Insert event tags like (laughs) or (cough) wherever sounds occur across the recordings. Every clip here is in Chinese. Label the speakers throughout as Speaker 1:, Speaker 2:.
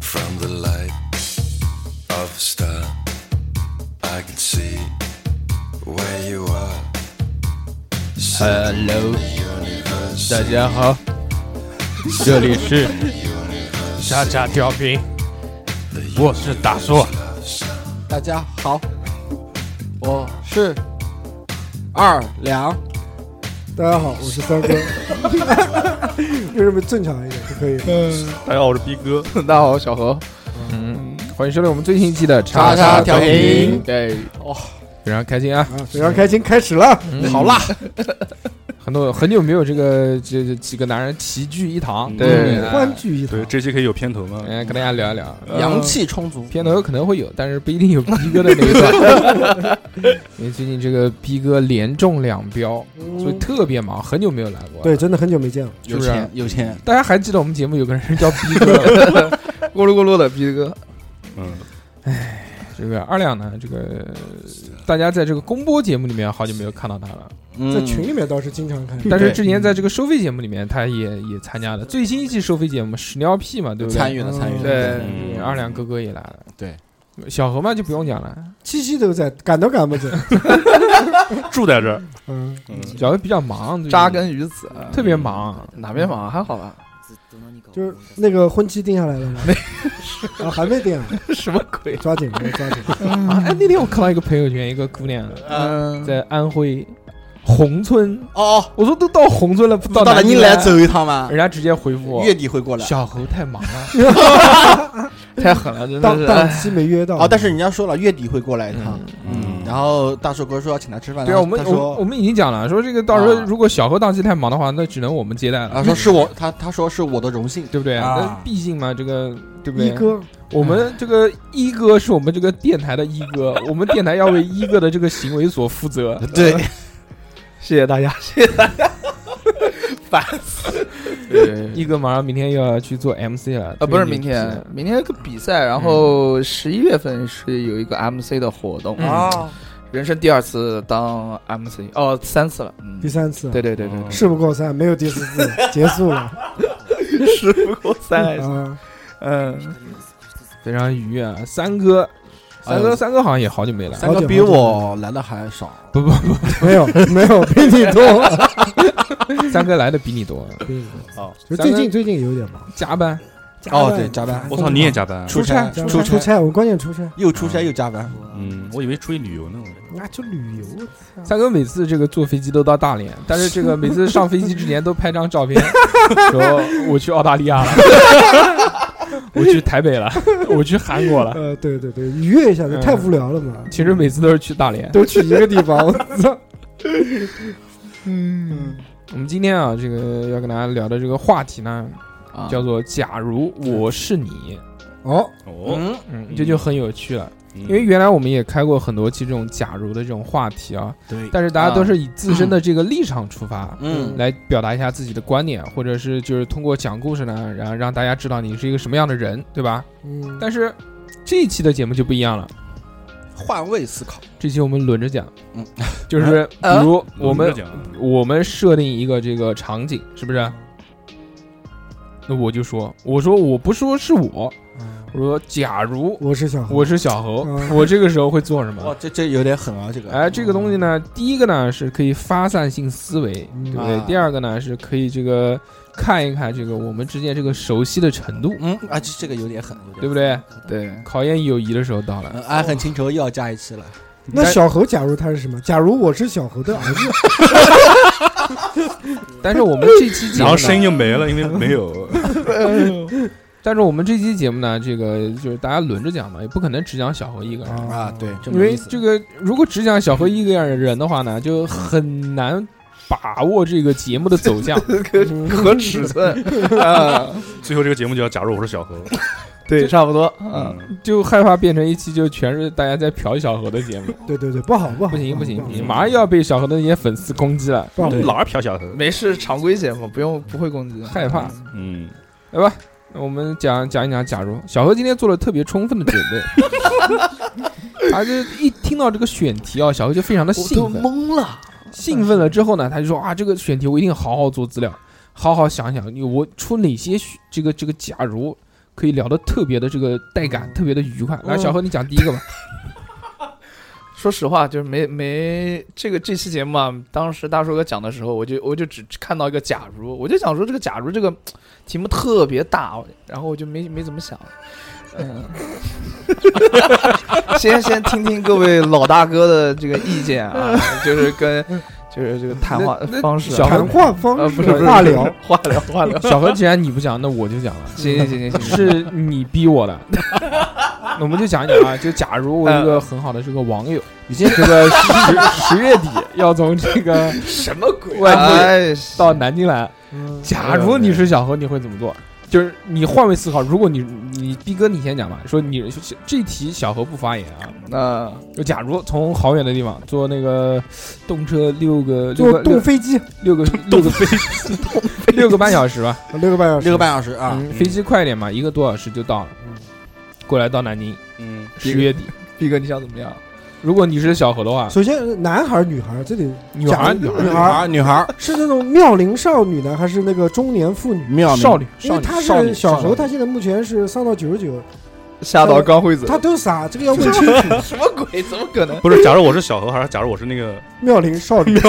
Speaker 1: From the light of a star, I can see where you are.
Speaker 2: 哎
Speaker 3: Hello，大家好，这里是叉叉调频，我是大硕。
Speaker 4: 大家好，我是二两。大家好，我是
Speaker 3: (laughs)
Speaker 4: 三哥。为什么正常一点就可以？嗯，
Speaker 2: 大家好，我是逼哥。
Speaker 5: 大家好，我是小何。嗯，欢迎收听我们最新一期的叉
Speaker 4: 叉
Speaker 5: 调
Speaker 4: 调频
Speaker 5: 对，
Speaker 4: 哦，
Speaker 5: 非常开心啊，
Speaker 4: 非常开心，开始了。
Speaker 5: 嗯
Speaker 4: 好啦，
Speaker 5: 很多很久没有这个这这几个男人齐聚一堂，
Speaker 4: 对，
Speaker 5: 嗯
Speaker 4: 欢聚一堂
Speaker 2: 对，。这期可以有片头吗？
Speaker 5: 嗯，跟大家聊一聊。
Speaker 6: 呃阳气充足。
Speaker 5: 片头可能会有，但是不一定有逼哥的那一段， (laughs) 因为最近这个逼哥连中两标，所以特别忙，很久没有来过。
Speaker 4: 哦对，，真的很久没见了。
Speaker 5: 是
Speaker 6: 有
Speaker 5: 不是
Speaker 3: 啊
Speaker 6: 钱有钱，
Speaker 5: 大家还记得我们节目有个人叫逼 (laughs) 哥吗，
Speaker 3: 咕噜咕噜的逼哥，
Speaker 2: 嗯，
Speaker 5: 这个二两呢，这个大家在这个公播节目里面好久没有看到他了，
Speaker 6: 嗯
Speaker 3: 嗯
Speaker 4: 在群里面倒是经常看，
Speaker 5: 但是之前在这个收费节目里面，他也也参加了最新一期收费节目屎尿屁嘛，对不对？
Speaker 6: 参与了参与了。
Speaker 5: 对，
Speaker 2: 嗯
Speaker 5: 二两哥哥也来了，
Speaker 6: 对，
Speaker 5: 小何嘛就不用讲了，
Speaker 4: 七夕都在，赶都赶不
Speaker 3: (laughs)
Speaker 4: 走。
Speaker 2: 住在这儿，
Speaker 4: 嗯，
Speaker 2: 嗯，
Speaker 5: 小何比较忙，最近
Speaker 3: 扎根于此，
Speaker 5: 特别忙，
Speaker 3: 哪
Speaker 2: (laughs)
Speaker 3: 边忙啊还好吧？
Speaker 4: 就是那个婚期定下来
Speaker 3: (laughs)
Speaker 4: 了吗？啊，还没定啊，
Speaker 3: 什么鬼？
Speaker 4: 抓紧，抓
Speaker 3: (laughs)
Speaker 4: 紧。
Speaker 5: 啊，哎，那天我看到一个朋友圈，一个姑娘
Speaker 3: 嗯，
Speaker 5: 在安徽宏村，
Speaker 6: 哦，
Speaker 5: 我说都到宏村了，不到
Speaker 6: 到南
Speaker 5: 南
Speaker 6: 京
Speaker 5: 京
Speaker 6: 来，走一趟吗？
Speaker 5: 人家直接回复我
Speaker 6: 月，底会过来。
Speaker 5: 小何太
Speaker 6: (laughs)
Speaker 5: 忙了，
Speaker 3: 太狠了，真的
Speaker 4: 档
Speaker 3: 是。
Speaker 4: 档
Speaker 3: 哎
Speaker 4: 期没约到
Speaker 6: 哦，但是人家说了月底会过来一趟
Speaker 5: 嗯。
Speaker 2: 嗯
Speaker 6: 然后大寿哥说要请他吃饭，
Speaker 5: 对
Speaker 6: 然
Speaker 5: 啊，
Speaker 6: 后
Speaker 5: 我们
Speaker 6: 他
Speaker 5: 我们我
Speaker 6: 说
Speaker 5: 们已经讲了，说这个到时候
Speaker 6: 啊
Speaker 5: 如果小何档期太忙的话，那只能我们接待
Speaker 6: 啊
Speaker 5: 了，
Speaker 6: 说是我他他说是我的荣幸，
Speaker 5: (laughs) 对不对？
Speaker 6: 啊
Speaker 5: 那毕竟嘛，这个对不
Speaker 4: 一
Speaker 5: 对？
Speaker 4: 哥，
Speaker 5: 我们这个一哥是我们这个电台的一
Speaker 3: (laughs)
Speaker 5: 哥，我们电台要为一哥的这个行为所负责。
Speaker 6: 对，
Speaker 3: 谢谢大家，谢谢大家，烦
Speaker 5: 一哥马上明天又要去做 MC 了，
Speaker 3: 啊，不是
Speaker 5: 推
Speaker 3: 明
Speaker 5: 你
Speaker 3: 天，明天有个比赛，然后十一月份是有一个 MC 的活动
Speaker 5: 嗯
Speaker 6: 啊，
Speaker 3: 人生第二次当 MC，哦，三次了，嗯
Speaker 4: 第，三次，啊
Speaker 3: 对对对对，
Speaker 4: 事不过三，没有第四次，结束了。
Speaker 3: (laughs) 事不过三，
Speaker 4: 啊，
Speaker 3: 嗯，
Speaker 5: 非常愉悦。啊，三哥，三哥，
Speaker 6: 哎
Speaker 5: 三哥好像也好久没来，
Speaker 6: (laughs) 三哥比我来的还少，
Speaker 5: 不不不，
Speaker 4: 没有，没有，比你多。
Speaker 5: 三哥来的比你
Speaker 3: (laughs)
Speaker 5: 多，
Speaker 4: 比你多
Speaker 2: 哦，
Speaker 4: 就最
Speaker 5: 咱
Speaker 4: 近
Speaker 5: 们
Speaker 4: 最近有点忙。
Speaker 5: 加班
Speaker 6: 哦对，加班
Speaker 2: 我操，你也加班？啊
Speaker 6: 出差
Speaker 4: 加班
Speaker 6: 出
Speaker 4: 出
Speaker 6: 出差
Speaker 4: 差，我关键出差，
Speaker 6: 又出差又加班，
Speaker 2: 嗯，我以为出去旅游呢。
Speaker 4: 那就旅游。
Speaker 5: 三哥每次这个坐飞机都到大连，但是这个每次上飞机之前都拍张照
Speaker 3: (laughs)
Speaker 5: 片，说我去澳大利亚了，我去台北了，我去韩国了。
Speaker 4: 呃，对对对，愉悦一下子，
Speaker 5: 嗯
Speaker 4: 太无聊了嘛，
Speaker 5: 其实每次都是去大连。
Speaker 4: 都去一个地方，我操，
Speaker 5: 我们今天啊，这个要跟大家聊的这个话题呢，
Speaker 6: 啊
Speaker 5: 叫做“假如我是你
Speaker 4: 哦，
Speaker 2: 哦，
Speaker 6: 嗯”，
Speaker 5: 嗯，这就很有趣了。
Speaker 2: 因
Speaker 5: 因为原来我们也开过很多期这种“假如”的这种话题啊，
Speaker 1: 嗯
Speaker 6: 对，
Speaker 5: 但是大家都是以自身的这个立场出发，
Speaker 6: 嗯
Speaker 5: 来表达一下自己的观点，或者是就是通过讲故事呢，然后让大家知道你是一个什么样的人，对吧？
Speaker 4: 嗯，
Speaker 5: 但是这一期的节目就不一样了，
Speaker 6: 换位思考，
Speaker 5: 这期我们轮着讲，
Speaker 6: 嗯，
Speaker 5: 就是比如我们、
Speaker 2: 讲，
Speaker 5: 我们设定一个这个场景，是不是？那我就说，我说我不说是我，我说假如
Speaker 4: 嗯我是小何，
Speaker 5: 我是小猴，
Speaker 4: 嗯
Speaker 5: 我这个时候会做什
Speaker 6: 哇，
Speaker 5: 么？
Speaker 6: 这这有点狠啊，这个，
Speaker 5: 哎，这个东西呢，第一个呢是可以发散性思维，对不对
Speaker 6: 啊？
Speaker 5: 第二个呢是可以这个看一看这个我们之间这个熟悉的程度，
Speaker 6: 嗯啊，这这个有点狠，有点狠
Speaker 5: 对不对？
Speaker 3: 对，
Speaker 5: 考验友谊的时候到了，
Speaker 6: 嗯爱恨情仇又要加一期了，
Speaker 4: 那小何，假如他是什么？假如我是小何的儿子，
Speaker 5: 但是我们这期
Speaker 2: 然
Speaker 5: 节目
Speaker 2: 后
Speaker 5: 呢
Speaker 2: 声音就没了，因为没有。 (laughs)
Speaker 5: 但是我们这期节目呢，这个就是大家轮着讲嘛，也不可能只讲小何一个人，
Speaker 4: 哦
Speaker 6: 啊，对，这
Speaker 5: 因
Speaker 6: 么有
Speaker 5: 为
Speaker 6: 意思
Speaker 5: 这个如果只讲小何一个人的话呢，就很难把握这个节目的走向
Speaker 3: 和尺寸啊，
Speaker 2: 最后这个节目就要假如我是小何，
Speaker 3: 对，差不多，
Speaker 2: 嗯，
Speaker 5: 就害怕变成一期就全是大家在嫖小何的节目。
Speaker 4: 对对对，不好不好，
Speaker 5: 不哦行不行不
Speaker 4: 不
Speaker 5: 行，马上又要被小何的那些粉丝攻击了，
Speaker 4: 好，不好
Speaker 2: 老是瞟小何，
Speaker 3: 没事，常规节目不用不会攻击，
Speaker 5: 害怕。
Speaker 2: 嗯，
Speaker 5: 来吧，那我们讲讲一讲。假如小何今天做了特别充分的准备，他就一听到这个选题啊，小何就非常的
Speaker 7: 我都
Speaker 5: 兴奋，
Speaker 7: 懵了。
Speaker 5: 兴奋了之后呢，他就说啊，这个选题我一定好好做资料，好好想想，我出哪些选这个这个假如可以聊得特别的这个带感，特别的愉快。来，
Speaker 3: 嗯
Speaker 5: 小何你讲第一个吧。
Speaker 3: 说实话，就是没没这个这期节目啊，当时大叔哥讲的时候，我就我就只看到一个假如，我就想说这个假如这个题目特别大，然后我就没没怎么想。嗯， (laughs) 先先听听各位老大哥的这个意见啊，就是跟就是这个谈话
Speaker 5: 那那
Speaker 3: 方式、
Speaker 5: 小
Speaker 3: 啊，
Speaker 5: 何
Speaker 4: 谈话方
Speaker 3: 呃
Speaker 4: 式
Speaker 3: 不是不是
Speaker 4: 话聊，
Speaker 3: 话聊话聊，
Speaker 5: 小何既然你不讲，那我就讲了。
Speaker 3: 行行行行行，
Speaker 5: 是你逼我的，那我们就讲一讲啊，就假如我一个很好的这个网友，已经这个十十月底要从这个
Speaker 3: 什么鬼？
Speaker 5: 外地
Speaker 3: 哎，
Speaker 5: 到南京来，假如你是小何，你会怎么做？就是你换位思考，如果你你逼哥你先讲吧，说你这题小何不发言啊，
Speaker 3: 那
Speaker 5: 就假如从好远的地方坐那个动车六个六
Speaker 4: 坐
Speaker 5: 个
Speaker 4: 动
Speaker 5: 六
Speaker 4: 飞机
Speaker 5: 六个六个飞 (laughs) 六个半小时吧，
Speaker 4: 六个半小时，
Speaker 6: 六个半小时啊，
Speaker 5: 嗯，飞机快一点嘛，一个多小时就到了，过来到南京，
Speaker 2: 嗯，
Speaker 5: 十月底。
Speaker 3: 毕哥你想怎么样？
Speaker 5: 如果你是小何的话，
Speaker 4: 首先，男孩儿女孩儿，这里
Speaker 5: 女孩
Speaker 4: 假
Speaker 5: 儿
Speaker 4: 如
Speaker 5: 女
Speaker 4: 女
Speaker 5: 孩
Speaker 4: 孩儿
Speaker 6: 啊，女孩儿
Speaker 4: 是那种妙龄少女呢，还是那个中年妇女？
Speaker 6: 妙
Speaker 5: 儿
Speaker 6: 龄
Speaker 5: 少女，
Speaker 4: 因
Speaker 5: 少
Speaker 4: 为
Speaker 5: 女
Speaker 4: 他
Speaker 5: 少女
Speaker 4: 是小时候，
Speaker 5: 少
Speaker 4: 他现在目前是上到九十九，
Speaker 3: 下到刚惠子，
Speaker 4: 他都是啥？这个要问清楚。
Speaker 3: 什么鬼？怎么可能？
Speaker 2: 不是，假如我是小何，还是假如我是那
Speaker 3: (laughs)
Speaker 2: 个
Speaker 4: 妙龄少女，
Speaker 5: 女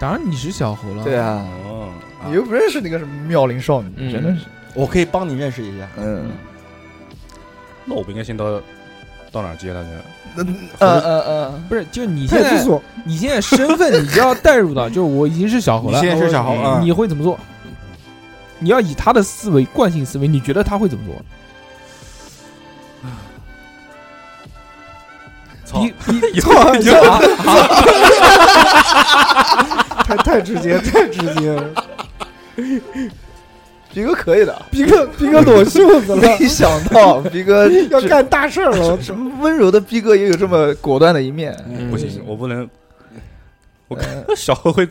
Speaker 5: 当然你是小何了，
Speaker 3: 对，啊，
Speaker 2: 哦，
Speaker 3: 你又不认识那个什么妙龄少女，
Speaker 5: 嗯
Speaker 3: 真的是，
Speaker 6: 我可以帮你认识一下。
Speaker 3: 嗯，
Speaker 2: 那我不应该先到到哪儿接他去？
Speaker 3: 那呃呃呃，
Speaker 5: 不是，就你现
Speaker 4: 派出
Speaker 5: 在
Speaker 4: 所
Speaker 5: 你现在身份， (laughs) 你就要带入到，就是我已经是小何
Speaker 6: 你
Speaker 5: 了，
Speaker 6: 先是小猴啊，
Speaker 5: 你会怎么做？你要以他的思维惯性思维，你觉得他会怎么做？你你
Speaker 4: 操，太太直
Speaker 5: (laughs)
Speaker 4: 接，太直接了。
Speaker 3: 逼哥可以的，
Speaker 4: 逼哥，逼哥裸袖子
Speaker 5: (laughs)
Speaker 4: 了，
Speaker 3: 没想到逼哥
Speaker 4: 要
Speaker 3: 这
Speaker 4: 干大事儿了。
Speaker 3: 什么温柔的逼哥也有这么果断的一面，
Speaker 6: 嗯
Speaker 2: (laughs) 不行，我不能，我
Speaker 3: 呃
Speaker 2: 看小何会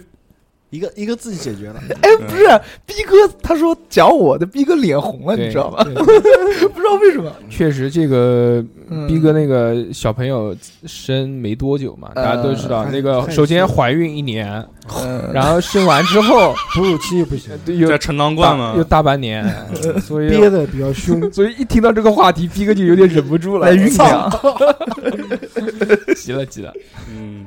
Speaker 6: 一个一个字解决了。
Speaker 3: 哎，不是逼哥，他说讲我的逼哥脸红了，
Speaker 5: 对
Speaker 3: 你知道吧？
Speaker 5: 对
Speaker 3: 不知道为什么，
Speaker 5: 确实，这个
Speaker 3: 嗯
Speaker 5: 逼哥那个小朋友生没多久嘛，大家都知道，
Speaker 4: 呃
Speaker 5: 那个
Speaker 4: 太
Speaker 5: 首先
Speaker 4: 太
Speaker 5: 怀孕一年，(laughs)
Speaker 3: 嗯
Speaker 5: 然后生完之后
Speaker 4: 哺乳期也不行，
Speaker 5: 又
Speaker 2: 在陈塘
Speaker 5: 大
Speaker 2: 关吗
Speaker 5: 又？大半 (laughs) 年，所
Speaker 4: 憋
Speaker 5: 以
Speaker 4: 的比较凶。
Speaker 5: 所以一听到这个话题，逼哥就有点忍不住了，
Speaker 3: 来酝酿，
Speaker 5: (laughs) 急了急了，
Speaker 2: 嗯，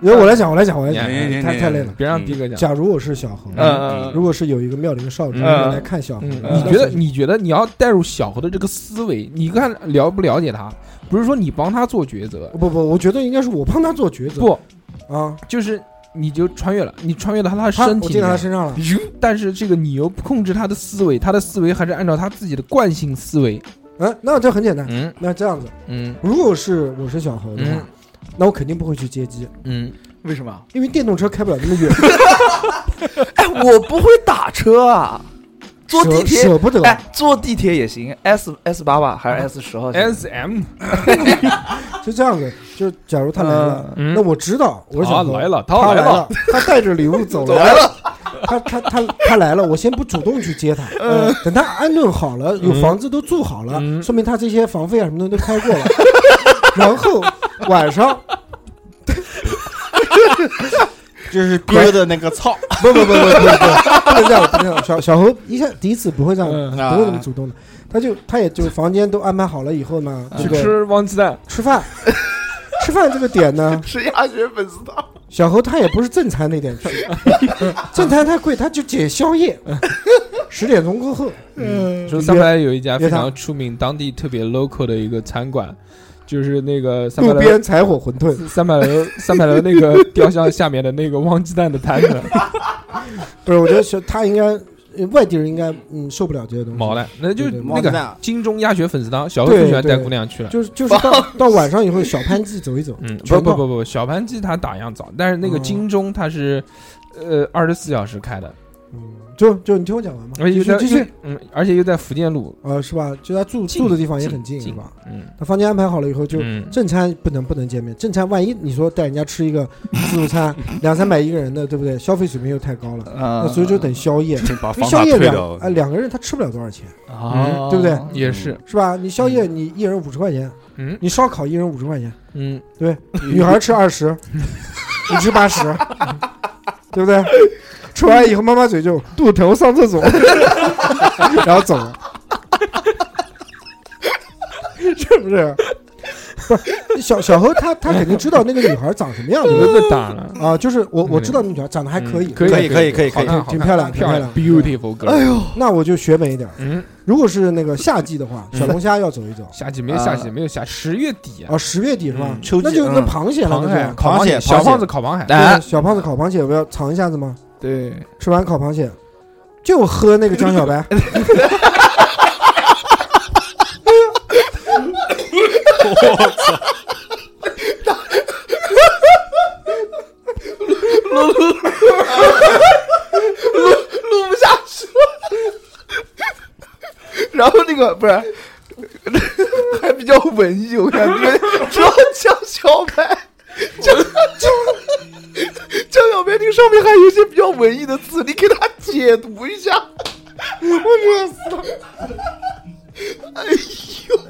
Speaker 4: 因为我来讲，我来讲，我来讲
Speaker 2: 行行，行
Speaker 4: 太太累了。
Speaker 5: 别让逼哥讲。
Speaker 4: 假如我是小恒，
Speaker 3: 嗯
Speaker 4: 如果是有一个妙龄少女
Speaker 5: 嗯
Speaker 4: 来看小恒，
Speaker 5: 嗯，
Speaker 4: 那
Speaker 5: 你觉得你觉得你要带入小何的这个思维，你看了不了解他？不是说你帮他做抉择，
Speaker 4: 不不，我觉得应该是我帮他做抉择。
Speaker 5: 不，
Speaker 4: 啊，
Speaker 5: 就是你就穿越了，你穿越到他的
Speaker 4: 他
Speaker 5: 身
Speaker 4: 我
Speaker 5: 体里
Speaker 4: 进到
Speaker 5: 面
Speaker 4: 他，身上了，
Speaker 5: 但是这个你又不控制他的思维，他的思维还是按照他自己的惯性思维。
Speaker 4: 嗯，那这很简单。
Speaker 5: 嗯
Speaker 4: 那这样子，
Speaker 5: 嗯
Speaker 4: 如果是我是小猴的话，
Speaker 5: 嗯
Speaker 4: 那我肯定不会去接机，
Speaker 5: 嗯，
Speaker 3: 为什么？啊
Speaker 4: 因为电动车开不了那么远，
Speaker 3: 哎，我不会打车啊， (laughs) 坐地
Speaker 4: 舍
Speaker 3: 铁
Speaker 4: 舍不得。
Speaker 3: 哎，坐地铁也行，S S 八吧，还是 S 十号线
Speaker 5: S M
Speaker 4: 就这样子，就假如他来了，
Speaker 5: 嗯
Speaker 4: 那我知道我是小
Speaker 5: 啊
Speaker 4: 猴
Speaker 5: 来了，
Speaker 4: 他
Speaker 5: 他
Speaker 4: 来
Speaker 5: 了，，
Speaker 4: 他带着礼物
Speaker 5: (laughs)
Speaker 4: 走来了， (laughs) 他他他他来了，我先不主动去接他，嗯等他安顿好了，有房子都住好了，
Speaker 5: 嗯
Speaker 4: 说明他这些房费啊什么的都开过了， (laughs) 然后晚上
Speaker 6: (laughs) 就是哥的那个 (laughs) 操，
Speaker 4: 不不不不
Speaker 6: (laughs)
Speaker 4: 不不，不能这样，不能这样。小小猴一下第一次不会这样，
Speaker 5: 嗯
Speaker 4: 不会那么主动的。他就他也就房间都安排好了以后呢，这
Speaker 5: 啊去
Speaker 4: 个
Speaker 5: 吃汪鸡蛋。
Speaker 4: 啊吃饭， (laughs) 吃饭这个点呢，
Speaker 3: 是鸭血粉丝汤。
Speaker 4: 小猴他也不是正餐那点吃，正餐太贵，他就解宵夜，十点钟过后，嗯
Speaker 5: 说三百有一家非
Speaker 4: 约他
Speaker 5: 常出名、当地特别 local 的一个餐馆，就是那个三百
Speaker 4: 路
Speaker 5: 楼
Speaker 4: 边柴火馄饨，
Speaker 5: 三百楼三百楼
Speaker 4: (laughs)
Speaker 5: 那个雕像下面的那个汪鸡蛋的摊子。
Speaker 4: 不是，我觉得小他应该呃外地人应该嗯受不了这些东西。
Speaker 5: 毛了，那就
Speaker 4: 对对
Speaker 5: 那
Speaker 6: 毛蛋
Speaker 5: 个金钟鸭血粉丝汤，小何最喜欢带姑娘去了。
Speaker 4: 就是就是到到晚上以后，小潘记走一走，
Speaker 5: 嗯，
Speaker 4: 全
Speaker 5: 不不
Speaker 4: 包
Speaker 5: 不不，小盘鸡它打烊早，但是那个
Speaker 4: 嗯
Speaker 5: 金钟它是，呃，二十四小时开的，
Speaker 4: 嗯，就就你听我讲完嘛，
Speaker 5: 而且
Speaker 4: 就
Speaker 5: 又
Speaker 4: 是
Speaker 5: 在
Speaker 4: 就
Speaker 5: 又
Speaker 4: 是
Speaker 5: 嗯，而且又在福建路，
Speaker 4: 呃是吧？就他住
Speaker 5: 近
Speaker 4: 住的地方也很
Speaker 5: 近
Speaker 4: 近，是吧？？
Speaker 5: 嗯，
Speaker 4: 他房间安排好了以后，就
Speaker 5: 嗯
Speaker 4: 正餐不能不能见面，正餐万一你说带人家吃一个自助餐，两三百一个人的，对不对？消费水平又太高了，
Speaker 3: 啊
Speaker 4: 那所以就等宵夜。
Speaker 2: 把
Speaker 4: 因为
Speaker 2: 房卡
Speaker 4: 宵夜
Speaker 2: 退
Speaker 4: 两
Speaker 2: 掉
Speaker 4: 啊，两个人他吃不了多少钱，
Speaker 6: 嗯
Speaker 3: 啊，
Speaker 4: 对不对
Speaker 5: 也是，
Speaker 4: 是吧？你宵夜你一人五十块钱，
Speaker 5: 嗯
Speaker 4: 你烧烤一人五十块钱，
Speaker 5: 嗯，
Speaker 4: 女孩吃二十，你吃八十，对不对？吃完以后妈妈嘴就肚子疼上厕所，
Speaker 5: 哎
Speaker 4: 然后走了，是不是？ (laughs) 不是小小何他他肯定知道那个女孩长什么样
Speaker 5: 我都
Speaker 4: 子
Speaker 5: 被打
Speaker 4: (laughs)
Speaker 5: 了，
Speaker 4: 啊，就是我我知道那女孩长得还可以，
Speaker 5: 嗯可以
Speaker 6: 可以可以可以
Speaker 5: 好看
Speaker 4: 挺漂亮
Speaker 5: 好看漂亮
Speaker 4: 挺漂亮
Speaker 5: ，beautiful girl，
Speaker 4: 那我就学美一点。
Speaker 5: 嗯，
Speaker 4: 如果是那个夏季的话，小龙虾要走一走
Speaker 5: 夏季没有夏季没有夏，十月底啊，
Speaker 4: 啊，十月底是吧
Speaker 5: 嗯？
Speaker 6: 秋季
Speaker 4: 那就那
Speaker 6: 嗯
Speaker 4: 啊螃蟹了，
Speaker 5: 螃
Speaker 4: 哦那
Speaker 5: 蟹
Speaker 4: 就
Speaker 6: 螃蟹螃
Speaker 5: 小
Speaker 6: 蟹
Speaker 5: 胖子烤螃蟹，
Speaker 4: 对小胖子烤螃蟹，我要尝一下子吗？
Speaker 3: 对，
Speaker 4: 吃完烤螃蟹，就喝那个江小 (laughs) 白。
Speaker 3: 录不下去了。然后那个不是， (laughs) 还比较文艺，我感觉知道江小白，江江江小白那个上面还有一些比较文艺的字，你给他解读一下。我热死了！哎呦，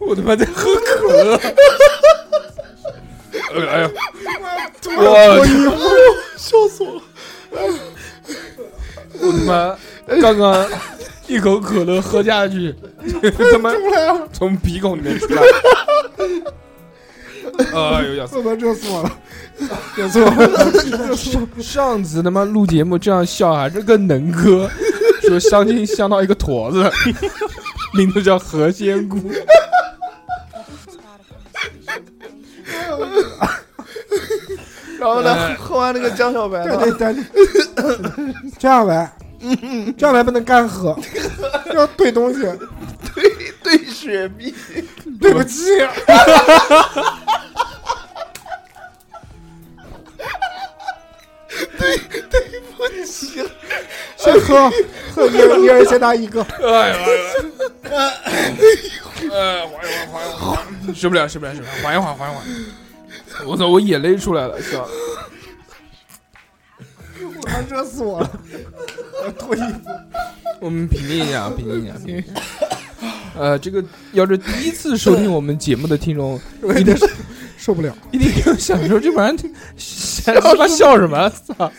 Speaker 5: 我他妈在喝可乐，哎呀，
Speaker 3: 呦，笑死我了！
Speaker 5: 我他妈刚刚一口可乐喝下去，他妈从鼻孔里面出来，哎呦要死！
Speaker 4: 怎么热死我 (laughs) 了？热死我了！
Speaker 5: 上次他妈录节目这样笑还是个能哥，说相亲相到一个坨子，名字叫何仙姑。
Speaker 3: 然后呢，喝完那个江小白
Speaker 4: 对
Speaker 3: 呢，
Speaker 4: 对对对，江小白， (laughs) 江小白不能干喝，要兑东西。
Speaker 3: 对雪碧，
Speaker 4: 对不 (laughs) 起，对对不起，先喝，喝一人一人先拿一个。
Speaker 5: 哎呦哎呦，哎，缓一缓，缓一缓，受不了，受不了，受不了，缓一缓，缓一缓。我操，我眼泪出来了，笑。
Speaker 4: 我要热死我了！ (laughs) 我脱衣服，
Speaker 5: 我们评定一下，评定一下，评定一下。呃，这个要是第一次收听我们节目的听众，一定
Speaker 4: (laughs) 受不了。
Speaker 5: 一定要想说这玩意儿，瞎他妈笑什么？操！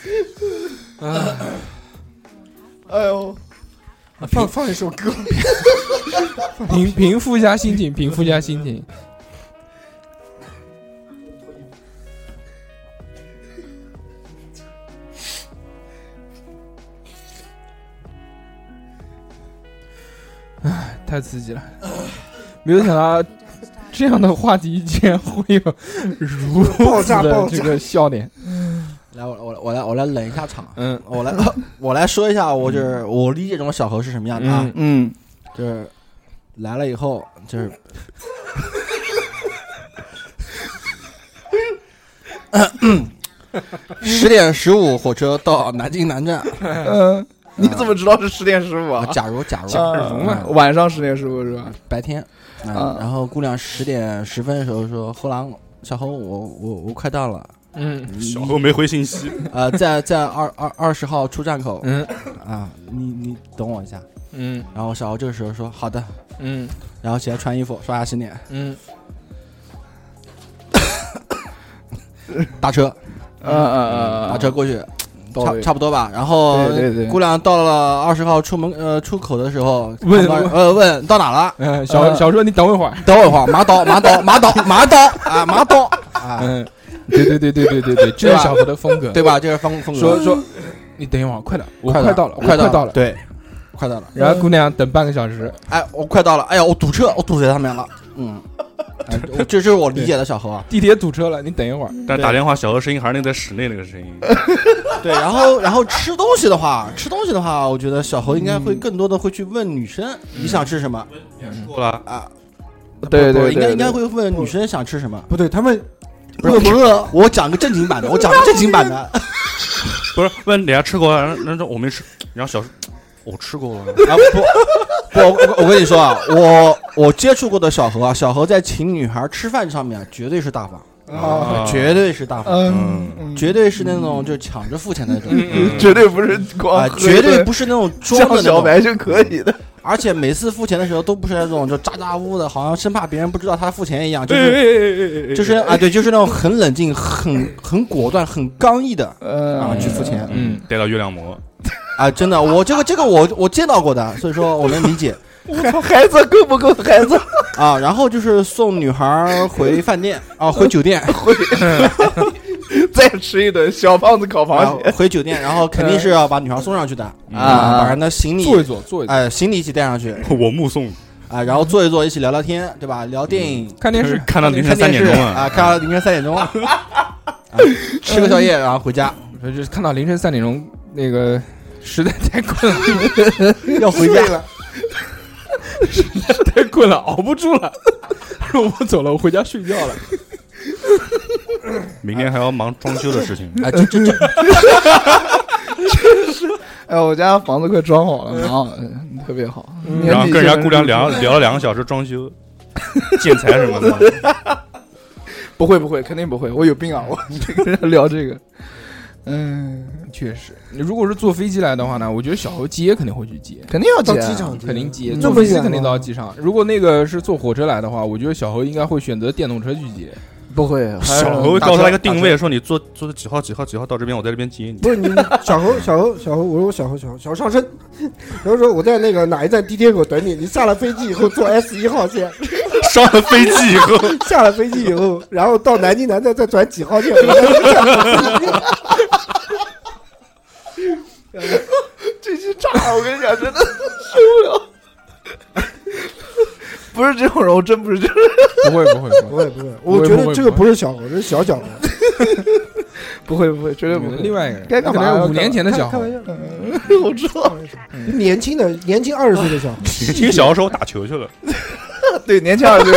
Speaker 3: 哎呦，
Speaker 4: 放放一首歌，
Speaker 5: 平平复一下心情，平复一下心情。唉，太刺激了！没有想到这样的话题竟然会有如
Speaker 4: 爆
Speaker 5: 此
Speaker 4: 炸
Speaker 5: 的
Speaker 4: 爆炸
Speaker 5: 这个笑点。
Speaker 6: 来，我来我来我来冷一下场，啊
Speaker 5: 嗯
Speaker 6: 我来我来说一下，我就是我理解中的小何是什么样的啊，
Speaker 5: 嗯，
Speaker 7: 嗯，
Speaker 6: 就是来了以后就是。 (laughs) 十点十五火车到南京南站。
Speaker 3: 嗯，你怎么知道是十点十五啊
Speaker 6: 啊？嗯假如假如
Speaker 3: 啊晚上十点十五是吧？
Speaker 6: 白天，啊
Speaker 3: 啊，
Speaker 6: 然后姑娘十点十分的时候说：“后郎小侯，我我我快到了，
Speaker 5: 嗯
Speaker 6: 你
Speaker 2: 小何没回信息，
Speaker 6: 呃，在在二二二十号出站口
Speaker 5: 嗯
Speaker 6: 啊，你你等我一下。
Speaker 5: 嗯”
Speaker 6: 然后小侯这个时候说：“好的。
Speaker 5: 嗯”
Speaker 6: 然后起来穿衣服、刷牙、洗脸、
Speaker 5: 嗯
Speaker 6: 打车，
Speaker 3: 嗯嗯嗯，
Speaker 6: 打车过去，
Speaker 3: 到
Speaker 6: 差
Speaker 3: 位
Speaker 6: 差不多吧。然后
Speaker 3: 对对对
Speaker 6: 姑娘到了二十号出门呃出口的时候，
Speaker 5: 问
Speaker 6: 看到呃问到哪了？
Speaker 5: 嗯，小小说你等我一会儿。
Speaker 6: 等我一会儿，马导马导马导马导啊马导啊，
Speaker 5: 嗯，对对对对对对对，这是小何的风格。
Speaker 6: 对吧？这是风风格，
Speaker 5: 说说，你等一会儿，快点，我
Speaker 6: 快
Speaker 5: 快到了，我快
Speaker 6: 到
Speaker 5: 到了。
Speaker 6: 对，快到了。
Speaker 5: 然后姑娘等半个小时，
Speaker 6: 哎，我快到了，哎呀，我堵车，我堵在上面了，嗯， (laughs) 哎这就是我理解的小猴啊。
Speaker 5: 地铁堵车了，你等一会儿。
Speaker 2: (laughs) 但打电话小何声音还是那个在室内那个声音，
Speaker 6: 对，然后然后吃东西的话，吃东西的话，我觉得小猴应该会更多的会去问女生你想吃什么
Speaker 2: 够了。
Speaker 6: 啊？
Speaker 3: 对
Speaker 6: 不
Speaker 3: 对，
Speaker 6: 应该
Speaker 3: 对
Speaker 6: 应该会问女生想吃什么，
Speaker 4: 不对，他们
Speaker 6: 饿不饿？我啊讲个正经版的，我讲个正经版 (laughs) 的。
Speaker 2: 不是问人家吃过啊，然后然后我没吃，然后小我吃过了，
Speaker 6: 啊不，我我我跟你说啊，我我接触过的小何啊，小何在请女孩吃饭上面啊，绝对是大方，
Speaker 4: 啊，
Speaker 6: 绝对是大方，
Speaker 2: 嗯
Speaker 4: 嗯
Speaker 6: 绝对是那种就抢着付钱的那种，
Speaker 7: 绝对不是光
Speaker 6: 嗯啊，
Speaker 7: 喝
Speaker 6: 绝对
Speaker 7: 一
Speaker 6: 不是那种装
Speaker 7: 顿酱
Speaker 6: 的那
Speaker 7: 小
Speaker 6: 种，
Speaker 7: 白就可以
Speaker 3: (laughs)
Speaker 7: 的。
Speaker 6: 而且每次付钱的时候都不是那种就咋咋呼呼的，好像生怕别人不知道他付钱一样，就是
Speaker 2: 对
Speaker 6: 就是啊，对，就是那种很冷静、很很果断、很刚毅的啊
Speaker 3: 呃，
Speaker 6: 去付钱
Speaker 5: 嗯，
Speaker 2: 带到月亮魔，
Speaker 6: 啊，真的，我这个这个我我见到过的，所以说我能理解。
Speaker 7: 孩子够不够？孩子
Speaker 6: 啊，然后就是送女孩儿回饭店啊，回酒店，
Speaker 7: 再吃一顿小胖子烤
Speaker 6: 啊
Speaker 7: 螃蟹，
Speaker 6: 回酒店，然后肯定是要把女孩儿送上去的
Speaker 7: 啊
Speaker 6: 把人的行李
Speaker 5: 坐一坐，坐一坐，
Speaker 6: 哎行李一起带上去
Speaker 2: 我目送，
Speaker 6: 啊，然后坐一坐，一起聊聊天，对吧？聊电影，
Speaker 5: 看电视，
Speaker 2: 看到凌晨
Speaker 6: 看
Speaker 2: 三
Speaker 6: 电
Speaker 2: 点
Speaker 6: 视
Speaker 2: 钟
Speaker 6: 啊，
Speaker 2: 啊，
Speaker 6: 看到凌晨三点钟，啊 (laughs) 吃个宵夜，然后回家，
Speaker 5: 就是看到凌晨三点钟，那个实在太困了，
Speaker 6: (laughs)
Speaker 5: (laughs)
Speaker 6: 要回家 (laughs)
Speaker 4: 了，
Speaker 5: 太困了，熬不住了， (laughs) 我走了，我回家睡觉了。
Speaker 2: 明天还要忙装修的事情，
Speaker 6: 啊，这这这
Speaker 3: 哎，我家房子快装好了，然后嗯特别好，
Speaker 4: 嗯
Speaker 2: 然后跟人家姑娘聊聊了两个小时装修、建材什么的，
Speaker 3: 不会不会，肯定不会，我有病啊！我这个人聊这个，嗯，
Speaker 5: 确实，你如果是坐飞机来的话呢，我觉得小猴接肯定会去接，
Speaker 3: 肯定要
Speaker 4: 到
Speaker 3: 接啊
Speaker 4: 机场去
Speaker 5: 肯定接，
Speaker 4: 嗯
Speaker 5: 坐飞机肯定到机场。如果那个是坐火车来的话，我觉得小猴应该会选择电动车去接。
Speaker 3: 不会，
Speaker 7: 啊
Speaker 3: 还是
Speaker 2: 小何告诉他一个定位，说你坐坐几号几号几号到这边，我在这边接你。
Speaker 4: 不是你小猴小猴小猴，我说我小猴小猴小猴上身， (laughs) 然后说我在那个哪一站地铁口等你，你下了飞机以后坐 (laughs) S 一号线，
Speaker 2: 上了飞机以后，
Speaker 4: 下了飞机以后，然后到南京南站再转几号线。 (laughs) 回家
Speaker 7: 这期炸了！我跟你讲，真的受不了。不是这种人，我真不是这种人，
Speaker 5: 不会不会不
Speaker 4: 不
Speaker 5: 会，
Speaker 4: 会不会，我觉得这个不是小猴，这是小小猴。
Speaker 7: (laughs)
Speaker 3: 不会不会，绝对不
Speaker 5: 你
Speaker 3: 会
Speaker 5: 们。另外一个人，
Speaker 3: 该干嘛
Speaker 5: 那可能
Speaker 3: 要
Speaker 5: 五年前的
Speaker 4: (laughs)
Speaker 5: 小
Speaker 4: 开
Speaker 5: 猴，
Speaker 4: 玩笑，
Speaker 7: 我知道，
Speaker 4: 年轻的年轻二十岁的 (laughs) 小猴，
Speaker 2: (laughs) 听小何说我打球去了，
Speaker 7: 对年轻二十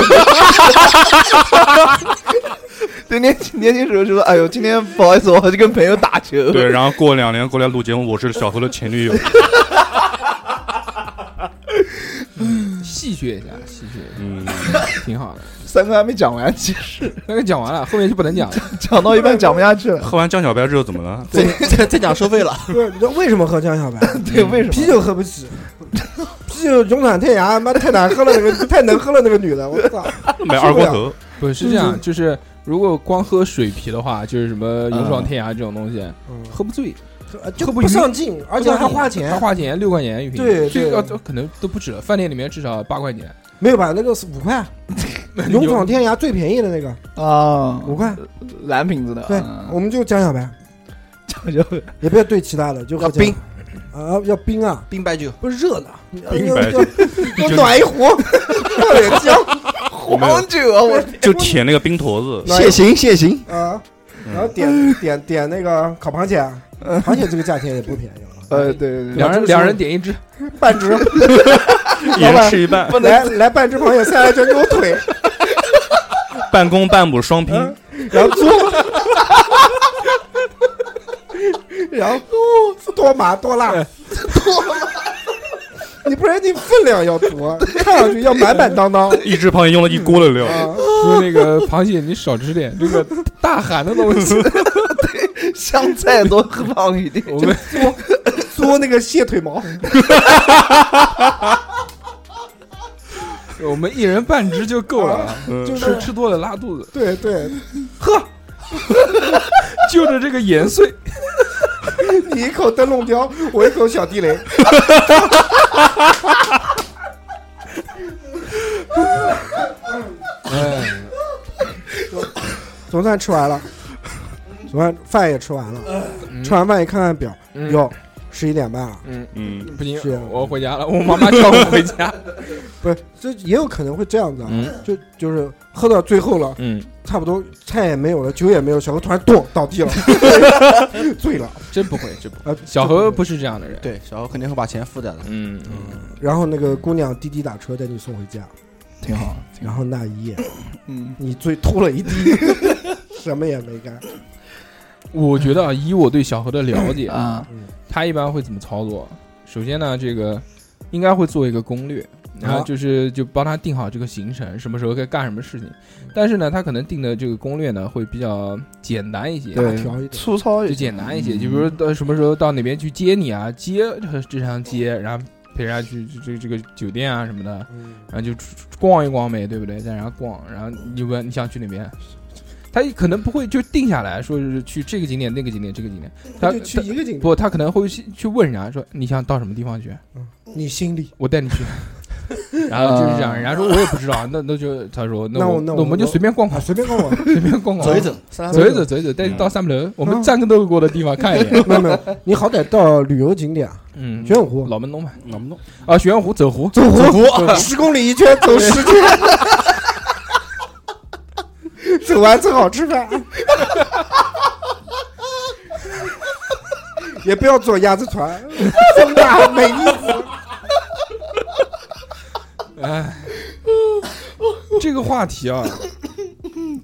Speaker 7: 岁， (laughs) 对年轻年轻时候就说，哎呦，今天不好意思，我去跟朋友打球。
Speaker 2: 对，然后过两年过来录节目，我是小何的前女友，
Speaker 5: 戏谑一下，戏谑一
Speaker 2: 嗯，
Speaker 5: 下， (laughs) 挺好的。
Speaker 7: (laughs) 三哥还没讲完，其实
Speaker 5: 那个讲完了，后面就不能讲了。
Speaker 7: 讲到一半讲不下
Speaker 2: (laughs)
Speaker 7: 去了。
Speaker 2: 喝完江小白之后怎么了？
Speaker 6: 再 (laughs) 再再讲收费了，
Speaker 4: 不是你知道为什么喝江小白？
Speaker 7: 对，为什
Speaker 4: (laughs) 啤
Speaker 7: 么？
Speaker 4: 酒喝不起， (laughs) 啤酒勇敢太牙，妈太难喝了那个太能喝了那个女的，我操！
Speaker 2: 买二锅头，
Speaker 5: (laughs) 不是这样，就是如果光喝水啤的话，就是什么勇
Speaker 7: 嗯
Speaker 5: 闯天涯啊这种东西，
Speaker 4: 嗯
Speaker 5: 喝不醉，
Speaker 4: 呃就
Speaker 5: 喝
Speaker 4: 不
Speaker 5: 不匀
Speaker 4: 上劲，而且还花
Speaker 5: 还
Speaker 4: 钱，
Speaker 5: 花钱六块钱一瓶，
Speaker 4: 对
Speaker 5: 这
Speaker 4: 对
Speaker 5: 个可能都不止了，饭店里面至少八块钱。
Speaker 4: 没有吧？那个是五块，勇闯天涯最便宜的那个
Speaker 7: 啊，
Speaker 4: 五块，
Speaker 7: 蓝瓶子的。啊
Speaker 4: 对，我们就江小白，
Speaker 7: 讲究
Speaker 4: 也不要对其他的，就喝
Speaker 6: 要冰
Speaker 4: 江啊，要冰啊，
Speaker 6: 冰白酒，
Speaker 4: 不是热的，
Speaker 2: 冰
Speaker 4: 要
Speaker 2: 白
Speaker 4: 要要暖一壶，
Speaker 2: (laughs)
Speaker 4: 热点姜
Speaker 7: 黄酒啊，我
Speaker 2: 就舔那个冰坨子，
Speaker 4: 谢
Speaker 6: 行谢行，
Speaker 4: 啊，然后
Speaker 2: (laughs)
Speaker 4: 点点点那个烤螃蟹啊，
Speaker 2: 嗯
Speaker 4: 螃蟹这个价钱也不便宜啊，
Speaker 7: 呃，对对对，
Speaker 5: 两人两人点一支，
Speaker 4: 半只，
Speaker 2: 一人吃一半，
Speaker 4: 来来半只螃蟹，下来就给我腿，
Speaker 2: 半公半母双拼，
Speaker 4: 然后做，然后多麻多辣，
Speaker 5: 哎
Speaker 4: 多麻。 (laughs) 你不然你分量要多，看上去要满满当当
Speaker 2: 一只螃蟹用了一锅的料，
Speaker 4: 啊！
Speaker 5: (laughs) 说那个螃蟹你少吃 (laughs) 点，这个大寒的东西，
Speaker 7: 香菜多放
Speaker 3: (laughs)
Speaker 7: 一点。
Speaker 5: 我们
Speaker 4: 嘬那个蟹腿毛，
Speaker 5: (laughs) 我们一人半支就够了，
Speaker 2: 嗯
Speaker 4: 就是
Speaker 5: 吃吃多了拉肚子，
Speaker 4: 对对，
Speaker 5: 就着这个盐碎，
Speaker 4: 你一口灯笼椒，我一口小地雷，
Speaker 5: 哎，
Speaker 4: 总算吃完了，总算饭也吃完了。吃完饭一看看表，
Speaker 5: 嗯
Speaker 4: 哟，十一点半了，
Speaker 6: 嗯
Speaker 2: 嗯，
Speaker 5: 不行
Speaker 4: 是啊，
Speaker 5: 我回家了，我妈妈叫我回家。
Speaker 4: 不是，这也有可能会这样子啊，
Speaker 6: 嗯
Speaker 4: 就就是喝到最后了，
Speaker 5: 嗯，
Speaker 4: 差不多菜也没有了，酒也没有，小何突然咚倒地
Speaker 5: (laughs)
Speaker 4: 了，醉了
Speaker 5: 真不会，真不会。
Speaker 4: 啊！
Speaker 5: 小何不是这样的人。
Speaker 6: 对，小何肯定会把钱付掉的。
Speaker 5: 嗯，
Speaker 4: 然后那个姑娘滴滴打车带你送回家，
Speaker 3: 挺好。
Speaker 4: 然后那一夜，
Speaker 7: 嗯，
Speaker 4: 你醉吐了一地， (laughs) 什么也没干。
Speaker 5: 我觉得啊，以我对小何的了解
Speaker 3: 啊，
Speaker 5: 他一般会怎么操作？首先呢，这个应该会做一个攻略，然后就是就帮他定好这个行程，什么时候该干什么事情。但是呢，他可能定的这个攻略呢会比较简单一些，啊
Speaker 4: 大条一点，
Speaker 3: 粗糙
Speaker 5: 就
Speaker 3: 一
Speaker 5: 简单一些，就比如到什么时候到哪边去接你啊，接这趟接，然后陪人家去这这这个酒店啊什么的，
Speaker 4: 嗯，
Speaker 5: 然后就出出逛一逛呗，对不对？在人家逛，然后你问你想去哪边，他可能不会就定下来说是去这个景点、那个景点、这个景点，他
Speaker 4: 他就去一个景点，
Speaker 5: 不，他可能会去去问人家说你想到什么地方去，
Speaker 4: 你心里
Speaker 5: 我带你去。 (laughs) 然后就是这样，人家说我也不知道，那那就他说
Speaker 4: 啊那
Speaker 5: 我
Speaker 4: 我那
Speaker 5: 那
Speaker 4: 我
Speaker 5: 们就随便逛
Speaker 4: 啊
Speaker 5: 逛， (laughs)
Speaker 4: 随便逛逛，
Speaker 5: 随便逛逛，
Speaker 6: 走一走， (laughs) 三
Speaker 5: 走一走，走一走，带你到三门楼，我
Speaker 4: 嗯
Speaker 5: 们战斗过的地方看一
Speaker 4: (laughs)
Speaker 5: 眼。
Speaker 4: 没有没有，你好歹到旅游景点啊，
Speaker 5: 嗯，
Speaker 4: 玄武湖
Speaker 5: 老门东嘛，
Speaker 6: (laughs)
Speaker 2: 弄不弄？
Speaker 5: 啊，玄武湖走湖，
Speaker 4: 走湖，十公里一圈走十圈，走完正好吃饭。也不要坐鸭子船，真的没意思。
Speaker 5: 哎，
Speaker 4: (laughs)
Speaker 5: 这个话题啊，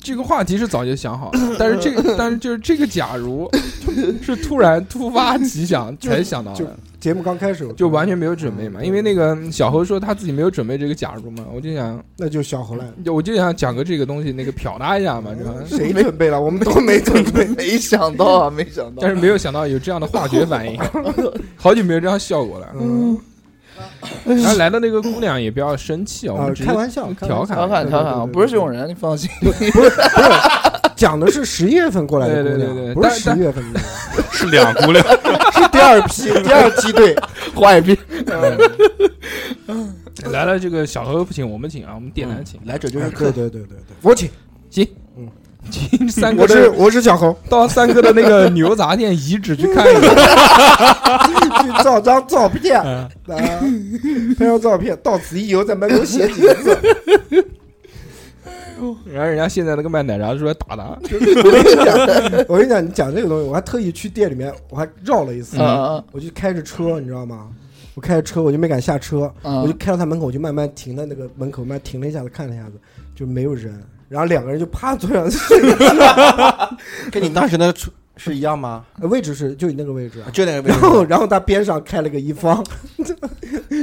Speaker 5: 这个话题是早就想好了，但是这
Speaker 4: (laughs)
Speaker 5: 个，但是就是这个，假如是突然突发奇想才想到
Speaker 4: 就嗯
Speaker 5: 的，
Speaker 4: 节目刚开始，
Speaker 5: 就完全没有准备嘛。因为那个小侯说他自己没有准备这个假如嘛，我就想，
Speaker 4: 那就小猴来了。
Speaker 5: 我就想讲个这个东西，那个瞟他一下
Speaker 4: 嗯
Speaker 5: 嘛，对吧？
Speaker 4: 谁准
Speaker 5: (laughs)
Speaker 4: 备了？我们都没准备。
Speaker 7: 没想到
Speaker 3: (laughs)
Speaker 7: 啊，没想到。
Speaker 5: 但是没有想到有这样的化学
Speaker 4: (laughs)
Speaker 5: 反应，好久没有这样效果了。
Speaker 4: 嗯，
Speaker 5: 然后来的那个姑娘也不要生气 (laughs) 啊，我
Speaker 4: 啊
Speaker 5: 们，直接
Speaker 4: 开玩笑，开
Speaker 5: 调
Speaker 4: 玩
Speaker 5: 侃
Speaker 4: 笑
Speaker 3: 调侃调侃啊，不是这种人，你放心。
Speaker 4: 讲的是十一月份过来的姑
Speaker 5: 对对
Speaker 4: 娘，
Speaker 5: 对对
Speaker 4: 不是
Speaker 5: 但
Speaker 4: 十一月份的，
Speaker 2: 是两姑娘，
Speaker 4: 是第二批，第二梯
Speaker 6: (laughs)
Speaker 4: 队。
Speaker 3: 坏逼，
Speaker 5: 来了这个小何不请，我们请啊，我们电台请，
Speaker 6: 来者就是
Speaker 4: 对
Speaker 6: 客
Speaker 5: (laughs)
Speaker 4: 对。对对对，我请，
Speaker 5: 请三哥
Speaker 4: 我是
Speaker 5: 的
Speaker 4: 我是小
Speaker 5: (laughs)
Speaker 4: 猴，
Speaker 5: 到三哥的那个牛杂店遗址去看一看。
Speaker 4: 去照张照片，啊，
Speaker 5: 嗯
Speaker 4: 拍张照片，到此一游，在门口写几个字。
Speaker 5: 然后人家现在那个卖奶茶出来打啊他，
Speaker 4: 我跟你讲， (laughs) 我跟你讲，你讲这个东西，我还特意去店里面，我还绕了一次，
Speaker 3: 嗯
Speaker 4: 我就开着车，你知道吗？我开着车，我就没敢下车，
Speaker 3: 嗯
Speaker 4: 我就开到他门口，我就慢慢停在那个门口，慢慢停了一下子，看了一下子，就没有人。然后两个人就趴坐上， (laughs)
Speaker 6: 跟你当时那个出是一样吗？
Speaker 4: 位置是就你那个位置啊。
Speaker 6: (laughs) 就那个位
Speaker 4: (laughs) 然
Speaker 6: 置。
Speaker 4: 后，然后他边上开了个一方， (laughs)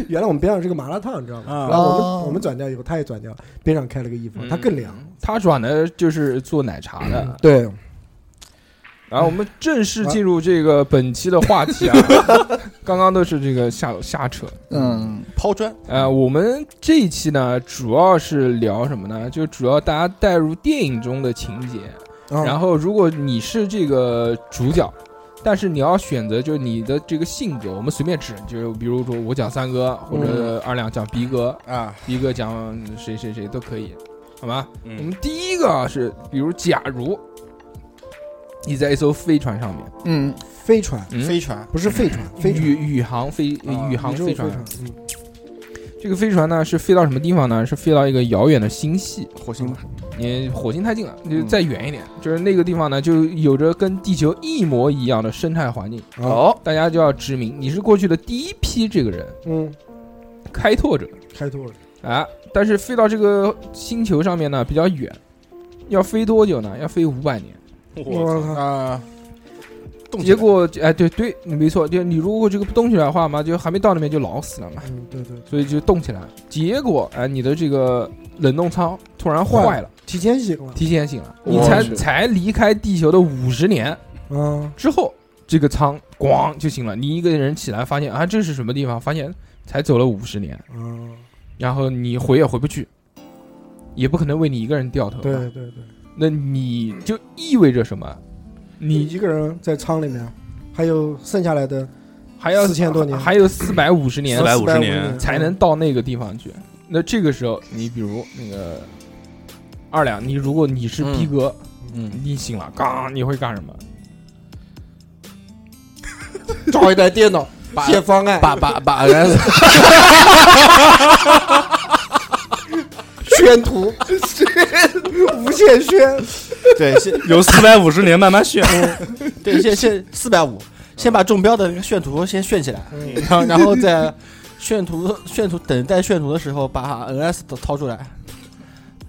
Speaker 4: 原来我们边上是个麻辣烫，你知道吗？
Speaker 6: 啊
Speaker 4: 然后我们
Speaker 3: 哦
Speaker 4: 我们转掉以后，他也转掉，边上开了个一方，他更凉。
Speaker 5: 他转的就是做奶茶的。
Speaker 4: 对，
Speaker 5: 然后我们正式进入这个本期的话题啊，刚刚都是这个瞎瞎扯。
Speaker 3: 嗯，
Speaker 6: (laughs) 抛砖，
Speaker 5: 呃，我们这一期呢，主要是聊什么呢？就主要大家带入电影中的情节，然后如果你是这个主角，但是你要选择就是你的这个性格，我们随便指，就是比如说我讲三哥，或者二两讲逼哥
Speaker 6: 啊，
Speaker 5: 逼哥讲谁谁谁都可以，好吗？
Speaker 2: 嗯
Speaker 5: 我们第一个啊是，比如假如你在一艘飞船上面，
Speaker 3: 嗯，
Speaker 4: 飞船
Speaker 5: 嗯
Speaker 6: 飞船，
Speaker 4: 不是废船，飞船
Speaker 5: 宇宇航飞
Speaker 6: 啊
Speaker 5: 宇航
Speaker 4: 宇宙
Speaker 5: 飞
Speaker 4: 飞
Speaker 5: 船，
Speaker 4: 嗯
Speaker 5: 这个飞船呢是飞到什么地方呢？是飞到一个遥远的星系，
Speaker 6: 火星吧，
Speaker 5: 你火星太近了，就再远一点，就是那个地方呢，就有着跟地球一模一样的生态环境。
Speaker 3: 好，
Speaker 5: 大家就要知名，你是过去的第一批这个人
Speaker 4: 嗯，
Speaker 5: 开拓者
Speaker 4: 开拓了，
Speaker 5: 啊。但是飞到这个星球上面呢，比较远，要飞多久呢？要飞五百年。
Speaker 2: 嗯我
Speaker 6: 嗯
Speaker 4: 我操，
Speaker 6: 啊动起
Speaker 5: 结
Speaker 6: 来
Speaker 5: 果，哎，对对，你没错，就你如果这个不动起来的话嘛，就还没到那边就老死了嘛，
Speaker 4: 嗯，对对，对
Speaker 5: 所以就动起来了。结果，哎，你的这个冷冻舱突然坏了，
Speaker 4: 提前醒了，
Speaker 5: 提前醒了，你
Speaker 3: 我
Speaker 5: 才
Speaker 3: 去
Speaker 5: 才离开地球的五十年
Speaker 4: 嗯，
Speaker 5: 之后，这个舱咣就醒了。你一个人起来发现啊，这是什么地方？发现才走了五十年。
Speaker 4: 嗯，
Speaker 5: 然后你回也回不去，也不可能为你一个人掉头。
Speaker 4: 对，对对，
Speaker 5: 那你就意味着什么？
Speaker 4: 你
Speaker 5: 你
Speaker 4: 一个人在舱里面，还有剩下来的
Speaker 5: 还要
Speaker 4: 4000多年
Speaker 5: 还有四百五十年
Speaker 2: 450
Speaker 4: 450
Speaker 2: 年
Speaker 5: 才
Speaker 4: 嗯
Speaker 5: 能到那个地方去。那这个时候，你比如那个二两，你如果你是逼哥，
Speaker 6: 嗯，
Speaker 5: 你醒了，嘎，你会干什么？
Speaker 4: 找一台电脑写方案，
Speaker 6: 把把把人
Speaker 4: 宣图，无限宣，
Speaker 6: (laughs) 对先
Speaker 2: 有四百五十年慢慢炫，
Speaker 6: 对先先四百五，先把中标的那个炫图先炫起来， (laughs) 然后然后再炫图炫图等待炫图的时候把 NS 都掏出来，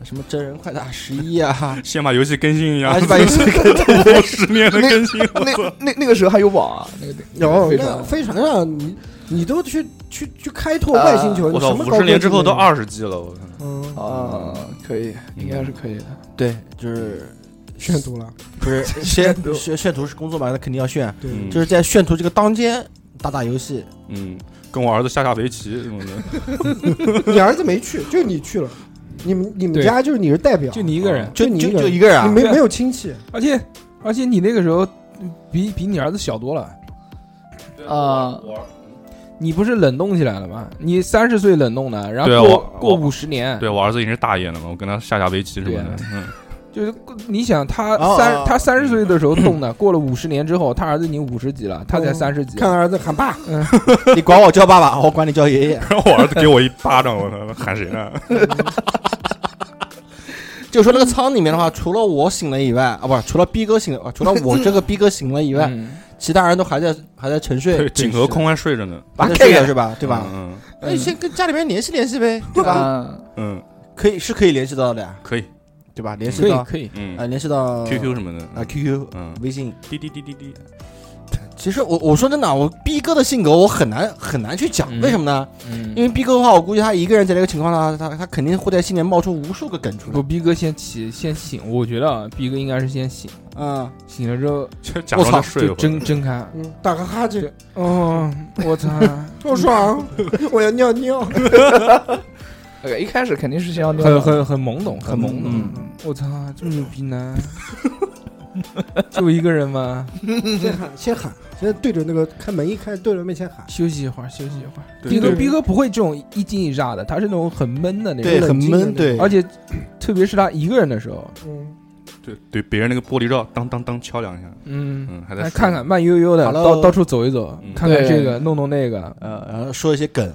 Speaker 6: 什么真人快打十一啊，
Speaker 2: 先把游戏更新一下
Speaker 6: 啊，你把游戏
Speaker 2: 五十年的更新，我
Speaker 7: 那
Speaker 2: 操！
Speaker 7: 那那个时候还有网啊，那个
Speaker 4: 有
Speaker 7: 非
Speaker 4: 那
Speaker 7: 常
Speaker 4: 非常让你你都去去去开拓外星球，
Speaker 2: 我
Speaker 4: 你
Speaker 2: 操，
Speaker 4: 什么
Speaker 2: 五
Speaker 4: 高
Speaker 2: 十
Speaker 4: 科
Speaker 2: 年
Speaker 4: 技
Speaker 2: 之后
Speaker 4: 都
Speaker 2: 都二十 G 了，我操！
Speaker 4: 嗯
Speaker 7: 啊，可以，
Speaker 3: 应该是可以的。
Speaker 6: 对，就是
Speaker 4: 宣图了，
Speaker 6: 不是先炫炫图是工作嘛，那肯定要炫，
Speaker 4: 对，
Speaker 2: 嗯
Speaker 6: 就是在炫图这个当间打打游戏，
Speaker 2: 嗯，跟我儿子下下围棋什么的，
Speaker 4: 你儿子没去，就你去了，你们你们
Speaker 5: 对
Speaker 4: 家就是你是代表，
Speaker 5: 就你一个人，
Speaker 6: 就
Speaker 4: 就你一
Speaker 6: 就
Speaker 4: 个人
Speaker 6: 就一个人啊
Speaker 4: 你，没
Speaker 5: 对
Speaker 4: 没有亲戚，
Speaker 5: 而且而且你那个时候比比你儿子小多了，
Speaker 3: 啊
Speaker 5: 你不是冷冻起来了吗？你三十岁冷冻的，然
Speaker 2: 对
Speaker 5: 后
Speaker 2: 啊
Speaker 5: 过
Speaker 2: 我
Speaker 5: 过
Speaker 2: 我
Speaker 5: 五十
Speaker 6: 哎
Speaker 5: 年，
Speaker 2: 对我儿子已经是大爷了嘛，我跟他下下围棋什么的，嗯，
Speaker 5: 就是你想他
Speaker 6: 哦
Speaker 5: 三、
Speaker 6: 哦
Speaker 5: 他三十岁的时候冻的，过了五十年之后，他儿子已经五十几了，他才
Speaker 4: 嗯
Speaker 5: 三十几。
Speaker 4: 看儿子喊爸，
Speaker 6: 你管我叫爸爸，我管你叫爷爷，
Speaker 2: 然后我儿子给我一巴掌，我操，喊谁呢？
Speaker 6: 就说那个仓里面的话，除了我醒了以外啊，不是，除了逼哥醒了，啊除了我这个逼哥醒了以外，
Speaker 5: (laughs) 嗯
Speaker 6: 其他人都还在还在沉
Speaker 2: (laughs)
Speaker 6: 睡，
Speaker 2: 景和空还睡着呢，
Speaker 6: 还在睡着是吧？对吧？
Speaker 2: 嗯
Speaker 6: 那你先跟家里面联系联系呗，对吧？
Speaker 3: 嗯，
Speaker 2: 嗯，
Speaker 6: 可以是可以联系到的呀，
Speaker 2: 可以，
Speaker 6: 对吧？联系
Speaker 5: 可以
Speaker 6: 到
Speaker 5: 可以，
Speaker 6: 啊，
Speaker 2: 嗯
Speaker 6: 联系到
Speaker 2: ，QQ 什么的，
Speaker 6: 啊 QQ
Speaker 2: 嗯，
Speaker 6: 微信。
Speaker 2: 滴滴滴滴滴，
Speaker 6: 其实我我说真的啊，我逼哥的性格我很难很难去讲，
Speaker 5: 嗯
Speaker 6: 为什么呢？
Speaker 5: 嗯，
Speaker 6: 因为逼哥的话，我估计他一个人在这个情况下，他他肯定会在心里面冒出无数个梗出
Speaker 5: 不
Speaker 6: 来。
Speaker 5: 逼哥先起先醒，我觉得啊，逼哥应该是先醒，
Speaker 6: 嗯，
Speaker 5: 醒了之后
Speaker 2: 就假
Speaker 6: 我
Speaker 2: 装
Speaker 6: 操
Speaker 2: 他睡
Speaker 5: 就
Speaker 2: 了，
Speaker 5: 睁睁开，
Speaker 4: 嗯，打个哈欠，
Speaker 5: 哦，我操，
Speaker 4: 好爽，我要尿尿，
Speaker 3: 呃一开始肯定是先要尿
Speaker 5: 很
Speaker 3: 尿，
Speaker 5: 很很懵懂，很懵懂，
Speaker 6: 嗯
Speaker 5: 我操，这么牛逼呢？就一个人吗？
Speaker 4: 先喊先喊，先对着那个开门一开，对着面前喊，
Speaker 5: 休息一会儿，休息一会儿。
Speaker 2: 对
Speaker 5: 逼哥，
Speaker 4: 对
Speaker 5: 逼哥不会这种一惊一乍的，他是那种很闷的那
Speaker 6: 对，
Speaker 5: 种，
Speaker 6: 很闷，
Speaker 4: 冷静的
Speaker 6: 对，
Speaker 5: 而且特别是他一个人的时候，
Speaker 4: 嗯，
Speaker 2: 对对，别人那个玻璃罩当当当敲两下，
Speaker 5: 嗯，
Speaker 2: 嗯，还在
Speaker 5: 哎
Speaker 2: 睡
Speaker 5: 看看，慢悠悠的
Speaker 6: Hello
Speaker 5: 到到处走一走，
Speaker 2: 嗯
Speaker 5: 看看
Speaker 3: 对
Speaker 5: 这个，弄弄那个，
Speaker 6: 呃，然后说一些梗，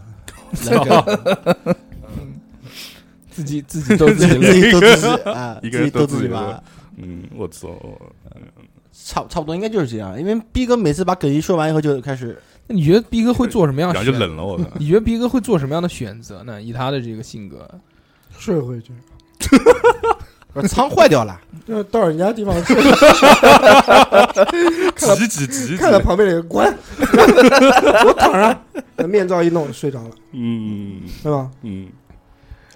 Speaker 6: 冷梗
Speaker 5: (laughs) 自己自己逗自
Speaker 6: (laughs)
Speaker 5: 己
Speaker 6: 自
Speaker 5: 乐。
Speaker 6: 己逗自己啊，自
Speaker 2: 一个人
Speaker 6: 己
Speaker 2: 逗
Speaker 6: 逗
Speaker 2: 自
Speaker 6: 自
Speaker 2: 己
Speaker 6: 己
Speaker 2: 乐
Speaker 6: 吧。
Speaker 2: 嗯，我操，
Speaker 6: 差差不多应该就是这样，因为逼哥每次把梗一说完以后就开始，
Speaker 5: 那你觉得逼哥会做什么样
Speaker 2: 然后就
Speaker 5: 的选？
Speaker 2: 冷了，我操，
Speaker 5: 你觉得逼哥会做什么样的选择呢？以他的这个性格，
Speaker 4: 睡回去，
Speaker 6: 不是仓坏掉了，
Speaker 4: 要到人家地方睡，
Speaker 2: 挤挤挤挤，
Speaker 4: 看到旁边的人滚， (laughs) 我躺 (laughs) 上，面罩一弄睡着了，
Speaker 2: 嗯
Speaker 4: 对吧？
Speaker 2: 嗯，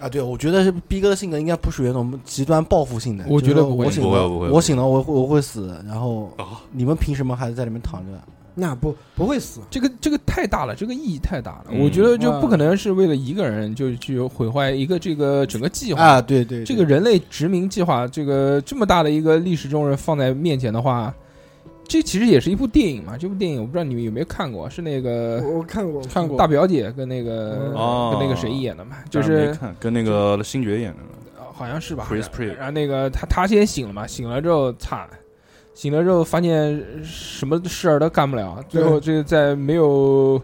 Speaker 6: 啊，对，我觉得是逼哥的性格应该不属于那种极端报复性的。
Speaker 5: 我
Speaker 6: 就是
Speaker 5: 觉得不会
Speaker 6: 我醒了，
Speaker 2: 嗯不会不会
Speaker 6: 我醒了，我会我会死。然后
Speaker 2: 啊
Speaker 6: 你们凭什么还在里面躺着？
Speaker 4: 那不不会死，
Speaker 5: 这个这个太大了，这个意义太大了。
Speaker 2: 嗯
Speaker 5: 我觉得就不可能是为了一个人就去毁坏一个这个整个计划。
Speaker 6: 啊，对对，对
Speaker 5: 这个人类殖民计划，这个这么大的一个历史重任放在面前的话，这其实也是一部电影嘛。这部电影我不知道你们有没有看过，是那个
Speaker 4: 我我看过，
Speaker 5: 看过大表姐跟那个、
Speaker 2: 哦
Speaker 5: 跟那个谁演的嘛，就
Speaker 2: 但没
Speaker 5: 是
Speaker 2: 看跟那个星爵演的
Speaker 5: 呃好像是吧。
Speaker 2: Chris Pratt
Speaker 5: 然后那个他他先醒了嘛，醒了之后惨了。醒了之后发现什么事儿都干不了，最后这个在没有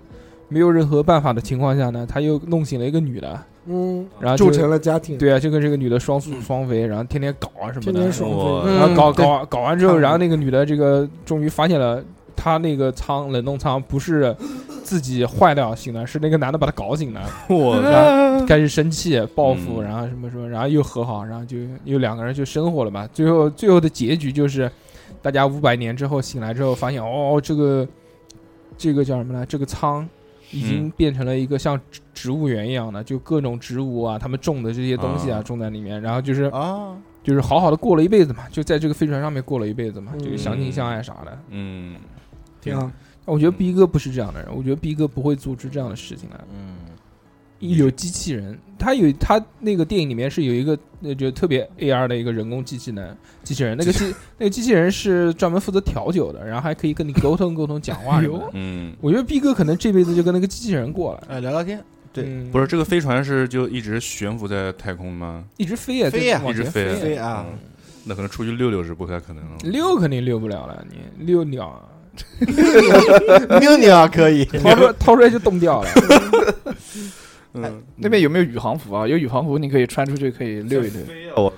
Speaker 5: 没有任何办法的情况下呢，他又弄醒了一个女的，
Speaker 4: 嗯，
Speaker 5: 然后就
Speaker 4: 铸成了家庭，
Speaker 5: 对啊，就跟这个女的双宿双飞，然后天天搞啊什么
Speaker 4: 天
Speaker 5: 的
Speaker 4: 天，爽
Speaker 2: 我
Speaker 4: 飞，
Speaker 5: 然后搞
Speaker 6: 对
Speaker 5: 搞搞完之后，
Speaker 4: 看
Speaker 5: 然后那个女的这个终于发现了，她那个仓冷冻仓不是自己坏掉醒的，是那个男的把她搞醒的，
Speaker 2: 我
Speaker 5: 然后开始生气报复，
Speaker 2: 嗯
Speaker 5: 然后什么什么，然后又和好，然后就又两个人就生活了嘛。最后最后的结局就是，大家五百年之后醒来之后，发现哦，这个这个叫什么呢？这个仓已经
Speaker 2: 嗯
Speaker 5: 变成了一个像植植物园一样的，就各种植物啊，他们种的这些东西啊，
Speaker 2: 啊
Speaker 5: 种在里面，然后就是
Speaker 6: 啊，
Speaker 5: 就是好好的过了一辈子嘛，就在这个飞船上面过了一辈子嘛，
Speaker 4: 嗯
Speaker 5: 这个相亲相爱啥的。
Speaker 2: 嗯
Speaker 4: 挺好。
Speaker 5: 但我觉得逼哥不是这样的人，我觉得逼哥不会做出这样的事情来。
Speaker 6: 嗯，
Speaker 5: 有机器人，他有他那个电影里面是有一个那就特别 AR 的一个人工机器人，机器人那个机那个机器人是专门负责调酒的，然后还可以跟你沟通沟通讲话什么的。
Speaker 2: 嗯，
Speaker 5: 我觉得逼哥可能这辈子就跟那个机器人过了，
Speaker 6: 哎，聊聊 (laughs) 天，对
Speaker 5: 嗯
Speaker 2: 不是这个飞船是就一直悬浮在太空吗？
Speaker 5: 一直飞呀
Speaker 6: 飞呀
Speaker 5: 往
Speaker 2: 一直
Speaker 5: 前
Speaker 2: 飞
Speaker 6: 飞啊
Speaker 2: 嗯那可能出去溜溜是不太可能了。
Speaker 5: 溜肯定溜不了了，你溜鸟啊
Speaker 6: 妞妞啊可以
Speaker 5: 掏出来掏出来就冻掉了。
Speaker 2: 嗯，
Speaker 3: 那边有没有宇航服啊？有宇航服，你可以穿出去，可以溜一溜。
Speaker 2: 我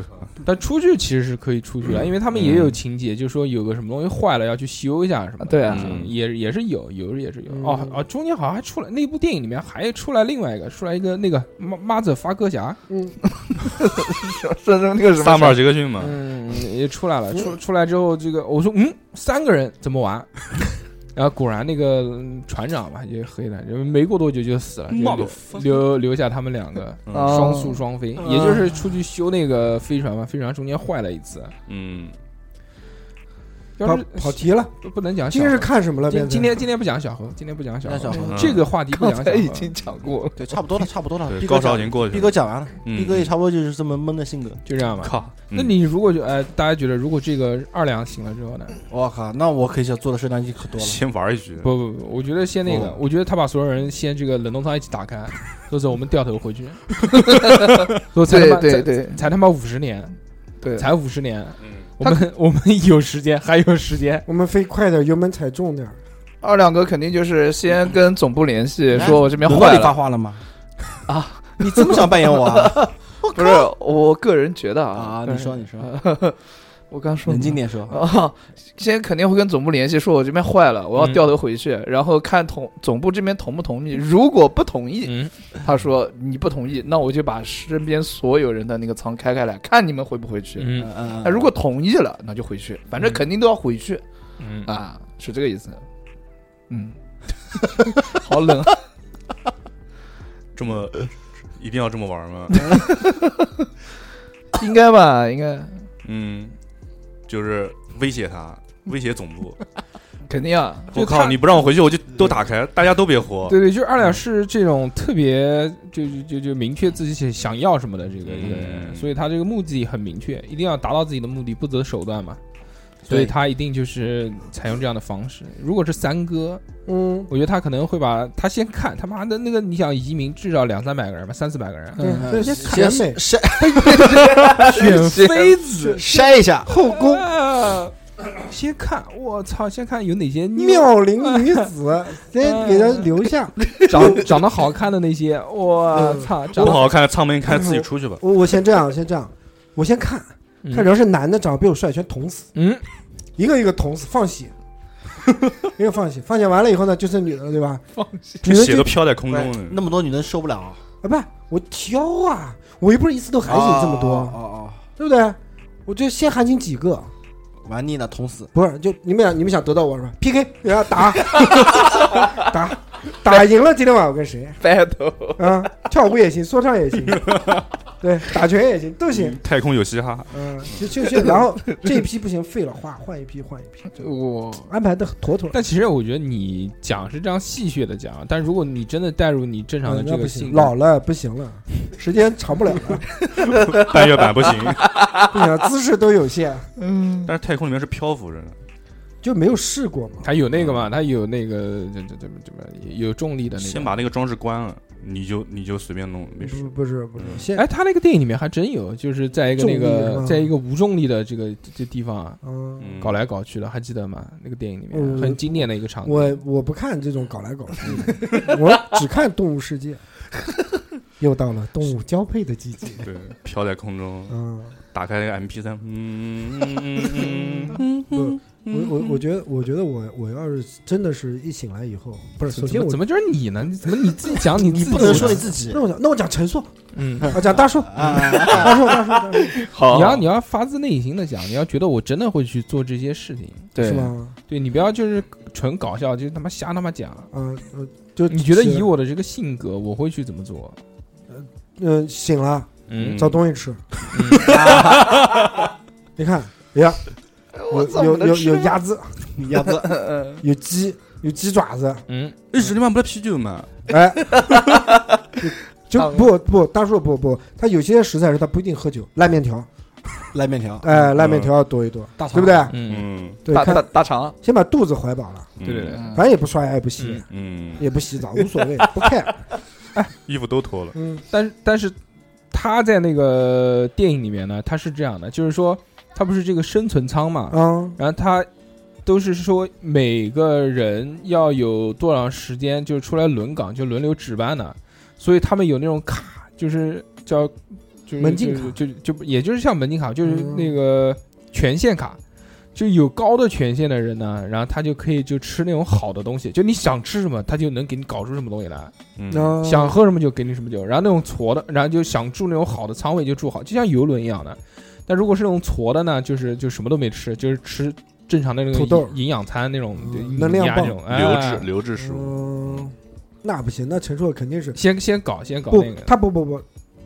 Speaker 5: 但出去其实是可以出
Speaker 3: 嗯
Speaker 5: 去的，因为他们也有情节，就是说有个什么东西坏了要去修一下什么的。
Speaker 3: 对啊嗯
Speaker 5: 嗯也也是有，有的也是有。哦哦，中间好像还出来那部电影里面还出来另外一个，出来一个那个妈妈子发哥侠，
Speaker 4: 嗯，
Speaker 3: 说成那个什
Speaker 2: 萨马
Speaker 3: 么
Speaker 2: 尔杰克逊嘛，
Speaker 5: 嗯，也出来了。出出来之后，这个我说嗯，三个人怎么玩？ (laughs) 然后果然那个嗯船长嘛也黑了，就没过多久就死了，就留
Speaker 2: Motherfucker
Speaker 5: 留留下他们两个
Speaker 2: 嗯
Speaker 3: 哦啊
Speaker 5: 双宿双飞，
Speaker 3: 嗯
Speaker 5: 也就是出去修那个飞船嘛，飞船中间坏了一次。
Speaker 2: 嗯，
Speaker 5: 要
Speaker 4: 跑
Speaker 5: 是
Speaker 4: 跑题了。
Speaker 5: 不不能讲小
Speaker 4: 今
Speaker 5: 猴，
Speaker 4: 天是看
Speaker 3: 啊
Speaker 4: 什么了？
Speaker 5: 今
Speaker 4: 变成
Speaker 5: 今天今天不讲小猴，今天不讲小
Speaker 6: 不讲小
Speaker 5: 猴
Speaker 2: 猴，
Speaker 5: 这个话题不
Speaker 3: 刚
Speaker 5: 讲小
Speaker 3: 才
Speaker 5: 猴
Speaker 3: 已经讲过了，
Speaker 6: (laughs) 对，差不多了，差不多了。
Speaker 2: 对，
Speaker 6: 逼
Speaker 2: 高
Speaker 6: 啊哥
Speaker 2: 潮已
Speaker 6: 讲，
Speaker 2: 经过去
Speaker 6: 逼
Speaker 2: 了。
Speaker 6: 哥讲完了，
Speaker 2: 嗯
Speaker 6: 逼哥也差不多就是这么闷的性格。
Speaker 5: 就这样吧。
Speaker 2: 靠，
Speaker 5: 那
Speaker 2: 嗯
Speaker 5: 你如果就哎，大家觉得如果这个二两醒了之后呢？
Speaker 6: 我靠，那我可以想做的事那就可多了。
Speaker 2: 先玩一局，
Speaker 5: 不不不，我觉得先那个
Speaker 6: 哦，
Speaker 5: 我觉得他把所有人先这个冷冻舱一起打开，都走，我们掉头回
Speaker 3: (laughs)
Speaker 5: 去。说才他
Speaker 3: 对
Speaker 5: 妈
Speaker 3: 对
Speaker 5: 才
Speaker 3: 对
Speaker 5: 才他妈五十年，
Speaker 3: 对，
Speaker 5: 才五十年，
Speaker 2: 嗯，
Speaker 5: 我们我们有时间，还有时间。
Speaker 4: 我们飞快点，油门踩重点。
Speaker 3: 二两哥肯定就是先跟总部联系，
Speaker 6: 哎
Speaker 3: 说我这边
Speaker 6: 轮
Speaker 3: 坏
Speaker 6: 到你
Speaker 3: 了
Speaker 6: 发。话了吗？
Speaker 3: 啊，
Speaker 6: (laughs) 你这么想扮演我
Speaker 2: (laughs)
Speaker 6: 啊？
Speaker 3: 不是，我个人觉得啊
Speaker 6: 啊，你说你说，
Speaker 3: 我刚说
Speaker 6: 冷静点说。
Speaker 3: 啊， (laughs) 先肯定会跟总部联系，说我这边坏了，我要掉头回去，然后看同总部这边同不同意。如果不同意，
Speaker 5: 嗯，
Speaker 3: 他说你不同意，那我就把身边所有人的那个仓开开来，看你们回不回去。
Speaker 5: 嗯
Speaker 6: 嗯嗯，
Speaker 2: 哎
Speaker 3: 那如果同意了，那就回去，反正
Speaker 5: 嗯
Speaker 3: 肯定都要回去
Speaker 5: 嗯
Speaker 3: 啊，是这个意思。嗯， (laughs) 好冷啊！ (laughs)
Speaker 2: 这么一定要这么玩吗？
Speaker 3: 应该吧，应该
Speaker 2: 嗯，就是威胁他，威胁总部。
Speaker 3: 肯定啊。
Speaker 5: 就
Speaker 2: 我
Speaker 5: 他
Speaker 2: 靠，你不让我回去，我就都打开，大家都别活。
Speaker 5: 对对，就是二两是这种特别就就就就明确自己想要什么的这个一个人，
Speaker 2: 嗯
Speaker 5: 所以他这个目的很明确，一定要达到自己的目的，不择手段嘛。所以
Speaker 6: 对
Speaker 5: 他一定就是采用这样的方式。如果是三哥，
Speaker 4: 嗯，
Speaker 5: 我觉得他可能会把他先看他妈的那个，你想移民至少两三百个人吧，三四百个人，
Speaker 4: 对，这些
Speaker 6: 先
Speaker 4: 选美
Speaker 6: 筛
Speaker 5: 选妃子
Speaker 6: 筛一下，
Speaker 4: 后宫
Speaker 5: 啊先看，我操，先看有哪些妞
Speaker 4: 妙龄女 (laughs) 子，先给她留下。
Speaker 5: 长 (laughs) 长得好看的那些，我操，
Speaker 2: 嗯
Speaker 5: 长
Speaker 2: 不
Speaker 5: 得
Speaker 2: 好好看，舱门一开，自己出去吧。
Speaker 4: 我我先这样，先这样，我先看
Speaker 5: 嗯
Speaker 4: 看，只要是男的长得比我帅，全捅死，
Speaker 5: 嗯，
Speaker 4: 一个一个捅死，放血， (laughs) 一个放血，放血完了以后呢，就剩女的了，对吧？
Speaker 3: 放心，
Speaker 4: 女的
Speaker 2: 血
Speaker 4: 就
Speaker 2: 都飘在空中嗯了。
Speaker 6: 那么多女人受不了啊。
Speaker 4: 啊，不，我挑啊，我又不是一次都含进这么多，
Speaker 2: 啊
Speaker 6: 哦哦
Speaker 4: 对不对？我就先含进几个，
Speaker 6: 哦，玩腻了捅死。
Speaker 4: 不是，就你们俩，你们想得到我是吧？PK，然后打， (laughs) 打，打赢了，今天晚上我跟谁
Speaker 3: 白头。
Speaker 4: 啊？跳舞也行，说唱也行，对，打拳也行，都行。
Speaker 2: 太空有嘻哈， (laughs)
Speaker 4: 嗯，就就就，然后这一批不行，废了，换换一批，换一批，就
Speaker 3: 我
Speaker 4: 安排的妥妥。
Speaker 5: 但其实我觉得你讲是这样戏谑的讲，啊但如果你真的带入你正常的
Speaker 4: 嗯
Speaker 5: 这
Speaker 4: 那
Speaker 5: 个
Speaker 4: 不
Speaker 5: 性
Speaker 4: 行，
Speaker 5: 格，
Speaker 4: 老了不行了，时间长不了
Speaker 5: (laughs)
Speaker 4: 了，
Speaker 2: 半月板不行，
Speaker 4: 不行了，姿势都有限，
Speaker 3: 嗯，
Speaker 2: 但是太空里面是漂浮着的。
Speaker 4: 就没有试过嘛。
Speaker 5: 他有那个嘛，他有那个这这怎么怎么有重力的那个。
Speaker 2: 先把那个装置关了，你就你就随便弄，没事。
Speaker 4: 不不是不是，现
Speaker 5: 哎，他那个电影里面还真有，就是在一个
Speaker 4: 重
Speaker 5: 那
Speaker 4: 力是啊
Speaker 5: 个
Speaker 4: 吗
Speaker 5: 在一个无重力的这个这这地方啊，
Speaker 4: 嗯，
Speaker 2: 嗯
Speaker 5: 搞来搞去的，还记得吗？那个电影里面
Speaker 4: 嗯
Speaker 5: 很经典的一个场景。
Speaker 4: 我我不看这种搞来搞去的， (laughs) 我只看《动物世界》。又到了动物交配的季节，
Speaker 2: 对，飘在空中，
Speaker 4: 嗯，
Speaker 2: 打开那个 MP 三，嗯嗯嗯嗯
Speaker 4: 不，我我我觉得，我觉得我我要是真的是一醒来以后，不是，
Speaker 5: 怎
Speaker 4: 首
Speaker 5: 么
Speaker 4: 先我
Speaker 5: 怎么就是你呢？你怎么你自己讲你
Speaker 6: 你
Speaker 5: 自己
Speaker 6: 不能
Speaker 5: 呢
Speaker 6: 说你自己
Speaker 4: 那我讲那我讲陈
Speaker 5: (laughs)
Speaker 4: 硕
Speaker 5: 嗯，
Speaker 4: 啊，讲大叔，
Speaker 6: 啊，
Speaker 4: 大叔大叔大叔，
Speaker 3: 好
Speaker 5: 你要你要发自内心的讲，你要觉得我真的会去做这些事情，
Speaker 3: 对
Speaker 4: 是？吗？
Speaker 5: 对你不要就是纯搞笑，就是他妈瞎他妈讲。
Speaker 4: 嗯呃，就
Speaker 5: 你觉得
Speaker 4: 是
Speaker 5: 以我的这个性格，我会去怎么做？
Speaker 4: 嗯醒了
Speaker 5: 嗯
Speaker 4: 找东西吃， (laughs) 你看，哎呀，有
Speaker 3: 操
Speaker 4: 有
Speaker 3: 我的
Speaker 4: 有
Speaker 3: 吃
Speaker 4: 有鸭子，
Speaker 6: (laughs) 你鸭子，
Speaker 4: 有鸡，有鸡爪子，
Speaker 5: 嗯，
Speaker 2: 日式他妈不是啤酒嘛？
Speaker 3: (laughs)
Speaker 4: 哎，就就不不，大叔不不，他有些食材是他不一定喝酒，烂面条，
Speaker 6: 来面条，
Speaker 4: 哎，烂面条要多一多，
Speaker 6: 大肠
Speaker 4: 对不对？
Speaker 5: 嗯，
Speaker 2: 嗯
Speaker 4: 对，
Speaker 3: 大大
Speaker 4: 看
Speaker 3: 大肠，
Speaker 4: 先把肚子怀饱了，
Speaker 2: 嗯
Speaker 5: 对对对，
Speaker 3: 嗯
Speaker 4: 反正也不刷牙，也不洗脸，
Speaker 2: 嗯，
Speaker 4: 也不洗澡，无所谓，
Speaker 5: (laughs)
Speaker 4: 不 care，
Speaker 2: 衣服都脱了，
Speaker 4: 嗯，
Speaker 5: 但是但是他在那个电影里面呢，他是这样的，就是说他不是这个生存舱嘛，
Speaker 4: 啊，
Speaker 5: 然后他都是说每个人要有多长时间就出来轮岗，就轮流值班的，所以他们有那种卡，就是叫就是
Speaker 4: 门禁卡嗯
Speaker 5: 就就就也就是像门禁卡，就是那个权限卡。就有高的权限的人呢，然后他就可以就吃那种好的东西，就你想吃什么，他就能给你搞出什么东西来。
Speaker 4: 哦
Speaker 5: 想喝什么酒给你什么酒，然后那种矬的，然后就想住那种好的舱位就住好，就像游轮一样的。但如果是那种矬的呢，就是就什么都没吃，就是吃正常的那种
Speaker 4: 土豆
Speaker 5: 营营养餐那种
Speaker 4: 嗯
Speaker 5: 就
Speaker 4: 能量
Speaker 5: 营养
Speaker 4: 棒
Speaker 5: 那种，
Speaker 2: 流
Speaker 5: 哎
Speaker 2: 质流质食物，
Speaker 4: 嗯，那不行，那陈硕肯定是
Speaker 5: 先先搞先搞
Speaker 4: 不
Speaker 5: 那个，，
Speaker 4: 他不不不，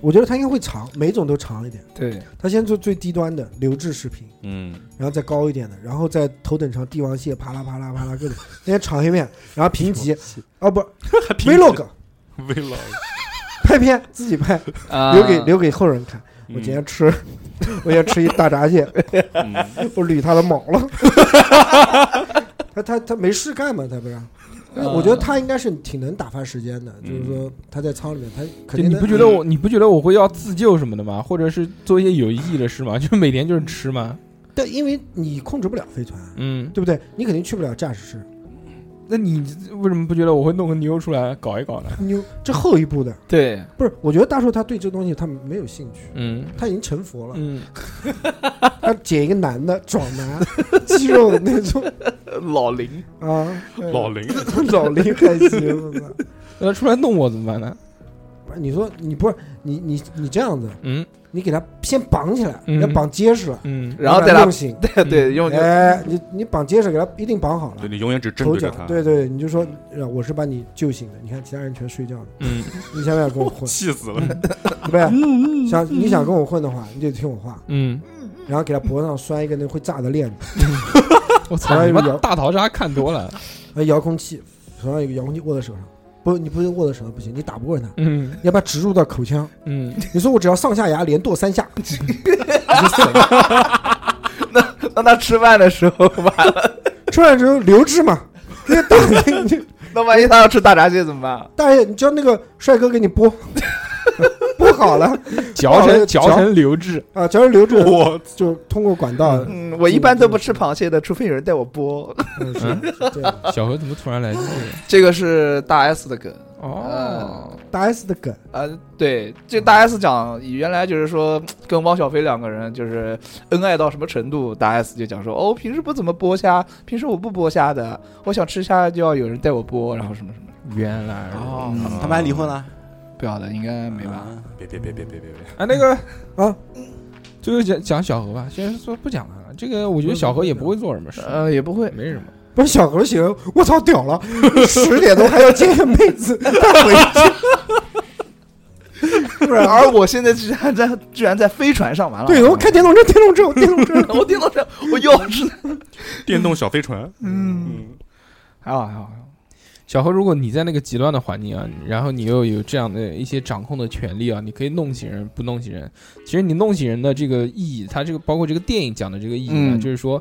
Speaker 4: 我觉得他应该会尝，每种都尝一点。
Speaker 3: 对，
Speaker 4: 他先做最低端的流质食品，
Speaker 2: 嗯，
Speaker 4: 然后再高一点的，然后再头等舱帝王蟹，啪啦啪啦啪啦各种，先尝一遍，然后评
Speaker 5: (laughs)
Speaker 4: 级，哦不，vlog
Speaker 2: 嗯为了
Speaker 4: 拍片自己拍，
Speaker 3: 啊
Speaker 4: 留给留给后人看。
Speaker 5: 嗯
Speaker 4: 我今天吃，我今天吃一大闸蟹，
Speaker 5: 嗯
Speaker 4: (laughs) 我捋它的毛了。他他他没事干嘛？他不让。但是我觉得他应该是挺能打发时间的，就是说他在舱里面，他肯
Speaker 5: 就
Speaker 4: 定
Speaker 5: 嗯你
Speaker 4: 能
Speaker 5: 不觉得我你不觉得我会要自救什么的吗？或者是做一些有意义的事吗？就每天就是吃吗？
Speaker 4: 对，因为你控制不了飞船，
Speaker 5: 嗯，
Speaker 4: 对不对？你肯定去不了驾驶室。
Speaker 5: 那你为什么不觉得我会弄个妞出来搞一搞呢？
Speaker 4: 你这后一步的
Speaker 3: 对，
Speaker 4: 不是？我觉得大叔他对这东西他没有兴趣，
Speaker 5: 嗯
Speaker 4: 他已经成佛了。
Speaker 5: 嗯，
Speaker 4: 他捡一个男的，壮男， (laughs) 肌肉的那种
Speaker 3: 老林
Speaker 4: 啊，
Speaker 2: 老林，
Speaker 4: (laughs) 老林还行。我操！
Speaker 5: 那他出来弄我怎么办呢？
Speaker 4: 不是你说你不是你你你这样子，
Speaker 5: 嗯
Speaker 4: 你给他先绑起来，
Speaker 5: 嗯
Speaker 4: 要绑结实了，
Speaker 5: 嗯，
Speaker 3: 然后
Speaker 4: 把
Speaker 3: 再
Speaker 4: 他
Speaker 3: 拉
Speaker 4: 弄醒。
Speaker 3: 对 (laughs) 对，用
Speaker 4: 哎，你你绑结实，给他一定绑好了
Speaker 2: 对。你永远只针
Speaker 4: 头
Speaker 2: 对着
Speaker 4: 脚
Speaker 2: 他，，
Speaker 4: 对对，你就说，呃我是把你救醒的，你看其他人全睡觉了，
Speaker 5: 嗯，
Speaker 4: 你想不想跟
Speaker 2: (laughs)
Speaker 4: 我混？
Speaker 2: 气死了，
Speaker 4: 对不对？想你想跟我混的话，你就听我话，
Speaker 5: 嗯，
Speaker 4: 然后给他脖子上拴一个那会炸的链子，
Speaker 5: 我操，
Speaker 4: 哎
Speaker 5: 你妈
Speaker 4: 有
Speaker 5: 大逃杀看多了，
Speaker 4: 还哎有遥控器，手上有个遥控器握在手上，不，你不是握在手上不行，你打不过他，
Speaker 5: (laughs) 嗯
Speaker 4: 你要把它植入到口腔。
Speaker 5: 嗯，
Speaker 4: 你说我只要上下牙连跺三下，
Speaker 3: 让他吃饭的时候 (laughs) 吧，
Speaker 4: 吃完之后留置嘛，那个大爷， (laughs) 你
Speaker 3: 那万一他要吃大闸蟹怎么办？
Speaker 4: 大爷，你叫那个帅哥给你剥， (laughs) 剥好了
Speaker 5: (laughs) 嚼
Speaker 4: 好了
Speaker 5: (laughs) 成嚼
Speaker 4: 嚼
Speaker 5: 成流质，
Speaker 4: 啊，只要是留置，
Speaker 2: 我
Speaker 4: 就通过管道，
Speaker 3: 嗯，我一般都不吃螃蟹的，除非有人带我剥。
Speaker 4: 嗯，是是这样。
Speaker 5: 小何怎么突然来 (laughs) 这个？
Speaker 3: (laughs) 这个是大 S 的梗，
Speaker 5: 哦，
Speaker 4: 大 S 的梗，
Speaker 3: 呃，对，这大 S 讲原来就是说跟汪小菲两个人就是恩爱到什么程度，大 S 就讲说哦，平时不怎么剥虾，平时我不剥虾的，我想吃虾就要有人带我剥，然后什么什么，
Speaker 5: 原来如此
Speaker 3: 哦
Speaker 6: 他们还离婚了，
Speaker 3: 不要的，应该没吧？
Speaker 6: 啊
Speaker 2: 别别别别别别别，
Speaker 5: 啊，那个
Speaker 4: 啊，
Speaker 5: 最后讲讲小何吧，先说不讲他了。这个我觉得小何也不会做什么事，
Speaker 3: 呃，也不会，
Speaker 5: 没什么。
Speaker 4: 不是小何行，我操屌了，十点钟还要接个妹子再回去，不然
Speaker 3: (laughs) 而我现在居然在居然在飞船上完了，
Speaker 4: 对，我开电动车，电动车，电动车，
Speaker 3: 我电动车，我钥匙呢？
Speaker 2: 电动小飞船，
Speaker 3: 嗯，还好还好，还好
Speaker 5: 小何，如果你在那个极端的环境啊，然后你又有这样的一些掌控的权利啊，你可以弄醒人，不弄醒人。其实你弄醒人的这个意义，它这个包括这个电影讲的这个意义呢，
Speaker 3: 嗯
Speaker 5: 就是说，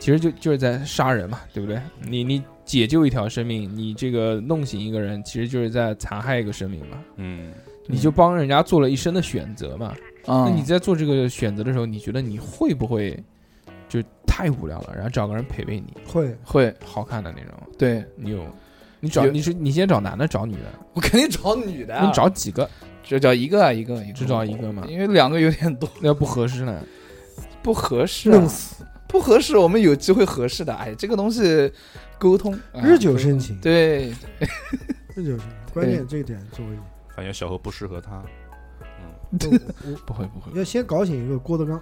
Speaker 5: 其实就就是在杀人嘛，对不对？你你解救一条生命，你这个弄醒一个人，其实就是在残害一个生命嘛。
Speaker 2: 嗯，
Speaker 5: 你就帮人家做了一生的选择嘛。那
Speaker 3: 嗯
Speaker 5: 你在做这个选择的时候，你觉得你会不会就太无聊了，然后找个人陪陪你，
Speaker 4: 会
Speaker 3: (laughs) 会
Speaker 5: 好看的那种？
Speaker 3: 对
Speaker 5: 你有，你找
Speaker 3: 有
Speaker 5: 你是你先找男的，找女的，
Speaker 3: (laughs) 我肯定找女的、啊
Speaker 5: 那你找几个？
Speaker 3: 只找一个啊，一个一个，嗯
Speaker 5: 只找一个嘛
Speaker 3: 因为两个有点多，
Speaker 5: 那不合适呢。
Speaker 3: 不合适、啊
Speaker 4: 弄，死，
Speaker 3: 不合适，我们有机会合适的。哎，这个东西沟通，啊
Speaker 4: 日久生情，
Speaker 3: 对，
Speaker 4: 日久生情，关键这一点作为
Speaker 2: 发现小何不适合他，
Speaker 5: 不会不会，
Speaker 4: 要先搞醒一个郭德 (laughs) 纲，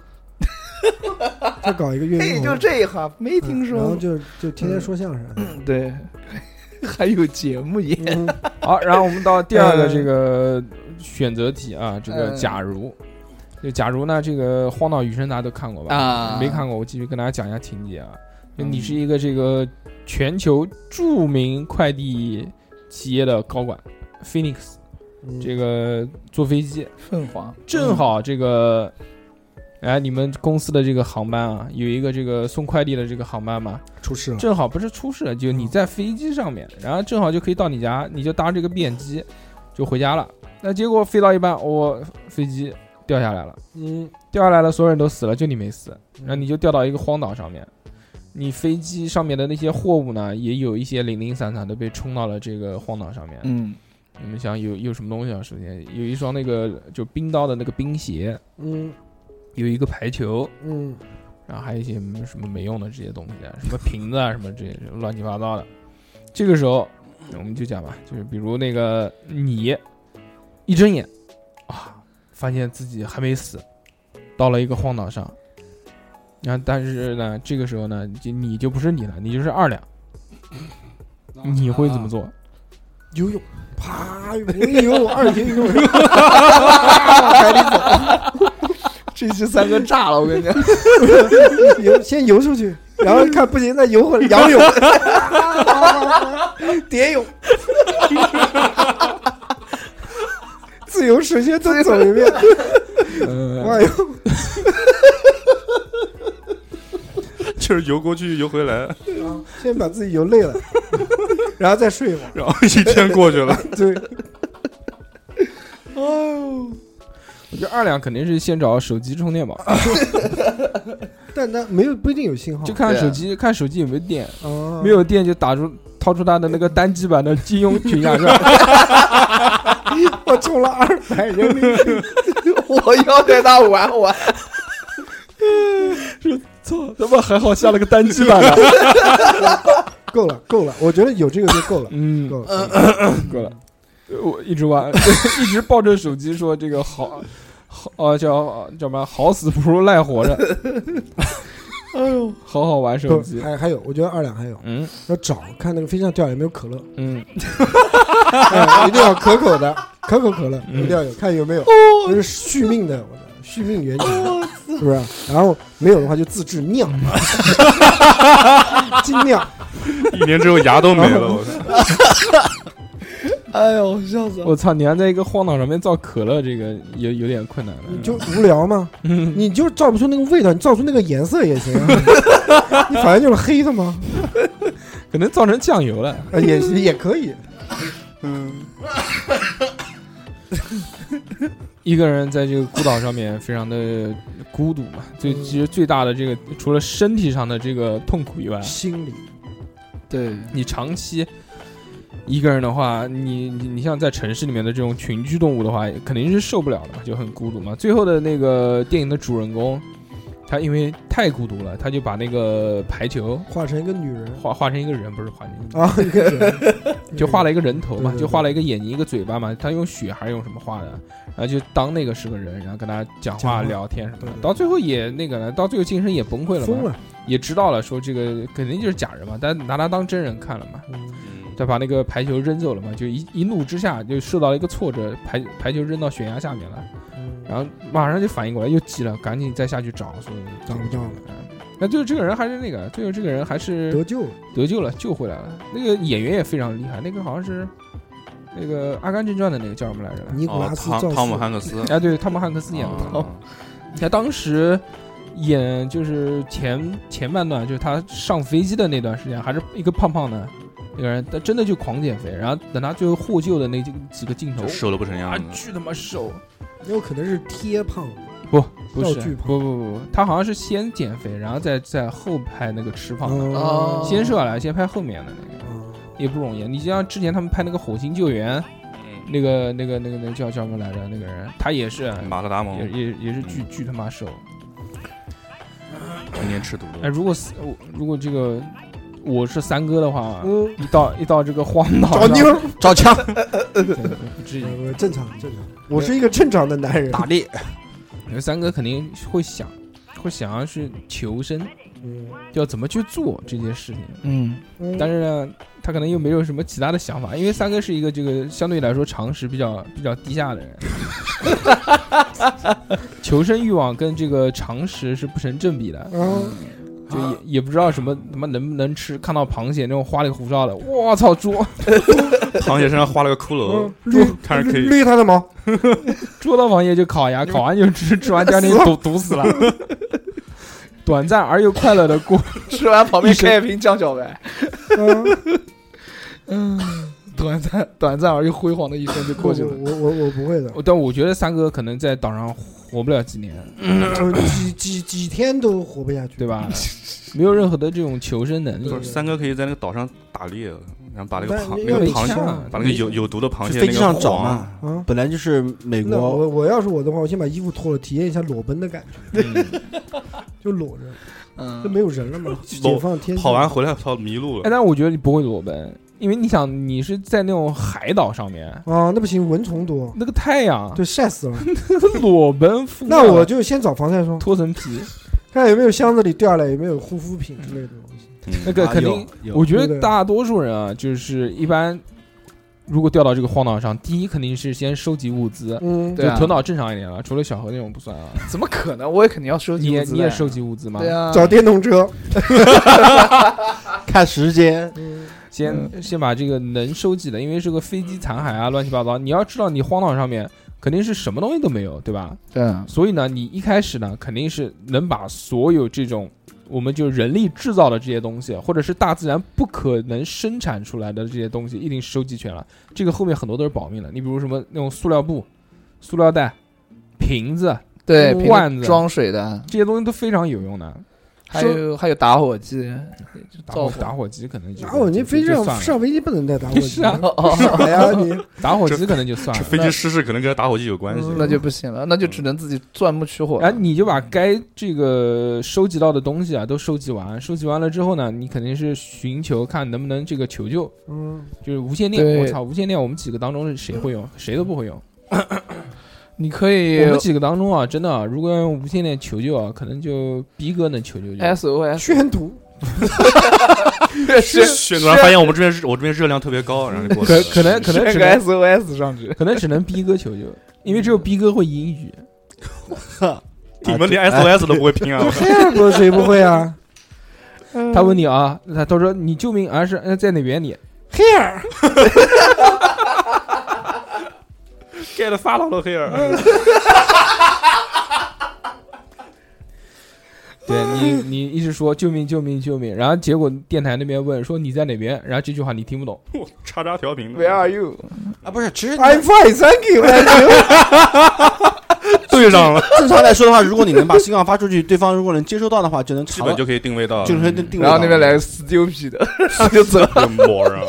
Speaker 4: 再搞一个岳
Speaker 3: 嘿，
Speaker 4: 云
Speaker 3: 就
Speaker 4: 鹏，
Speaker 3: 这一行没听
Speaker 4: 嗯然后
Speaker 3: 说，
Speaker 4: 就就天天说相声，
Speaker 3: 对， (laughs) 还有节目也，
Speaker 4: 嗯
Speaker 5: 好，然后我们到第二个
Speaker 3: 嗯
Speaker 5: 这个选择题啊，这个
Speaker 3: 嗯
Speaker 5: 假如，就假如呢，这个《荒岛余生》大家都看过吧？
Speaker 3: (laughs) 啊
Speaker 5: 没看过，我继续跟大家讲一下情节啊。就
Speaker 3: 嗯
Speaker 5: 你是一个这个全球著名快递企业的高管，Phoenix，
Speaker 4: 嗯
Speaker 5: 这个坐飞机，
Speaker 3: 凤凰，
Speaker 5: 正好这个，哎，你们公司的这个航班啊，有一个这个送快递的这个航班嘛，
Speaker 4: 出事了，
Speaker 5: 正好不是出事了，就你在飞机上面，然后正好就可以到你家，你就搭这个便机就回家了。那结果飞到一半，我飞机掉下来了，
Speaker 4: 嗯，
Speaker 5: 掉下来了，所有人都死了，就你没死，然后你就掉到一个荒岛上面，你飞机上面的那些货物呢，也有一些零零散散的被冲到了这个荒岛上面。
Speaker 3: 嗯，
Speaker 5: 你们想有有什么东西啊？首先有一双那个就冰刀的那个冰鞋，
Speaker 4: 嗯
Speaker 5: 有一个排球，
Speaker 4: 嗯，
Speaker 5: 然后还有一些什么没用的这些东西啊，什么瓶子啊，什么这些乱七八糟的。这个时候我们就讲吧，就是比如那个你一睁眼啊，发现自己还没死，到了一个荒岛上，然后但是呢，这个时候呢，就你就不是你了，你就是二两，你会怎么做？
Speaker 4: 游泳， (laughs) 啪，我以为我二姐游泳，
Speaker 3: 这期三哥炸了，我 (laughs) 跟你讲，
Speaker 4: 游先游出去，然后看不行再游回来，仰泳，
Speaker 3: (laughs) 蝶泳，
Speaker 4: 自由实现再走一遍， (laughs)
Speaker 3: 啊
Speaker 5: 嗯，
Speaker 3: (laughs)
Speaker 4: 哎呦，
Speaker 2: (laughs) 就是游过去游回来，
Speaker 4: 先把自己游累了，然后再睡一会儿，
Speaker 2: 然后一天过去了，
Speaker 4: 对，
Speaker 5: 我觉得二两肯定是先找手机充电宝，
Speaker 3: 哦
Speaker 4: 但那没有不一定有信号，
Speaker 5: 就看
Speaker 3: 对啊嗯
Speaker 5: 手机看手机有没有电，
Speaker 4: 啊
Speaker 5: 没有电就打出掏出他的那个单机版的金庸群啊侠传，
Speaker 4: (laughs) 我充了二百人民币， (laughs)
Speaker 3: 我要带他玩玩，
Speaker 5: 操他妈还好下了个单机
Speaker 4: (laughs)
Speaker 5: 版的，
Speaker 4: 够了够了，我觉得有这个就够了，
Speaker 5: 嗯，
Speaker 4: 够了，
Speaker 5: 够了，我一直玩， (laughs) 一直抱着手机说这个好。好，呃，叫叫什么？好死不如赖活着。
Speaker 4: 哎呦，
Speaker 5: 好好玩手
Speaker 4: 够 (laughs)
Speaker 5: 机。
Speaker 4: 还还有，我觉得二两还有，
Speaker 5: 嗯
Speaker 4: 要找看那个飞机上掉有没有可乐，
Speaker 5: 嗯，
Speaker 4: (laughs) 哎一定要可口的，哦可口可乐
Speaker 5: 嗯
Speaker 4: 一定要有，看有没有，这是续命的，我操，续命原酒，是不是？然后没有的话就自制 (laughs) 酿，精酿，
Speaker 2: 一年之后牙都没了，我操！
Speaker 3: 哎呦，笑死了，
Speaker 5: 我操！你还在一个荒岛上面造可乐，这个有有点困难
Speaker 4: 你
Speaker 5: 了。
Speaker 4: 就无聊嘛，
Speaker 5: 嗯
Speaker 4: 你就造不出那个味道，你造出那个颜色也行 (laughs) 啊，你反正就是黑的嘛，
Speaker 5: 可能造成酱油了。
Speaker 4: 呃也也可以，嗯
Speaker 5: 一个人在这个孤岛上面非常的孤独嘛，最
Speaker 4: 嗯
Speaker 5: 其实最大的这个除了身体上的这个痛苦以外，
Speaker 4: 心里
Speaker 3: (laughs) 对，
Speaker 5: 你长期一个人的话，你你你像在城市里面的这种群居动物的话，肯定是受不了的嘛，就很孤独嘛。最后的那个电影的主人公，他因为太孤独了，他就把那个排球
Speaker 4: 化成一个女人
Speaker 5: 画画成一个人，不是画成一
Speaker 4: (laughs)
Speaker 5: 个
Speaker 4: 啊，一个人
Speaker 5: 就画了一个人头嘛，
Speaker 4: 对对对
Speaker 5: 就画了一个眼睛、一个嘴巴嘛，他用血还是用什么画的？然后就当那个是个人，然后跟他讲
Speaker 4: 讲
Speaker 5: 话、
Speaker 4: 话
Speaker 5: 聊天什么
Speaker 4: 对
Speaker 5: 的
Speaker 4: 对。对
Speaker 5: 到最后也那个了，到最后精神也崩溃了
Speaker 4: 疯
Speaker 5: 嘛，
Speaker 4: 了，
Speaker 5: 也知道了说这个肯定就是假人嘛，但拿他当真人看了嘛，
Speaker 4: 嗯
Speaker 5: 他把那个排球扔走了嘛，就一一怒之下就受到了一个挫折，排排球扔到悬崖下面了，
Speaker 4: 嗯
Speaker 5: 然后马上就反应过来，又急了，赶紧再下去找，说
Speaker 4: 找不到了。
Speaker 5: 嗯那最后这个人还是那个，最后这个人还是
Speaker 4: 得救了，
Speaker 5: 得救了，救回来了。那个演员也非常厉害，那个好像是那个《阿甘正传》的那个叫什么来着？
Speaker 4: 尼古
Speaker 2: 哦
Speaker 4: 拉，斯
Speaker 2: 汤
Speaker 4: 赵
Speaker 2: 汤姆
Speaker 4: 四
Speaker 2: 汉
Speaker 6: (laughs)
Speaker 2: 克斯
Speaker 5: 啊，对，汤姆汉克斯演的。
Speaker 2: 哦
Speaker 5: 他当时演就是前前半段，就是他上飞机的那段时间，还是一个胖胖的那个人，他真的就狂减肥。然后等他最后获救的那几个几个镜头
Speaker 2: 就，瘦的不成
Speaker 5: 啊
Speaker 2: 样，子。
Speaker 5: 巨他妈瘦！
Speaker 4: 有可能是贴胖子，
Speaker 5: 不，不
Speaker 4: 道
Speaker 5: 是，
Speaker 4: 具胖
Speaker 5: 不不不不，他好像是先减肥，然后再再后拍那个吃胖的，
Speaker 3: 哦
Speaker 5: 先瘦下来，先拍后面的那个。
Speaker 4: 嗯
Speaker 5: 也不容易。你就像之前他们拍那个《火星救援》，那个、那个、那个、那个叫叫什么来着？那个人他也是，
Speaker 6: 哎
Speaker 2: 马特达
Speaker 5: 也
Speaker 2: 蒙
Speaker 5: 也也
Speaker 2: 嗯
Speaker 5: 是巨巨他妈瘦。
Speaker 2: 成天吃土
Speaker 5: 哎，
Speaker 2: (laughs) 豆，
Speaker 5: 如果是我如果这个我是三哥的话，
Speaker 4: 嗯，
Speaker 5: 一到一到这个荒岛
Speaker 4: 找妞
Speaker 5: 上，
Speaker 4: 儿，
Speaker 6: 找 (laughs) 枪
Speaker 5: 对对不至于。
Speaker 4: 呃正常正常，我是一个正常的男人，
Speaker 6: 打猎，
Speaker 5: 三哥肯定会想，会想要去求生，
Speaker 4: 嗯，
Speaker 5: 要怎么去做这件事情。
Speaker 3: 嗯，
Speaker 4: 嗯
Speaker 5: 但是呢，他可能又没有什么其他的想法，因为三哥是一个这个相对来说常识比较比较低下的
Speaker 4: (laughs)
Speaker 5: 人，求生欲望跟这个常识是不成正比的，
Speaker 4: 然后
Speaker 5: (laughs) 就
Speaker 4: 啊
Speaker 5: 也也不知道什么他妈能不能吃，看到螃蟹那种花里胡哨的，我操捉
Speaker 2: 螃蟹身上画了个骷髅， (laughs)
Speaker 4: 捋
Speaker 2: 看着可以
Speaker 4: 捋它的毛，
Speaker 5: 捉到螃蟹就烤呀，烤完就吃，吃完第二天就毒毒死了， (laughs) 短暂而又快乐的过， (laughs)
Speaker 3: 吃完旁边
Speaker 5: 一身
Speaker 3: 开一瓶酱小白，
Speaker 4: 嗯，
Speaker 3: 嗯，短暂短暂而又辉煌的一生就过去了。
Speaker 4: 我我我我不会的，
Speaker 5: 但我觉得三哥可能在岛上活不了几年，
Speaker 4: 呃几几几天都活不下去，
Speaker 5: 对吧？没有任何的这种求生能力
Speaker 2: 不。是三哥可以在那个岛上打猎，然后把那个
Speaker 4: 但
Speaker 2: 螃
Speaker 4: 要
Speaker 2: 那个
Speaker 4: 有
Speaker 2: 螃蟹
Speaker 4: 枪啊，
Speaker 2: 把那个有有毒的螃
Speaker 6: 去
Speaker 2: 蟹
Speaker 6: 飞机上
Speaker 2: 那个
Speaker 6: 找
Speaker 2: 黄
Speaker 6: 嘛。
Speaker 4: 啊。
Speaker 6: 本来就是美
Speaker 4: 那
Speaker 6: 国
Speaker 4: 我我要是我的话，我先把衣服脱了，体验一下裸奔的感觉， (laughs) 就
Speaker 5: (laughs)
Speaker 4: 裸着，
Speaker 5: 嗯
Speaker 4: 就没有人了嘛，
Speaker 2: 裸
Speaker 4: 解放天性
Speaker 2: 跑完回来操迷路了，
Speaker 5: 哎，但我觉得你不会裸奔，因为你想你是在那种海岛上面，
Speaker 4: 啊，那不行，蚊虫多，
Speaker 5: 那个太阳，
Speaker 4: 对，晒死
Speaker 5: (laughs)
Speaker 4: 了。
Speaker 5: 裸
Speaker 4: (laughs)
Speaker 5: 奔疯了，
Speaker 4: 那我就先找防晒霜，
Speaker 5: 脱层皮，
Speaker 4: 看有没有箱子里掉下来有没有护肤品之类的东西。
Speaker 5: 那
Speaker 2: 嗯
Speaker 5: 个
Speaker 6: 啊
Speaker 5: 肯
Speaker 6: 有
Speaker 5: 定，
Speaker 6: 有
Speaker 5: 我觉
Speaker 4: 对
Speaker 5: 得
Speaker 4: 的
Speaker 5: 大多数人啊，就是一般如果掉到这个荒岛上，第一肯定是先收集物资，
Speaker 4: 嗯，
Speaker 3: 对啊
Speaker 5: 就头脑正常一点了，除了小何那种不算啊。
Speaker 3: 怎么可能？我也肯定要收
Speaker 5: 你
Speaker 3: 集
Speaker 5: 也
Speaker 3: 物资
Speaker 5: 你也
Speaker 3: 的
Speaker 5: 收集物资吗？
Speaker 3: 对啊，
Speaker 4: 找电动车，
Speaker 6: 看时间，
Speaker 4: 嗯，
Speaker 5: 先先把这个能收集的，因为是个飞机残骸啊，乱七八糟。你要知道，你荒岛上面肯定是什么东西都没有，对吧？
Speaker 3: 对啊，
Speaker 5: 所以呢，你一开始呢，肯定是能把所有这种我们就人力制造的这些东西，或者是大自然不可能生产出来的这些东西，一定收集全了。这个后面很多都是保命的，你比如什么那种塑料布、塑料袋、瓶子
Speaker 3: 对，
Speaker 5: 嗯
Speaker 3: 瓶子
Speaker 5: 罐子
Speaker 3: 装水的，
Speaker 5: 这些东西都非常有用的。
Speaker 3: 还有还有打火机，
Speaker 5: 打火
Speaker 3: 造
Speaker 5: 打火机可能就
Speaker 4: 打火机
Speaker 5: 就
Speaker 4: 啊飞机
Speaker 5: 就
Speaker 4: 上
Speaker 5: 算了
Speaker 4: 上飞机不能
Speaker 5: (laughs)
Speaker 4: 带打火机，
Speaker 5: 是啊
Speaker 4: 傻呀你！
Speaker 5: (laughs) 打火机可能就算
Speaker 2: 这
Speaker 5: 了。
Speaker 2: 飞机失事可能跟打火机有关系 (laughs)
Speaker 4: 嗯。
Speaker 3: 那就不行了，那就只能自己钻木取火了。
Speaker 5: 然后你就把该这个收集到的东西啊都收集完，收集完了之后呢，你肯定是寻求看能不能这个求救，
Speaker 4: 嗯，
Speaker 5: 就是无线电。
Speaker 3: 对
Speaker 5: 我操，无线电我们几个当中是谁会用？谁都不会用。
Speaker 3: 你可以
Speaker 5: 我们几个当中啊，真的啊、如果要用无线电求救啊，可能就逼哥能求
Speaker 3: 哎
Speaker 5: 救就。
Speaker 3: SOS
Speaker 4: 宣读，
Speaker 3: 是
Speaker 2: 炫突然发现我们这边热我这边热量特别高，然后就过去
Speaker 5: 可
Speaker 2: 了。
Speaker 5: 可能可能只
Speaker 3: 个 (laughs)
Speaker 5: 能
Speaker 3: SOS 上去，
Speaker 5: 可能只能逼哥求救，因为只有逼哥会英语。
Speaker 2: 你们连 SOS 都不会拼
Speaker 4: (laughs)
Speaker 2: 啊！
Speaker 4: 这个谁不会啊？
Speaker 5: (laughs) 他问你啊，他他说你救命啊是呃在哪边你？
Speaker 2: get 发到了黑尔，
Speaker 5: 对你你一直说救命救命救命，然后结果电台那边问说你在哪边，然后这句话你听不懂。
Speaker 2: 我叉叉调频的。
Speaker 3: Where are you？
Speaker 6: 啊，不是，其实
Speaker 4: I'm fine, thank you. thank you.
Speaker 2: 对上了，
Speaker 6: 正常来说的话，如果你能 (laughs) 把信号发出去，对方如果能接收到的话，就能
Speaker 2: 基
Speaker 6: 查
Speaker 2: 本
Speaker 6: 到，
Speaker 2: 就可嗯以定位到，
Speaker 6: 就是能定位
Speaker 3: 然后那边
Speaker 6: 到
Speaker 3: 来个 stupid 的，然后就走了。
Speaker 2: 就摸上了。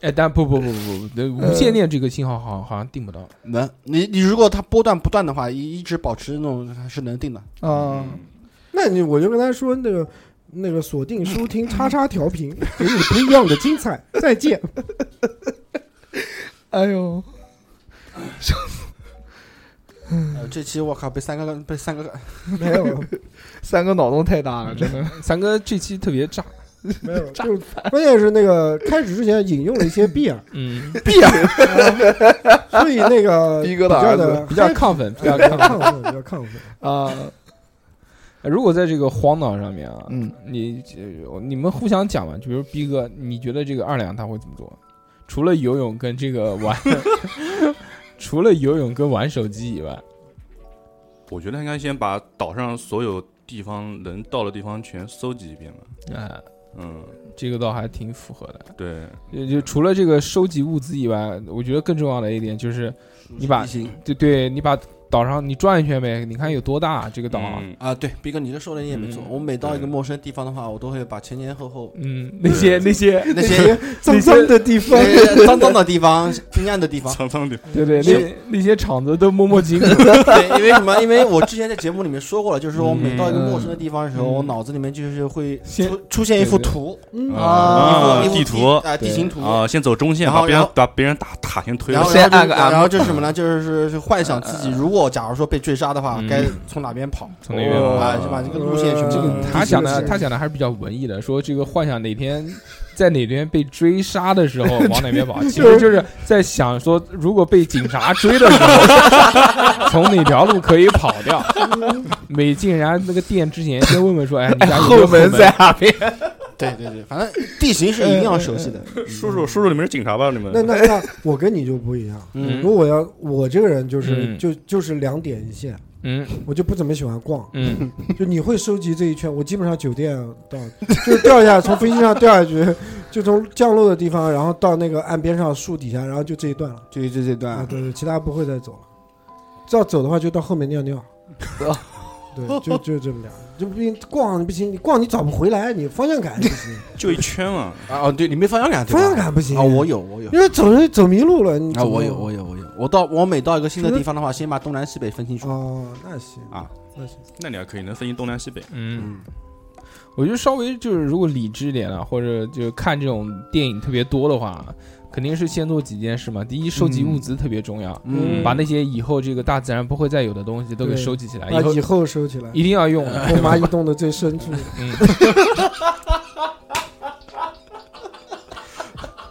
Speaker 5: 哎，但不不不不不，
Speaker 3: 呃
Speaker 5: 那无线电这个信号好好像定不到。
Speaker 6: 能，你你如果它波段不断的话，一一直保持那种还是能定的。
Speaker 3: 啊，
Speaker 4: 嗯那你我就跟他说那个那个锁定收听叉叉调 (laughs) 频，给你不一样的精 (laughs) 彩。再见。
Speaker 3: 哎呦，
Speaker 6: 呃，这期我靠被三个被三个
Speaker 4: 没有
Speaker 3: 三哥脑洞太大了，啊真的。
Speaker 5: (laughs) 三哥这期特别炸，
Speaker 4: 没有， (laughs) 就是关键是那个开始之前引用了一些 B (laughs) 啊，
Speaker 5: 嗯，
Speaker 4: 所以那个
Speaker 3: 逼哥的儿子
Speaker 5: 比较
Speaker 4: 比较
Speaker 5: 亢奋，比
Speaker 4: 比较
Speaker 5: 较亢
Speaker 3: (laughs)
Speaker 5: 奋。哎
Speaker 4: 亢奋，比较亢奋。
Speaker 3: 啊，
Speaker 5: 如果在这个荒岛上面啊，
Speaker 3: 嗯，
Speaker 5: 你呃你们互相讲嘛，就比如逼哥，你觉得这个二两他会怎么做？除了游泳跟这个玩， (laughs) 除了游泳跟玩手机以外，
Speaker 2: 我觉得应该先把岛上所有地方能到的地方全搜集一遍吧。
Speaker 5: 啊，
Speaker 2: 嗯，
Speaker 5: 这个倒还挺符合的。
Speaker 2: 对，
Speaker 5: 就就除了这个收集物资以外，我觉得更重要的一点就是，你把
Speaker 6: 地形
Speaker 5: 对对，你把岛上你转一圈呗，你看有多大这个岛。
Speaker 2: 嗯
Speaker 6: 啊，对，逼哥你这说的你也没错。
Speaker 2: 嗯
Speaker 6: 我每到一个
Speaker 2: 对
Speaker 6: 陌生地方的话，我都会把前前后后
Speaker 5: 嗯，那些那些，
Speaker 6: 那些
Speaker 4: 啊 (laughs) 脏脏的地方，
Speaker 6: 那些脏脏的地方、阴暗的地方，
Speaker 2: 苍苍的，
Speaker 5: 对对，
Speaker 6: 行
Speaker 5: 那那些厂子都摸摸
Speaker 4: (laughs)
Speaker 5: 清楚。
Speaker 6: 对，因为什么？因为我之前在节目里面说过了，就是我每到一个陌生的地方的时候，
Speaker 5: 嗯
Speaker 6: 我脑子里面就是会
Speaker 5: 先
Speaker 6: 出出现一幅图
Speaker 4: 嗯
Speaker 2: 啊
Speaker 6: 一幅一幅
Speaker 2: 地图
Speaker 6: 啊，地形图。
Speaker 2: 啊，先走中线，
Speaker 6: 然后
Speaker 2: 把别
Speaker 6: 然
Speaker 2: 人
Speaker 6: 后
Speaker 2: 把别人打塔先推
Speaker 6: 然
Speaker 2: 了
Speaker 6: 后，
Speaker 3: 先
Speaker 6: 然后就
Speaker 3: 按个
Speaker 6: 然
Speaker 3: M
Speaker 6: 后就是什么呢？就是是幻想自己，如果假如说被追杀的话，
Speaker 5: 嗯
Speaker 6: 该从哪边跑
Speaker 5: 从那边
Speaker 3: 哦
Speaker 6: 啊？是吧？这个路线什么的？
Speaker 4: 这个
Speaker 5: 他讲的
Speaker 4: 嗯是
Speaker 5: 他讲的还是比较文艺的，说这个幻想哪天在哪边被追杀的时
Speaker 4: (laughs)
Speaker 5: 候往哪边跑，其实就是在想说，如果被警察追的时候， (laughs) 从哪条路可以跑
Speaker 4: (laughs)
Speaker 5: 掉。每进人家那个店之前，先问问说，哎，你家有没有
Speaker 3: 后门在哪边？
Speaker 6: 对对对，反正地形是一定要熟悉的。
Speaker 2: 叔叔叔叔，你们是警察吧？你们
Speaker 4: 那那那，我跟你就不一样。
Speaker 6: 嗯
Speaker 4: 如果我要我这个人就是、
Speaker 5: 嗯
Speaker 4: 就就是两点一线，
Speaker 5: 嗯
Speaker 4: 我就不怎么喜欢逛。
Speaker 5: 嗯，
Speaker 4: 就你会收集这一圈，我基本上酒店到就掉下从飞机上掉下去，就从降落的地方，然后到那个岸边上树底下，然后就这一段了。
Speaker 6: 对对对
Speaker 4: 啊，
Speaker 6: 段，
Speaker 4: 对对，其他不会再走了。要走的话就到后面尿尿，
Speaker 6: 哦
Speaker 4: 对，就就这么点儿，就不行逛你不行，你逛你找不回来，你方向感不行，
Speaker 2: 就一圈嘛。
Speaker 6: 啊哦，对，你没方向感，对吧
Speaker 4: 方向感不行
Speaker 6: 啊，我有，我有
Speaker 4: 因。为走人走迷路了。你
Speaker 6: 啊，
Speaker 4: 怎么
Speaker 6: 我有，我有，我有。我到我每到一个新的地方的话，先把东南西北分清楚
Speaker 4: 哦，那行
Speaker 6: 啊。
Speaker 4: 那行，
Speaker 2: 那你还可以能分清东南西北。
Speaker 5: 嗯，我觉得稍微就是如果理智一点了，啊或者就看这种电影特别多的话，肯定是先做几件事嘛。第一，收集物资特别重要，
Speaker 6: 嗯
Speaker 5: 把那些以后这个大自然不会再有的东西都给
Speaker 4: 对
Speaker 5: 收集起来，
Speaker 6: 嗯
Speaker 4: 把
Speaker 5: 以后
Speaker 4: 以后收起来，
Speaker 5: 一定要用啊
Speaker 4: 后
Speaker 5: 的。
Speaker 4: 蚂蚁洞的最深处。
Speaker 5: 嗯，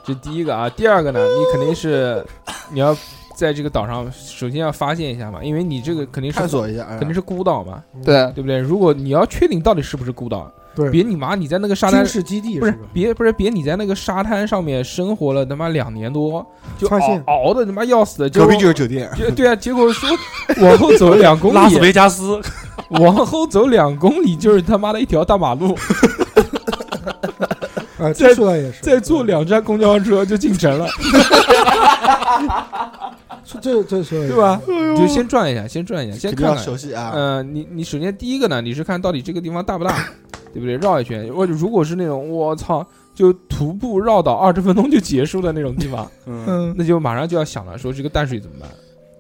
Speaker 5: 这第一个啊，第二个呢，你肯定是你要在这个岛上首先要发现一下嘛，因为你这个肯定是
Speaker 6: 探索一下，嗯哎
Speaker 5: 肯定是孤岛嘛，
Speaker 3: 对，
Speaker 5: 对不对？如果你要确定到底是不是孤岛，
Speaker 4: 对
Speaker 5: 别你妈你在那个沙滩
Speaker 4: 军。事基地
Speaker 5: 不是
Speaker 4: 吧，
Speaker 5: 别不是别你在那个沙滩上面生活了他妈两年多，就
Speaker 4: 发
Speaker 6: 哦
Speaker 5: 熬
Speaker 4: 现
Speaker 5: 熬的他妈要死的，
Speaker 6: 隔壁就是是酒店，
Speaker 5: 对啊，结果说往后走两
Speaker 6: (laughs)
Speaker 5: 公里，
Speaker 2: 拉斯维加斯，
Speaker 5: 往后走两公里就是他妈的一条大马路，
Speaker 4: 啊，这说的也是。
Speaker 5: 再坐两站公交车就进城了，
Speaker 4: 说这这说的也是
Speaker 5: 对吧？？你就先转一下，先转一下，先
Speaker 6: 哎肯定
Speaker 5: 看
Speaker 6: 要
Speaker 5: 看
Speaker 6: 熟。悉啊。
Speaker 5: 嗯、你你首先第一个呢，你是看到底这个地方大不大，对不对？绕一圈，我如果是那种我操，就徒步绕岛二十分钟就结束的那种地方，
Speaker 2: 嗯，
Speaker 3: 嗯，
Speaker 5: 那就马上就要想了，说这个淡水怎么办？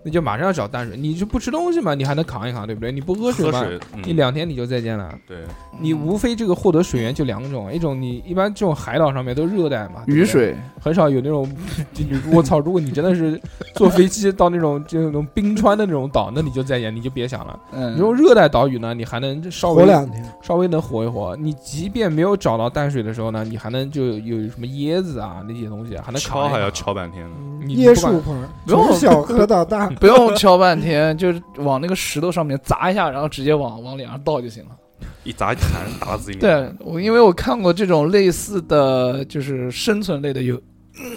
Speaker 5: 那就马上要找淡水，你就不吃东西嘛，你还能扛一扛，对不对？你不喝水
Speaker 2: 喝
Speaker 5: 嘛，
Speaker 2: 水，嗯
Speaker 5: 你两天你就再见了。
Speaker 2: 对，
Speaker 5: 你无非这个获得水源就两种，一种你一般这种海岛上面都热带嘛，对不对
Speaker 3: 雨水
Speaker 5: 很少有那种，就你我操！如果你真的是坐飞机到那种这种冰川的那种岛，那你就再演，你就别想了。
Speaker 3: 嗯
Speaker 5: 你说热带岛屿呢，你还能稍
Speaker 4: 活
Speaker 5: 微
Speaker 4: 两天，
Speaker 5: 稍微能活一活。你即便没有找到淡水的时候呢，你还能就有什么椰子啊那些东西啊，还能
Speaker 2: 敲
Speaker 5: 烤
Speaker 2: 还要。敲半天呢。
Speaker 4: 嗯
Speaker 5: 你
Speaker 4: 椰
Speaker 5: 不管嗯
Speaker 4: 树旁，
Speaker 3: 不用
Speaker 4: 从
Speaker 5: (laughs)
Speaker 4: 小喝到大，
Speaker 3: 不用敲半天， (laughs) 就是往那个石头上面砸一下，然后直接往往脸上倒就行了。
Speaker 2: 一砸一弹，打到自己脸
Speaker 3: 对，我因为我看过这种类似的就是生存类的游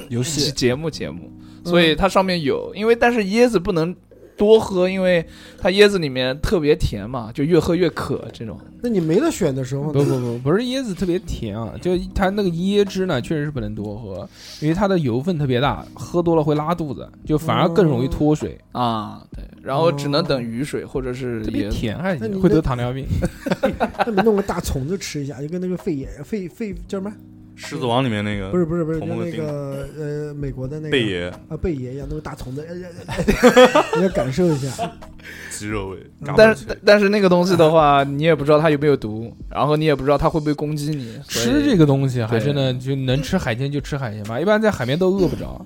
Speaker 6: 游
Speaker 3: 戏
Speaker 6: 戏
Speaker 3: 节目节目，所
Speaker 5: 嗯
Speaker 3: 以它上面有，因为但是椰子不能多喝，因为它椰子里面特别甜嘛，就越喝越渴这种。
Speaker 4: 嗯那你没得选的时候
Speaker 5: 不
Speaker 4: 呢，
Speaker 5: 不不，不是椰子特别甜啊，就它那个椰汁呢，确实是不能多喝，因为它的油分特别大，喝多了会拉肚子，就反而更容易脱水，
Speaker 3: 啊，对，然后只能等雨水或者是
Speaker 5: 哦特别
Speaker 3: 椰子。
Speaker 5: 甜还
Speaker 4: 那你
Speaker 5: 行会得
Speaker 4: 那
Speaker 5: 糖尿病。
Speaker 4: 那么弄个大虫子吃一下，就跟那个肺炎、肺肺叫什么？
Speaker 2: 狮子王里面那个
Speaker 5: 呃
Speaker 4: 不是不是不是，就
Speaker 2: 捅了个
Speaker 4: 那个呃美国的那个
Speaker 2: 贝爷
Speaker 4: 啊贝爷一样，那个大虫子，呃呃呃 (laughs) 你要感受一下。
Speaker 2: 鸡肉味，嘎
Speaker 3: 但
Speaker 2: 嘣
Speaker 3: 是
Speaker 2: 脆
Speaker 3: 但但是那个东西的话，你也不知道它有没有毒，然后你也不知道它会不会攻击你。
Speaker 5: 吃这个东西还
Speaker 3: 对
Speaker 5: 真的就能吃海鲜就吃海鲜吧，一般在海边都饿不着。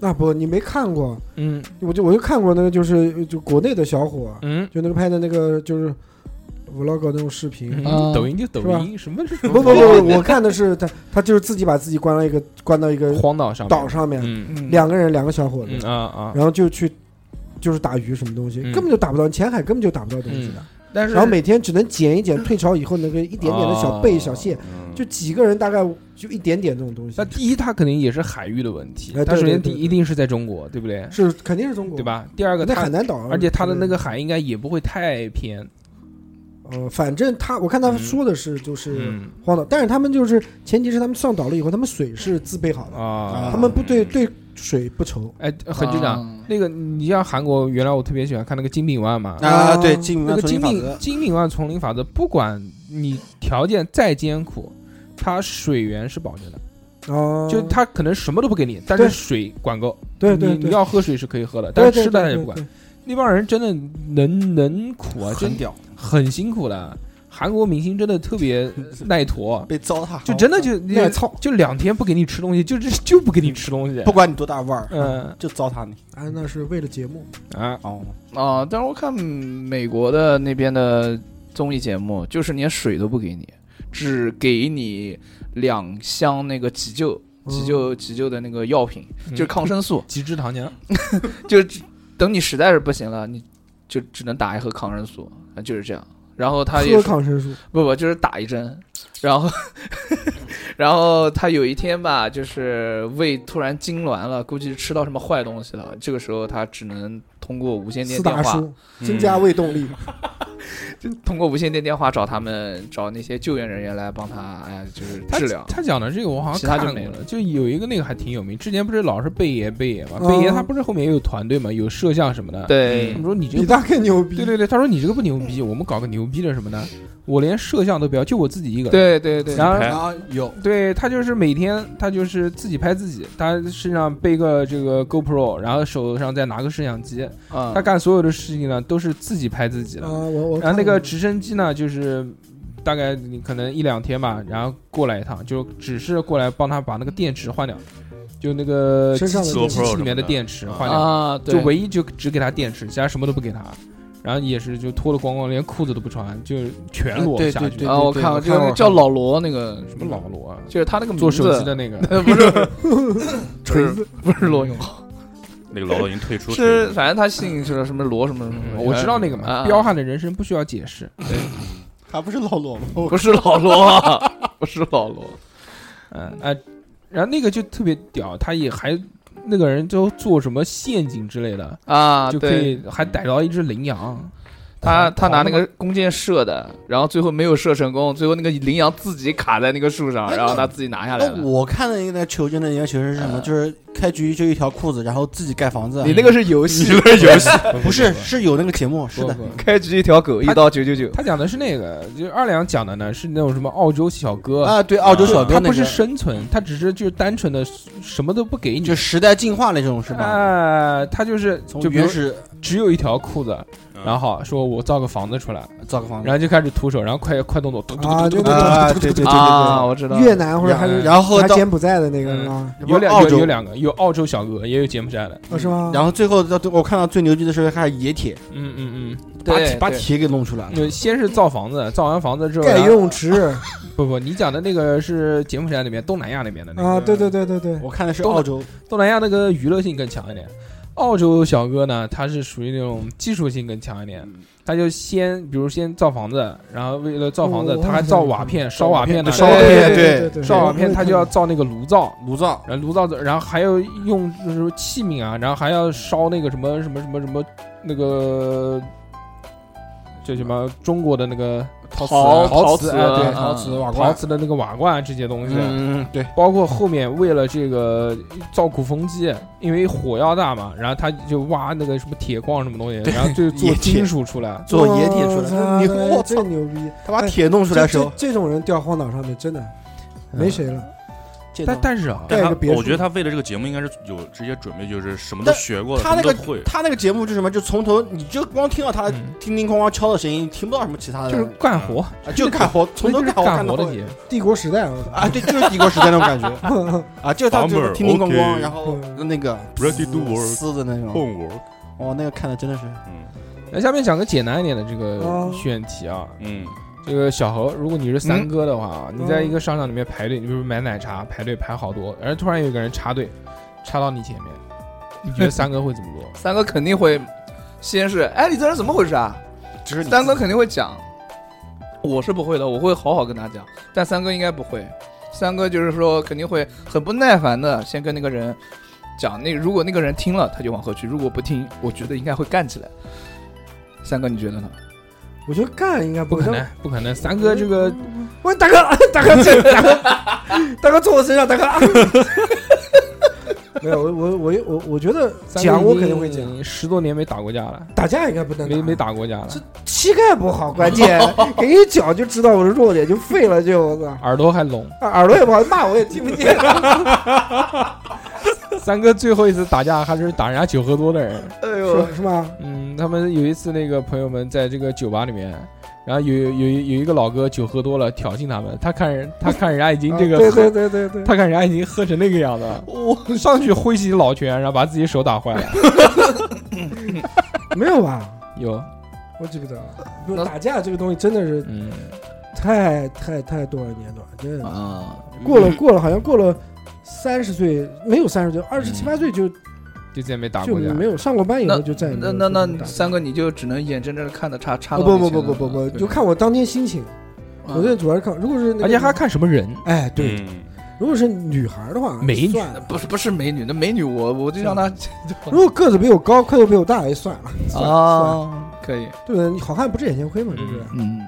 Speaker 4: 那不，你没看过，
Speaker 5: 嗯
Speaker 4: 我就我就看过那个，就是就国内的小伙，
Speaker 5: 嗯，
Speaker 4: 就那个拍的那个就是 vlog 那种视频。
Speaker 3: 啊
Speaker 5: 抖音就抖
Speaker 4: 是吧
Speaker 5: 音，什嗯么是
Speaker 4: 不不不，
Speaker 5: (laughs)
Speaker 4: 我看的是他，他就是自己把自己关到一个关到一个
Speaker 5: 荒岛上面
Speaker 4: 岛上面，
Speaker 5: 嗯
Speaker 3: 嗯
Speaker 4: 两个人两个小伙子，
Speaker 5: 嗯啊啊，
Speaker 4: 然后就去就是打鱼什么东西，
Speaker 5: 嗯
Speaker 4: 根本就打不到，前海根本就打不到东西的。
Speaker 5: 但是
Speaker 4: 然后每天只能捡一捡，退潮以后那个一点点的小贝、
Speaker 5: 哦
Speaker 4: 小蟹，
Speaker 2: 嗯
Speaker 4: 就几个人大概就一点点这种东西
Speaker 5: 那，第一，它肯定也是海域的问题
Speaker 4: 哎，
Speaker 5: 它
Speaker 4: 对
Speaker 5: 首
Speaker 4: 对
Speaker 5: 先第
Speaker 4: 对对
Speaker 5: 一定是在中国，对不对？
Speaker 4: 是肯定是中国
Speaker 5: 对？吧？第二个，
Speaker 4: 那
Speaker 5: 它
Speaker 4: 海南岛啊，
Speaker 5: 而且它的那个海应该也不会太偏，
Speaker 4: 呃，反正他我看他
Speaker 5: 嗯
Speaker 4: 说的是就是
Speaker 5: 嗯
Speaker 4: 荒岛，但是他们就是前提是他们上岛了以后，他们水是自备好的，
Speaker 5: 啊
Speaker 4: 他，们不对对水不愁。
Speaker 5: 哎，很正常。
Speaker 3: 啊
Speaker 5: 那个，你像韩国，原来我特别喜欢看那个金炳万嘛，
Speaker 6: 啊，对，
Speaker 4: 啊
Speaker 6: 金明
Speaker 5: 那
Speaker 6: 万
Speaker 5: 个
Speaker 6: 丛
Speaker 5: 金
Speaker 6: 林法
Speaker 5: 炳
Speaker 6: 则，
Speaker 5: 金炳万丛林法则，不管你条件再艰苦，它水源是保证的，
Speaker 4: 哦，
Speaker 5: 就它可能什么都不给你，但是水管够，
Speaker 4: 对对
Speaker 5: 你你
Speaker 4: 对，
Speaker 5: 要喝水是可以喝的，但
Speaker 4: 对
Speaker 5: 是吃的它也不管。
Speaker 4: 对。对
Speaker 5: 那帮人真的能能苦啊，真
Speaker 6: 很屌，
Speaker 5: 很辛苦的。韩国明星真的
Speaker 4: (laughs)
Speaker 5: 特别耐驮，
Speaker 6: 被糟蹋，
Speaker 5: 就真的就
Speaker 4: 耐操，
Speaker 5: 就两天不给你吃东西，就是就不给你吃东西
Speaker 6: 不。管你多大腕儿，
Speaker 5: 嗯
Speaker 6: 就糟蹋你。
Speaker 4: 对啊，那是为了节目，
Speaker 5: 啊，
Speaker 6: 哦，
Speaker 3: 啊！但是我看美国的那边的综艺节目，就是连水都不给你，只给你两箱那个急救、急救、急救的那个药品，
Speaker 5: 嗯
Speaker 3: 就是抗生素，
Speaker 5: 极致糖浆，
Speaker 3: 就是只等你实在是不行了，你就只能打一盒抗生素，啊就是这样。然后他也
Speaker 4: 喝
Speaker 3: 说
Speaker 4: 抗生素，
Speaker 3: 不不，就是打一针，然后， (laughs) 然后他有一天吧，就是胃突然痉挛了，估计是吃到什么坏东西了。这个时候他只能通过无线电
Speaker 4: 四
Speaker 3: 电
Speaker 4: 大
Speaker 3: 话
Speaker 4: 叔增加胃动力，
Speaker 3: 就通过无线电电话找他们，找那些救援人员来帮他，哎，就是
Speaker 5: 他
Speaker 3: 治疗。
Speaker 5: 他讲的这个我好
Speaker 3: 其
Speaker 5: 像
Speaker 3: 他
Speaker 5: 看
Speaker 3: 就
Speaker 5: 过
Speaker 3: 没
Speaker 5: 了，就有一个那个还挺有名，之前不是老是贝爷贝爷嘛，
Speaker 4: 嗯
Speaker 5: 贝爷他不是后面也有团队嘛，有摄像什么的。，
Speaker 3: 对嗯
Speaker 5: 他，们说你这
Speaker 4: 比
Speaker 5: 个
Speaker 4: 他更牛逼。
Speaker 5: 对对对，他说你这个不牛逼，我们搞个牛逼的什么呢？我连摄像都不要，就我自己一个。，
Speaker 3: 对对对，
Speaker 5: 然后
Speaker 6: 然后有
Speaker 5: 对他就是每天他就是自己拍自己，他身上背个这个 GoPro，然后手上再拿个摄像机，
Speaker 3: 啊
Speaker 5: 他干所有的事情呢都是自己拍自己的
Speaker 4: 啊，。我我
Speaker 5: 然后那
Speaker 4: 看
Speaker 5: 个
Speaker 4: 过
Speaker 5: 直升机呢，就是大概你可能一两天吧，然后过来一趟，就只是过来帮他把那个电池换掉，就那个机
Speaker 4: 身上的
Speaker 5: 器
Speaker 4: 那个
Speaker 5: 机器里面的电池换掉，
Speaker 3: 啊，对
Speaker 5: 就唯一就只给他电池，其他什么都不给他。然后也是就脱了光光，连裤子都不穿，就全裸
Speaker 6: 对
Speaker 5: 下去。
Speaker 6: 对
Speaker 3: 啊，我看过这个叫老罗那个
Speaker 5: 什么老罗啊，
Speaker 3: 就是他那个
Speaker 5: 做
Speaker 3: 名
Speaker 5: 手
Speaker 3: 字
Speaker 5: 机的，那个
Speaker 3: 呃不 (laughs) 是不是不是罗永浩，
Speaker 2: 那个老罗已经退出
Speaker 3: 是反正他姓是什么罗什么什么，
Speaker 5: 我知道那个
Speaker 3: 啊
Speaker 5: 嘛。彪悍的人生不需要解释。
Speaker 6: 还不是老罗吗？
Speaker 3: 不是老罗， (laughs) 不是老罗，
Speaker 5: 嗯啊，然后那个就特别屌，他也还那个人就做什么陷阱之类的，
Speaker 3: 啊，
Speaker 5: 就可
Speaker 3: 对，
Speaker 5: 以还逮到一只羚羊。
Speaker 3: 他他拿那
Speaker 5: 狂
Speaker 3: 个弓箭射的，然后最后没有射成功，最后那个羚羊自己卡在那个树上，
Speaker 6: 哎
Speaker 3: 然后他自己拿下来
Speaker 6: 那
Speaker 3: 了。
Speaker 6: 我看的应该求救的应该求救是什么？
Speaker 3: 嗯
Speaker 6: 就是开局就一条裤子，然狂自己盖房子。啊
Speaker 3: 你那个是游
Speaker 6: (laughs)
Speaker 3: 戏，(laughs)
Speaker 6: 不是是有那个节目是的
Speaker 5: 不，不不
Speaker 3: 开局一条狗，一刀九九九。
Speaker 5: 他讲的是那个，就是二两讲的呢是那种什么澳洲小哥，
Speaker 6: 啊，对，澳洲小哥
Speaker 5: 他
Speaker 6: 那
Speaker 5: 不是
Speaker 6: 个，
Speaker 5: 生存，他只是就是单纯的什么都不给你，
Speaker 6: 就时代进化那种是吧？
Speaker 5: 啊，他就是
Speaker 6: 从
Speaker 5: 就比如
Speaker 6: 原始
Speaker 5: 只有一条裤子，
Speaker 2: 嗯
Speaker 5: 然后说我造个房子出来，
Speaker 6: 造个房子
Speaker 5: 然后就开始徒手，然后快快动作，咚咚
Speaker 4: 啊，
Speaker 5: 咚
Speaker 4: 那个
Speaker 5: 咚咚
Speaker 6: 嗯
Speaker 5: 咚。
Speaker 6: 啊，对对对对
Speaker 3: 啊，
Speaker 6: 对，
Speaker 3: 我知道
Speaker 4: 越南或者还
Speaker 5: 然
Speaker 4: 是
Speaker 6: 然后
Speaker 4: 还
Speaker 6: 到
Speaker 4: 柬埔寨的那个
Speaker 5: 嗯
Speaker 4: 啊，
Speaker 5: 有两
Speaker 6: 澳
Speaker 5: 个，
Speaker 6: 洲
Speaker 5: 有两个，有澳洲小哥，也有柬埔寨的。
Speaker 4: 哦是吗？
Speaker 6: 然后最后到我看到最牛逼的是开始冶铁，
Speaker 5: 嗯嗯
Speaker 6: 把铁
Speaker 3: 对
Speaker 6: 把
Speaker 3: 对
Speaker 6: 铁给弄出来
Speaker 5: 嗯，
Speaker 6: 了。
Speaker 5: 就先是造房子，造完房子之后
Speaker 4: 盖
Speaker 5: 然后
Speaker 4: 泳池啊
Speaker 5: 不不，你讲的那个是柬埔寨那边，东南亚那边的那个。
Speaker 4: 啊，对对对对对，
Speaker 6: 我看的是澳洲，
Speaker 5: 东南亚那个娱乐性更强一点。澳洲小哥呢，他是属于那种技术性更强一点，他就先比如先造房子，然后为了造房子
Speaker 4: 哦，
Speaker 5: 他还造瓦片，烧瓦片呢，
Speaker 6: 烧
Speaker 5: 对
Speaker 6: 瓦片
Speaker 4: 对
Speaker 6: 对
Speaker 4: 对，
Speaker 5: 烧瓦片他就要造那个炉灶，
Speaker 6: 炉灶
Speaker 5: 然后炉灶，然后还要用就是器皿啊，然后还要烧那个什么什么什么什么那个。叫什么？中国的那个
Speaker 6: 陶
Speaker 3: 陶
Speaker 6: 瓷，
Speaker 5: 陶
Speaker 3: 陶
Speaker 5: 瓷，
Speaker 3: 瓷
Speaker 5: 哎对，
Speaker 3: 嗯
Speaker 5: 陶瓷瓦罐，陶瓷的那个瓦罐啊这些东西，
Speaker 6: 嗯，对，
Speaker 5: 包括后面为了这个造鼓风机，因为火药大嘛，然后他就挖那个什么铁矿什么东西，然后就做
Speaker 6: 冶铁
Speaker 5: 金属出来。
Speaker 6: 做冶铁出来，
Speaker 4: 来，
Speaker 6: 你
Speaker 4: 我
Speaker 6: 我
Speaker 4: 操这
Speaker 6: 操，
Speaker 4: 牛逼！
Speaker 6: 他把铁弄出来
Speaker 4: 这
Speaker 6: 的时候
Speaker 4: 这，这种人掉荒岛上面真的没谁了，
Speaker 6: 这
Speaker 5: 但
Speaker 6: 种
Speaker 5: 但是啊，
Speaker 2: 但
Speaker 4: 盖
Speaker 2: 他
Speaker 4: 个别墅
Speaker 2: 我觉得他为了这个节目应该是有直接准备，就是什么都
Speaker 6: 但
Speaker 2: 学过了，
Speaker 6: 他那个
Speaker 2: 什么都会。
Speaker 6: 他那个节目就是什么，就从头你就光听到他
Speaker 5: 嗯
Speaker 6: 叮叮哐哐敲的声音，听不到什么其他的，
Speaker 5: 就是干活，
Speaker 6: 啊就干活，从头
Speaker 5: 就是
Speaker 6: 活
Speaker 5: 干
Speaker 6: 到
Speaker 5: 活的
Speaker 6: 后
Speaker 5: 节目。
Speaker 4: 帝国时代啊，我操
Speaker 6: 啊，对，就是帝国时代那种感觉
Speaker 5: (laughs)
Speaker 6: 啊，就是他就是
Speaker 2: Farmer，
Speaker 6: 叮叮哐哐，
Speaker 2: OK
Speaker 6: 然后
Speaker 5: 嗯
Speaker 6: 那个
Speaker 2: Ready to work
Speaker 6: 撕的那种，
Speaker 2: 活，
Speaker 6: 哦，那个看的真的是
Speaker 2: 嗯
Speaker 5: 那下面讲个简单一点的这个
Speaker 4: 哦
Speaker 5: 选题啊，
Speaker 2: 嗯，
Speaker 5: 这个小猴，如果你是三哥的话啊，
Speaker 4: 嗯
Speaker 5: 你在一个商场里面排队，你比如买奶茶排队排好多，然后突然有一个人插队，插到你前面，你觉得三哥会怎么
Speaker 4: (laughs)
Speaker 5: 做？
Speaker 3: 三哥肯定会先是，哎，你这人怎么回事啊？
Speaker 6: 只是你
Speaker 3: (laughs) 三哥肯定会讲，我是不会的，我会好好跟他讲，但三哥应该不会。三哥就是说肯定会很不耐烦的先跟那个人讲，那如果那个人听了，他就往后去；如果不听，我觉得应该会干起来。三哥，你觉得呢？
Speaker 4: 我觉得干应该不
Speaker 5: 不可能，不可能，三哥这个
Speaker 4: 喂，大哥，大
Speaker 5: (laughs)
Speaker 4: 哥，这大哥，大哥坐我身上，大哥。没有，我我我我我觉得
Speaker 5: 三哥
Speaker 4: 讲我
Speaker 5: 已
Speaker 4: 肯定会
Speaker 5: 经
Speaker 4: 讲，
Speaker 5: 十多年没打过架了。
Speaker 4: 打架应该不能
Speaker 5: 没没打过架了，
Speaker 4: 这膝盖不好，关键给一脚就知道我的弱点就废了，就我操，
Speaker 5: 耳朵还聋。
Speaker 4: 啊耳朵也不好，骂我也听不见。
Speaker 5: 三哥最后一次打架还是打人家酒喝多的人。
Speaker 3: 哎呦，
Speaker 4: 是是吗？
Speaker 5: 嗯，他们有一次那个朋友们在这个酒吧里面，然后有有有有一个老哥酒喝多了挑衅他们，他看人他看人家已经
Speaker 4: 啊
Speaker 5: 这个
Speaker 4: 对
Speaker 5: 喝
Speaker 4: 对对对对，
Speaker 5: (laughs) 他看人家已经喝成那个样子了，上去挥起老拳，然后把自己手打坏了。
Speaker 4: 没有吧？
Speaker 5: 有，
Speaker 4: 我记不得了。不是
Speaker 3: 那
Speaker 4: 打架这个东西真的是
Speaker 5: 嗯
Speaker 4: 太太太多少年段，真的
Speaker 3: 啊，
Speaker 4: 过
Speaker 5: 嗯
Speaker 4: 了过了，好像过了三十岁，没有三十岁，二十七八岁就
Speaker 5: 就再也嗯没打
Speaker 4: 就
Speaker 5: 过架。
Speaker 4: 没有上过班以后就再也没
Speaker 3: 那
Speaker 4: 有
Speaker 3: 那
Speaker 4: 这种
Speaker 3: 那
Speaker 4: 打架
Speaker 3: 三哥，你就只能眼睁睁的看着插插
Speaker 4: 啊
Speaker 3: 到
Speaker 4: 不
Speaker 3: 你
Speaker 4: 不
Speaker 3: 前
Speaker 4: 不
Speaker 3: 面
Speaker 4: 不不
Speaker 3: 了啊
Speaker 4: 不，
Speaker 3: 对
Speaker 4: 就看我当天心情。我这主要是看，如果是那个
Speaker 5: 而且还看什么人，
Speaker 4: 哎对，
Speaker 2: 嗯，
Speaker 4: 如果是女孩的话，
Speaker 5: 美女
Speaker 4: 算了
Speaker 3: 不是不是美女，那美女我我就让她
Speaker 4: 如果个子比我高，个子比我大也算了，算了算了
Speaker 5: 哦
Speaker 3: 啊，可以，
Speaker 4: 对不对？你好汉不吃眼前亏嘛，对不对？
Speaker 3: 嗯，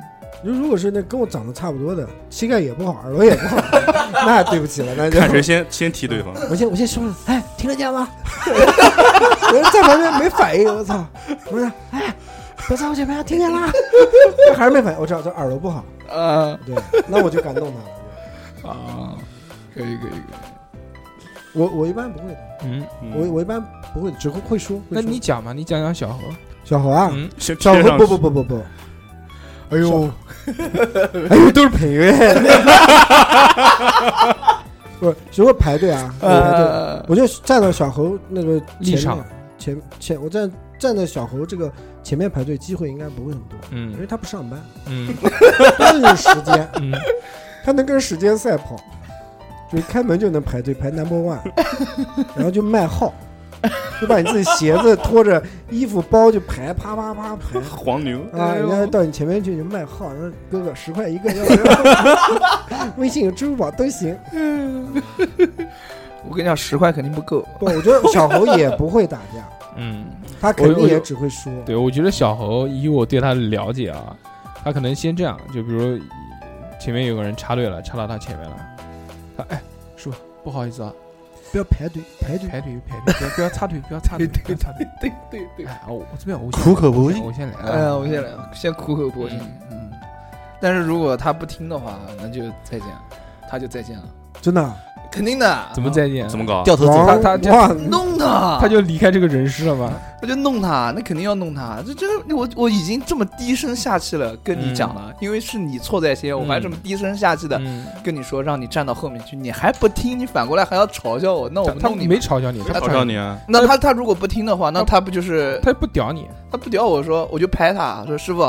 Speaker 4: 你说如果是那跟我长得差不多的，膝盖也不好，耳朵也不好， (laughs) 那对不起了，那就
Speaker 2: 看谁先先踢对方。
Speaker 4: 我先我先说，哎，听得见吗？ (laughs) 我在旁边没反应，我操！我说，哎，别在我前面，听见啦？这 (laughs) 还是没反应，我知道这耳朵不好，
Speaker 3: 啊
Speaker 4: 对，那我就感动他了。 (laughs)
Speaker 3: 啊，可以可以可以，
Speaker 4: 我我一般不会的，
Speaker 5: 嗯，
Speaker 4: 我我一般不会，只会会说。
Speaker 5: 那
Speaker 4: 会说
Speaker 5: 你讲嘛，你讲讲小何，
Speaker 4: 小何啊，
Speaker 5: 嗯，
Speaker 2: 先
Speaker 4: 小
Speaker 2: 贴
Speaker 4: 何
Speaker 2: 上
Speaker 4: 不不不不不，
Speaker 7: 哎 (laughs) 呦，
Speaker 4: 哎呦都是朋友
Speaker 7: (laughs)
Speaker 4: 哎，不是只会排队啊，排队。
Speaker 3: 呃，
Speaker 4: 我就站到小猴那个
Speaker 5: 立
Speaker 4: 前
Speaker 5: 场
Speaker 4: 面，前前我站站在小猴这个前面排队，机会应该不会很多，因
Speaker 5: 嗯
Speaker 4: 为他不上班，
Speaker 5: 嗯
Speaker 4: 他就是时间，
Speaker 5: 嗯，
Speaker 4: 他能跟时间赛跑，就是开门就能排队排 number one，然后就卖号，就把你自己鞋子拖着衣服包就排，啪啪啪排。
Speaker 2: 黄牛，
Speaker 4: 啊，
Speaker 3: 哎呦
Speaker 4: 人家到你前面去就卖号，然后哥哥十块一个，要不要？ (laughs) 微信、支付宝都行。
Speaker 3: 我跟你讲，十块肯定不够，
Speaker 4: 不，我觉得小猴也不会打架，
Speaker 5: 嗯，
Speaker 4: 他肯定
Speaker 5: 我
Speaker 4: 也只会输。
Speaker 5: 对，我觉得小侯以我对他的了解啊，他可能先这样，就比如前面有个人插队了，插到他前面了，他哎，叔不好意思啊，
Speaker 4: 不要排队，排队。
Speaker 5: 排队排队，不要不要插队，不要插
Speaker 4: (laughs)
Speaker 5: 队，不要插队，对对对，哎，我我这边我先
Speaker 6: 苦口婆心
Speaker 5: 我先来，啊
Speaker 3: 呃，我先来，先苦口婆心，嗯，但是如果他不听的话，那就再见，他就再见了，
Speaker 4: 真的啊，
Speaker 3: 肯定的，
Speaker 5: 怎么再见？
Speaker 2: 怎么搞啊？
Speaker 6: 掉头走，
Speaker 4: 哇
Speaker 5: 他他
Speaker 3: (laughs)
Speaker 4: 哇，
Speaker 3: 弄他？
Speaker 5: 他就离开这个人世了吗？
Speaker 3: 我就弄他，那肯定要弄他。这这个我我已经这么低声下气了跟你讲了，因为是你错在先，我还这么低声下气的
Speaker 5: 嗯，
Speaker 3: 跟你说，让你站到后面去，你还不听，你反过来还要嘲笑我，那我
Speaker 5: 他
Speaker 3: 们
Speaker 5: 他
Speaker 3: 弄你吧
Speaker 5: 没。嘲笑你，
Speaker 2: 他
Speaker 5: 他
Speaker 2: 嘲笑，你啊！
Speaker 3: 那他他如果不听的话，那他不就是
Speaker 5: 他不屌你，
Speaker 3: 他不屌我说，我就拍他说师傅，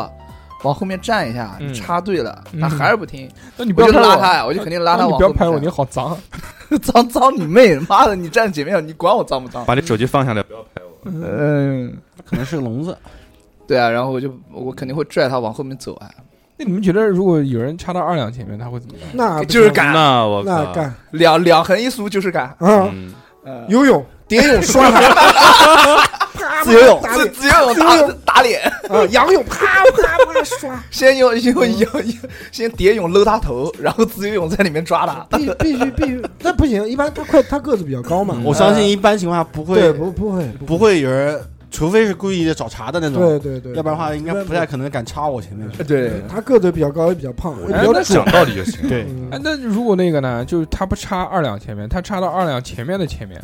Speaker 3: 往后面站一下，
Speaker 5: 嗯
Speaker 3: 你插队了，
Speaker 5: 嗯
Speaker 3: 他还是不听，
Speaker 5: 那你不
Speaker 3: 我
Speaker 5: 要
Speaker 3: 就
Speaker 5: 拍
Speaker 3: 拉
Speaker 5: 我
Speaker 3: 他，呀，我就肯定拉他
Speaker 5: 那你
Speaker 3: 往
Speaker 5: 不要
Speaker 3: 后
Speaker 5: 拍我，
Speaker 3: 面
Speaker 5: 你
Speaker 3: 站。
Speaker 5: 好脏，啊
Speaker 3: 脏脏你妹！妈的，你站前面，你管我脏不脏？
Speaker 2: 把你手机放下来，不要拍我。
Speaker 3: 嗯，
Speaker 6: 可能是个聋子。
Speaker 3: 对啊，然后我就我肯定会拽他往后面走啊，
Speaker 5: 那你们觉得如果有人插到二两前面，他会怎么样？
Speaker 4: 那
Speaker 3: 就是
Speaker 4: 干，
Speaker 3: 敢
Speaker 2: 那我
Speaker 4: 那
Speaker 2: 靠，
Speaker 4: 干
Speaker 3: 两两横一竖就是敢，
Speaker 4: 啊！
Speaker 2: 嗯，
Speaker 3: 呃，
Speaker 4: 游泳、蝶泳、双海，
Speaker 3: 自由泳
Speaker 4: 打
Speaker 3: 自
Speaker 4: 脸
Speaker 3: 自由泳打打脸，
Speaker 4: 啊，仰泳，啪啪啪刷，
Speaker 3: 先用用用先蝶泳搂他头，然后自由泳在里面抓他，
Speaker 4: 必必须必须，那不行，一般他快，他个子比较高嘛，
Speaker 6: 嗯我相信一般情况下不
Speaker 4: 对
Speaker 6: 会
Speaker 4: 不不会，
Speaker 6: 不会有人，除非是故意的找茬的那
Speaker 4: 对
Speaker 6: 种，
Speaker 4: 对对，
Speaker 6: 要不然的话应该不太可能敢插我前面去。
Speaker 3: 对
Speaker 4: 他个子比较高，也比较胖，也比
Speaker 2: 哎
Speaker 4: 较
Speaker 2: 那
Speaker 4: 壮
Speaker 2: 讲。道理就行。
Speaker 6: 对
Speaker 5: 哎，
Speaker 4: 嗯
Speaker 5: 那如果那个呢，就是他不插二两前面，他插到二两前面的前面，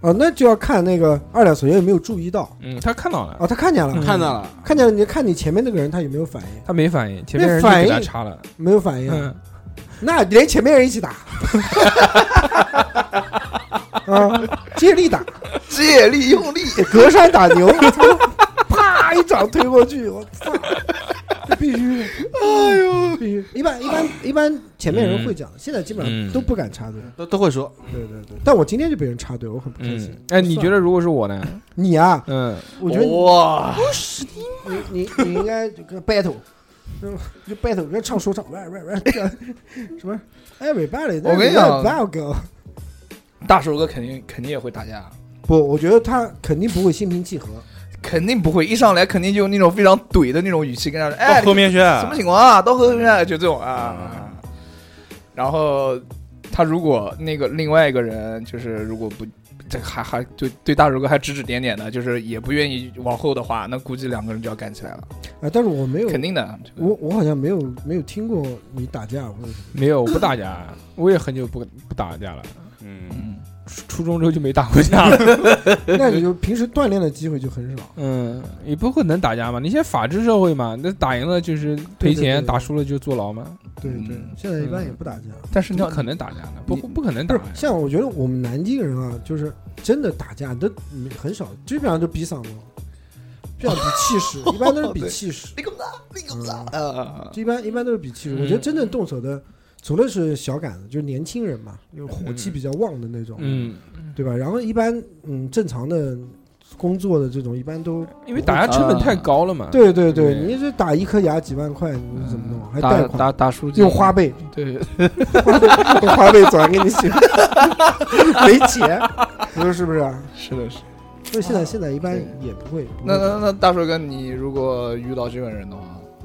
Speaker 4: 啊，那就要看那个二两首先有没有注意到
Speaker 5: 嗯，他看到了，
Speaker 4: 啊，他看见了，
Speaker 6: 嗯看到了，
Speaker 4: 看见了，你就看你前面那个人他有没有反应，
Speaker 5: 他没反应，前面人就
Speaker 4: 反
Speaker 5: 给
Speaker 4: 应
Speaker 5: 他插了，
Speaker 4: 没有反应，
Speaker 5: 嗯，
Speaker 4: 那连前面人一
Speaker 6: (laughs)
Speaker 4: 起打，啊，接力打，
Speaker 3: (laughs) 借力用力，
Speaker 4: (laughs) 隔山打牛，啪一掌推过去，我操！这必须，哎呦，必须！一般一般一般，前面人会讲，
Speaker 3: 嗯
Speaker 4: 现在基本上都不敢插队。
Speaker 6: 都都会说，
Speaker 4: 对对对，但我今天就被人插队，我很不开心
Speaker 5: 嗯。，哎，你觉得如果是我呢？
Speaker 4: 你啊？
Speaker 5: 嗯，
Speaker 3: 哦
Speaker 4: 我觉得你
Speaker 3: 哇，
Speaker 4: 你你你应该就跟 battle，就 battle 跟唱说唱，right right right，什 (laughs) 么 everybody，
Speaker 3: 我跟你讲
Speaker 4: b a t t l
Speaker 3: 大手哥肯定肯定也会打架，
Speaker 4: 不，我觉得他肯定不会心平气和。
Speaker 3: 肯定不会一上来肯定就用那种非常怼的那种语气跟他说，哎
Speaker 2: 到，后面去啊
Speaker 3: 什么情况啊？到后面就这种啊。然后他如果那个另外一个人就是如果不这还还对对大如哥还指指点点的，就是也不愿意往后的话，那估计两个人就要干起来了，
Speaker 4: 啊，但是我没有，
Speaker 3: 肯定的。这个
Speaker 4: 我我好像没有没有听过你打架或者什么
Speaker 5: 没有，我不打
Speaker 4: (laughs)
Speaker 5: 架，我也很久不不打架了，
Speaker 2: 嗯，
Speaker 3: 嗯，
Speaker 5: 初初中之后就没打过架
Speaker 4: (laughs)
Speaker 5: 了，
Speaker 3: (laughs)
Speaker 4: 那你就平时锻炼的机会就很少。
Speaker 5: 嗯，也不会能打架嘛，你现在法治社会嘛，那打赢了就是
Speaker 4: 对对
Speaker 5: 赔钱，
Speaker 4: 对
Speaker 5: 打输了就坐牢嘛，
Speaker 4: 对对
Speaker 3: 嗯，
Speaker 4: 现在一般也不打架。
Speaker 3: 但是
Speaker 5: 不
Speaker 3: 那
Speaker 5: 可能打架的，不不可能
Speaker 4: 不是
Speaker 5: 打呀，，
Speaker 4: 像我觉得我们南京人啊，就是真的打架都没很少，基本上都比嗓子，这样比气
Speaker 3: (laughs)
Speaker 4: 势，一般都是比气势。
Speaker 3: 你个不打，你个不打
Speaker 4: 嗯，
Speaker 3: 呃，
Speaker 4: 一般一般都是比气势。
Speaker 3: 嗯
Speaker 4: 我觉得真正动手的，除了是小杆子，就是年轻人嘛，
Speaker 3: 嗯
Speaker 4: 就是火气比较旺的那种，
Speaker 5: 嗯，
Speaker 4: 对吧？然后一般嗯正常的工作的这种，一般都
Speaker 3: 啊
Speaker 5: 因为打架成本太高了嘛，
Speaker 4: 对对对，
Speaker 5: 对
Speaker 4: 你这打一颗牙几万块，你怎么弄？啊还贷
Speaker 3: 打
Speaker 4: 款？
Speaker 3: 打打输
Speaker 4: 用花呗，
Speaker 3: 对，
Speaker 6: (laughs)
Speaker 4: 用 (laughs) 花呗转给你行，没钱，你说是不是啊？
Speaker 3: 是的，是
Speaker 4: 所以现在现在一般也不会。不会
Speaker 3: 那
Speaker 4: (laughs)
Speaker 3: 那那大帅哥，你如果遇到这种人的话，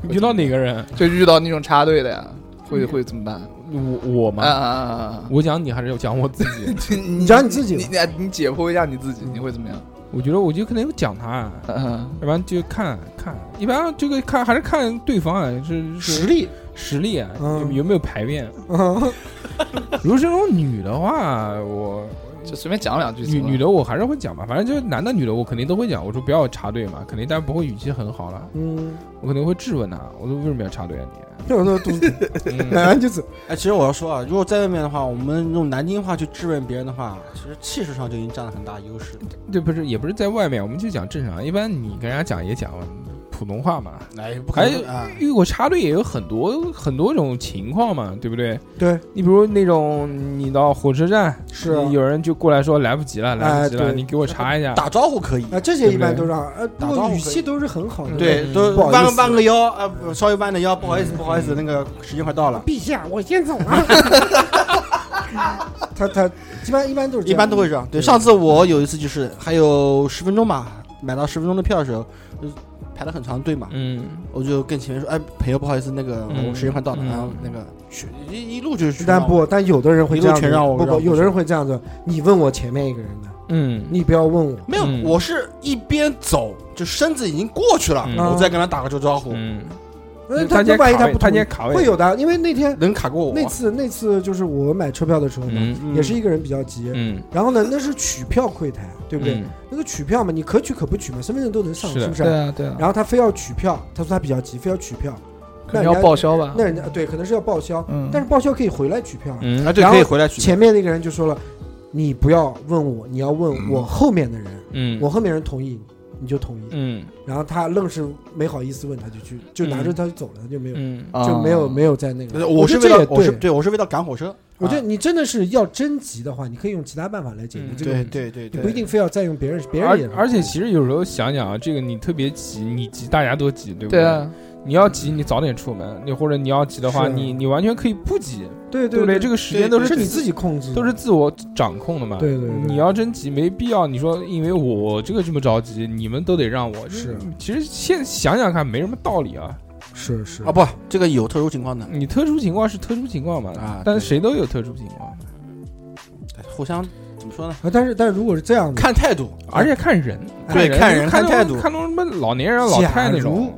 Speaker 5: 遇到哪个人？
Speaker 3: 就遇到那种插队的呀，会会怎么办？
Speaker 5: 我我
Speaker 3: 啊啊
Speaker 5: 吗？
Speaker 3: 啊啊！
Speaker 5: (laughs) 我讲你还是要讲我自己？ (laughs)
Speaker 3: 你你
Speaker 4: 你讲你自己
Speaker 3: 你
Speaker 4: 吧
Speaker 3: 你你解剖一下你自己，你会怎么样？
Speaker 5: 我觉得我就可能讲他，
Speaker 3: 嗯，
Speaker 5: 要不然就看看，一般这个看还是看对方啊，是
Speaker 4: 实
Speaker 5: 是
Speaker 4: 力，
Speaker 5: 实力啊，
Speaker 4: 嗯
Speaker 5: 有有没有排面？
Speaker 4: 嗯
Speaker 5: 如果是那种女的话，我
Speaker 3: 就随便讲两句。
Speaker 5: 女
Speaker 4: 啊
Speaker 5: 女的我还是会讲吧，反正就是男的女的我肯定都会讲。我说不要插队嘛，肯定，但不会语气很好了，
Speaker 6: (laughs)
Speaker 4: 嗯，
Speaker 5: 我肯定会质问他，我说为什么要插队啊
Speaker 4: 这种都是肚子 (laughs)
Speaker 5: 你？
Speaker 4: 疼，买
Speaker 5: 嗯
Speaker 4: 完就走。
Speaker 6: 哎，其实我要说啊，如果在外面的话，我们用南京话去质问别人的话，其实气势上就已经占了很大优势。
Speaker 5: 对，不是也不是在外面，我们就讲正常，一般你跟人家讲也讲普通话嘛。
Speaker 6: 哎，不
Speaker 5: 还
Speaker 6: 可能啊！
Speaker 5: 遇过插队也有很多很多种情况嘛，对不对？
Speaker 4: 对，
Speaker 5: 你比如那种你到火车站，
Speaker 4: 是啊
Speaker 5: 有人就过来说来不及了，来不及
Speaker 4: 哎
Speaker 5: 了，
Speaker 4: 对
Speaker 5: 你给我查一下。
Speaker 6: 打招呼可以，
Speaker 4: 啊，这些一般都让，呃，不
Speaker 6: 打招
Speaker 4: 过
Speaker 6: 呼
Speaker 4: 语
Speaker 6: 可以
Speaker 4: 气都是很好的。
Speaker 6: 对，
Speaker 5: 嗯
Speaker 6: 都
Speaker 4: 不好意思
Speaker 6: 弯个弯个腰啊，不稍微弯点腰，不好意思，不好意思，那个时间快到了，
Speaker 4: 陛下，我先
Speaker 6: (laughs)
Speaker 4: 走了。他他一般一般都是这
Speaker 6: 一
Speaker 4: 样
Speaker 6: 般都会这样。对，上次我有一次就是还有十分钟吧，买到十分钟的票的时候，就排了很长队嘛，
Speaker 5: 嗯，
Speaker 6: 我就跟前面说，哎，朋友，不好意思，那个
Speaker 5: 嗯
Speaker 6: 我时间快到了，
Speaker 5: 嗯
Speaker 6: 然后那个去一一路就是去
Speaker 4: 但
Speaker 6: 让我
Speaker 4: 不，但有的人会这样
Speaker 6: 一路
Speaker 4: 子，
Speaker 6: 全让我
Speaker 4: 不
Speaker 6: 让
Speaker 4: 不，
Speaker 6: 我
Speaker 4: 有的人会这样子。你问我前面一个人的，
Speaker 5: 嗯，
Speaker 4: 你不要问我。
Speaker 6: 没有，
Speaker 5: 嗯
Speaker 6: 我是一边走，就身子已经过去了，
Speaker 5: 嗯
Speaker 6: 我再跟他打个招招呼，
Speaker 5: 嗯，
Speaker 4: 呃
Speaker 5: 他
Speaker 4: 他
Speaker 5: 先
Speaker 4: 万一
Speaker 5: 卡
Speaker 4: 他
Speaker 5: 位
Speaker 4: 不
Speaker 5: 他
Speaker 4: 同意
Speaker 5: 先，卡位
Speaker 4: 会有的。因为那天
Speaker 6: 能卡过我
Speaker 4: 那次那次就是我买车票的时候嘛，
Speaker 5: 嗯
Speaker 6: 嗯
Speaker 4: 也是一个人比较急。
Speaker 5: 嗯，
Speaker 4: 然后呢，那是取票柜台，对不对？
Speaker 5: 嗯？
Speaker 4: 那个取票嘛，你可取可不取嘛，身份证都能上，
Speaker 5: 是的
Speaker 4: 是不是
Speaker 3: 对？啊对啊，
Speaker 4: 然后他非要取票，他说他比较急，非要取票，
Speaker 3: 肯
Speaker 4: 那
Speaker 3: 定
Speaker 4: 人
Speaker 3: 要
Speaker 4: 家
Speaker 3: 报销吧？
Speaker 4: 那人家对可能是要报销，
Speaker 3: 嗯，
Speaker 4: 但是报销可以回来取票啊。
Speaker 5: 嗯，
Speaker 6: 啊，对，
Speaker 4: 然后
Speaker 6: 可以回来取。
Speaker 4: 前面那个人就说了，你不要问我，你要问我后面的人，
Speaker 5: 嗯，
Speaker 4: 我后面人同意你就同意。
Speaker 5: 嗯
Speaker 4: 然后他愣是没好意思问，他就去就拿着他就走了，他就没有
Speaker 5: 嗯
Speaker 3: 啊
Speaker 4: 就没有没有在那个。
Speaker 6: 我是
Speaker 4: 觉
Speaker 6: 为
Speaker 4: 得这
Speaker 6: 了
Speaker 4: 也
Speaker 6: 我是
Speaker 4: 对，
Speaker 6: 对我是为了赶火车，
Speaker 4: 我觉得你真的是要真急的话，你可以用其他办法来解决
Speaker 5: 嗯
Speaker 4: 这个问题，
Speaker 6: 对对
Speaker 4: 你不一定非要再用别人别人也能
Speaker 5: 而而且其实有时候想想啊，这个你特别急，你急大家都急，对不
Speaker 3: 对啊，
Speaker 5: 你要急，你早点出门，你或者你要急的话，
Speaker 4: 是
Speaker 5: 你你完全可以不急，
Speaker 4: 对
Speaker 5: 对不
Speaker 4: 对，
Speaker 5: 这个时间
Speaker 6: 对
Speaker 5: 都
Speaker 4: 个是
Speaker 5: 是
Speaker 4: 你自己控制的，
Speaker 5: 都是自我掌控的嘛。
Speaker 4: 对对对
Speaker 5: 你要真急，没必要。你说因为我这个这么着急，你们都得让我。
Speaker 4: 是，
Speaker 5: 其实现想想看，没什么道理啊。
Speaker 4: 是是
Speaker 6: 啊，不，这个有特殊情况的，
Speaker 5: 你特殊情况是特殊情况嘛，
Speaker 6: 啊
Speaker 5: 但
Speaker 6: 对
Speaker 5: 谁都有特殊情况，
Speaker 6: 互相怎么说呢？
Speaker 4: 啊，但是但是如果是这样的，
Speaker 6: 看态度，
Speaker 5: 而且看人，
Speaker 6: 对看人
Speaker 5: 看
Speaker 6: 看
Speaker 5: 那
Speaker 6: 态
Speaker 5: 种
Speaker 6: 度
Speaker 5: 看那种什么老年人、老太那种。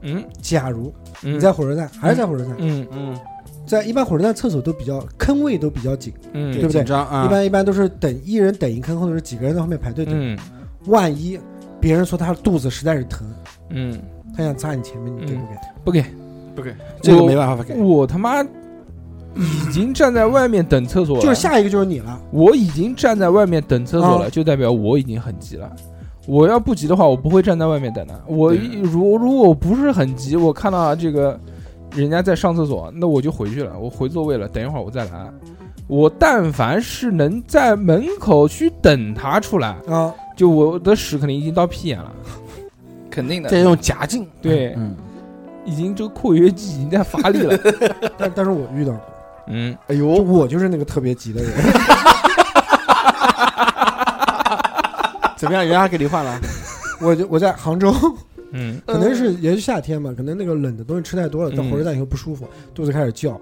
Speaker 5: 嗯
Speaker 4: 假如
Speaker 5: 嗯，
Speaker 4: 你在火车站，还是在火车站，
Speaker 5: 嗯
Speaker 6: 嗯，
Speaker 4: 在一般火车站厕所都比较坑位都比较紧，
Speaker 5: 嗯，
Speaker 4: 对不对
Speaker 6: 紧张啊，
Speaker 4: 一般一般都是等一人等一坑，或者是几个人在后面排队等。
Speaker 5: 嗯
Speaker 4: 万一别人说他的肚子实在是疼，
Speaker 5: 嗯，
Speaker 4: 他想扎你前面，你给不给？
Speaker 6: 不
Speaker 5: 不给，
Speaker 6: 给，这个
Speaker 5: 我
Speaker 6: 没办法给。
Speaker 5: 我他妈已经站在外面等厕所了，
Speaker 4: 就是下一个就是你了，
Speaker 5: 我已经站在外面等厕所了，就代表我已经很急了。我要不急的话，我不会站在外面等的。我一如如果我不是很急，我看到这个人家在上厕所，那我就回去了，我回座位了，等一会儿我再来。我但凡是能在门口去等他出来，
Speaker 4: 啊，
Speaker 5: 就我的屎肯定已经到屁眼了，
Speaker 3: 肯定的。
Speaker 6: 再用夹劲，
Speaker 5: 对，
Speaker 6: 嗯，
Speaker 5: 已经这个括约肌已经在发 (laughs) 力了。
Speaker 4: 但但是我遇到过，
Speaker 5: 嗯，
Speaker 4: 哎呦，我就是那个特别急的人，
Speaker 6: (laughs) 怎么样？人家还给你换
Speaker 5: (laughs)
Speaker 6: 了，
Speaker 4: 我就我在杭州，
Speaker 5: 嗯
Speaker 4: (laughs)
Speaker 3: 呃
Speaker 4: 可能是也是夏天嘛，可能那个冷的东西吃太多了，在
Speaker 5: 嗯
Speaker 4: 火车站以后不舒服，肚子开始叫。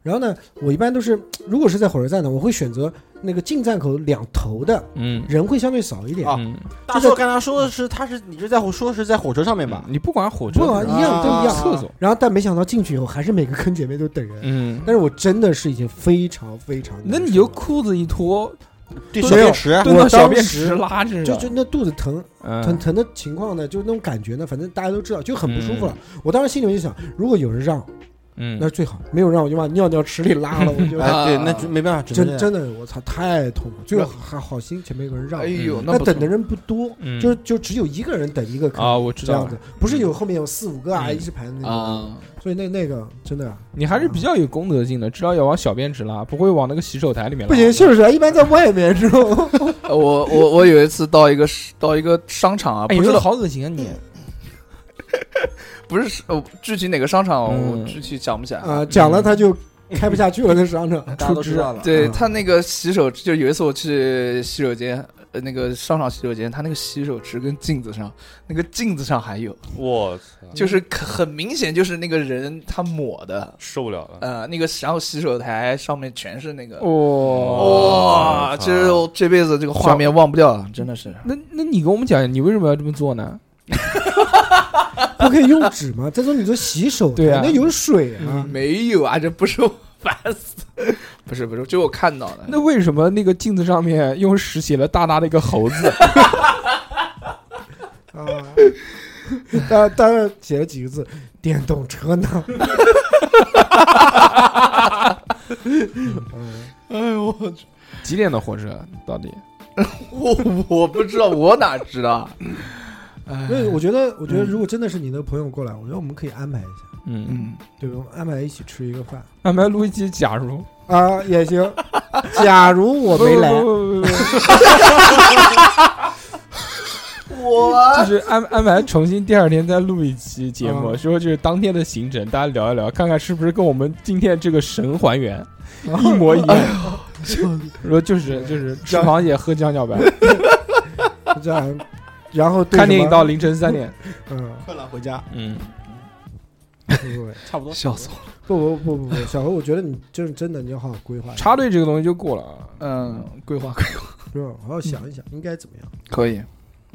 Speaker 4: 然后呢，我一般都是，如果是在火车站呢，我会选择那个进站口两头的
Speaker 5: 嗯
Speaker 4: 人会相对少一点，
Speaker 6: 啊
Speaker 5: 嗯，
Speaker 6: 大叔刚才说的是，他是你是在火说是在火车上面吧？
Speaker 5: 你不管火车
Speaker 4: 不管一样都一
Speaker 6: 啊
Speaker 4: 样。
Speaker 5: 厕所，
Speaker 4: 然后但没想到进去以后，还是每个坑姐妹都等人。
Speaker 5: 嗯，
Speaker 4: 但是我真的是已经非常非常难受
Speaker 5: 那
Speaker 4: 了，
Speaker 5: 你就裤子一脱，
Speaker 6: 对，
Speaker 4: 没
Speaker 6: 小
Speaker 4: 有
Speaker 6: 便池，
Speaker 5: 蹲
Speaker 4: 我
Speaker 5: 到小
Speaker 4: 当
Speaker 5: 便
Speaker 4: 时
Speaker 5: 池拉着，
Speaker 4: 就就那肚子疼疼
Speaker 5: 嗯
Speaker 4: 疼的情况呢，就那种感觉呢，反正大家都知道，就很不舒服了。我当时心里面就想，如果有人让，
Speaker 5: 嗯
Speaker 4: 那是最好；没有让，我就把尿尿池里拉了。我
Speaker 5: (laughs)
Speaker 4: 就
Speaker 6: 哎，对，
Speaker 3: 啊
Speaker 6: 那就没办法，只
Speaker 4: 真
Speaker 6: 能这样
Speaker 4: 真的，我操，太痛了。最后还好心前面有个人让嗯
Speaker 3: 哎，呦，
Speaker 4: 那
Speaker 3: 不
Speaker 4: 等的
Speaker 3: 错
Speaker 4: 人不多，
Speaker 5: 嗯
Speaker 4: 就就只有一个人等一个
Speaker 5: 啊，
Speaker 4: 坑，
Speaker 5: 我知
Speaker 4: 这
Speaker 5: 道
Speaker 4: 样
Speaker 5: 了
Speaker 4: 子，，不是有后面有四五个啊
Speaker 5: 嗯
Speaker 4: 一直排的那种。
Speaker 3: 啊，
Speaker 4: 所以那那个真的啊
Speaker 5: 你还是比较有公德心的，知道要往小便池拉，不会往那个洗手台里面拉。
Speaker 4: 不行，就是啊一般在外面，知道吗？
Speaker 3: 呃我我我有一次到一个到一个商场啊，
Speaker 5: 哎，
Speaker 3: 不
Speaker 5: 你
Speaker 3: 是
Speaker 5: 这个好恶心啊你！
Speaker 3: 不是呃具体哪个商场，
Speaker 5: 嗯
Speaker 3: 我具体想不起来。
Speaker 4: 啊，讲了他就开不下去了，那商场。
Speaker 5: 嗯
Speaker 6: 大家都知道了。
Speaker 3: 对他那个洗手，就有一次我去洗手间，呃那个上上洗手间，他那个洗手池跟镜子上，那个镜子上还有，
Speaker 2: 我操，
Speaker 4: 嗯
Speaker 3: 就是可很明显就是那个人他抹的，
Speaker 2: 受不了了。
Speaker 3: 呃，那个然后洗手台上面全是那个，
Speaker 5: 哇
Speaker 3: 哇，这是我这辈子这个画面忘不掉了，真的是。
Speaker 5: 那那你跟我们讲，你为什么要这么做呢？
Speaker 4: 不可以用纸吗？再说你说洗手，
Speaker 5: 对啊
Speaker 4: 那有水啊，
Speaker 3: (laughs) 没有啊，这不是我烦死， (laughs) 不是不是，就我看到的。
Speaker 5: 那为什么那个镜子上面用屎写了大大的一个猴子？
Speaker 4: 啊，当当然写了几个字，电动车呢？
Speaker 3: 哎呦我去，
Speaker 5: (laughs) 几点的火车？到底？
Speaker 3: 我我不知道，我哪知道？啊
Speaker 4: 因为我觉得，我觉得如果真的是你的朋友过来，我觉得我们可以安排一下，
Speaker 5: 嗯，
Speaker 3: 嗯，
Speaker 4: 对吧？我们安排一起吃一个饭
Speaker 5: 安排录一期，假如
Speaker 4: 啊，也行。假如我没来
Speaker 5: 不，不不不不不
Speaker 3: 我
Speaker 5: 就是安安排重新第二天再录一期节目，
Speaker 4: 嗯
Speaker 5: 说就是当天的行程，大家聊一聊，看看是不是跟我们今天这个神还原
Speaker 4: 啊
Speaker 5: 一模一样。说就是就是吃螃蟹喝酱小白，
Speaker 4: 这样，然后对
Speaker 5: 看
Speaker 4: 什
Speaker 5: 电影
Speaker 4: 么
Speaker 5: 到凌晨三点。
Speaker 4: 嗯，
Speaker 6: 困了回家，
Speaker 5: 嗯，
Speaker 4: 不不不
Speaker 6: 差不多。
Speaker 3: (laughs) 笑死我了。
Speaker 4: 不不不不不，小何，我觉得你就是真的，你要好好规划，
Speaker 5: 插队这个东西就过了啊。
Speaker 3: 嗯，规划规划
Speaker 4: 不用好好想一想应该怎么样，
Speaker 3: 可 (laughs) 以，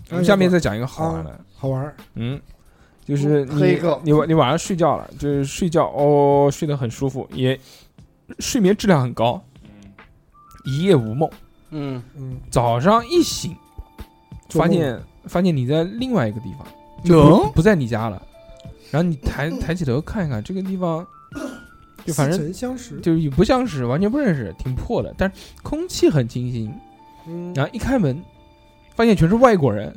Speaker 5: 我们下面再讲一个好玩的，
Speaker 4: 好玩儿。
Speaker 5: 嗯，就是
Speaker 4: 喝一
Speaker 5: 你
Speaker 4: 口
Speaker 5: 你晚你晚上睡觉了，就是睡觉哦，睡得很舒服，也睡眠质量很高，一夜无梦。
Speaker 6: 嗯，
Speaker 4: 嗯，
Speaker 5: 早上一醒，
Speaker 4: 做
Speaker 5: 发
Speaker 4: 梦
Speaker 5: 现发现你在另外一个地方，
Speaker 3: 能
Speaker 5: 不在你家了。然后你抬抬起头看一看，这个地方就反正
Speaker 4: 似曾相识，
Speaker 5: 就是也不像是完全不认识，挺破的，但是空气很清新。
Speaker 4: 嗯
Speaker 5: 然后一开门，发现全是外国人，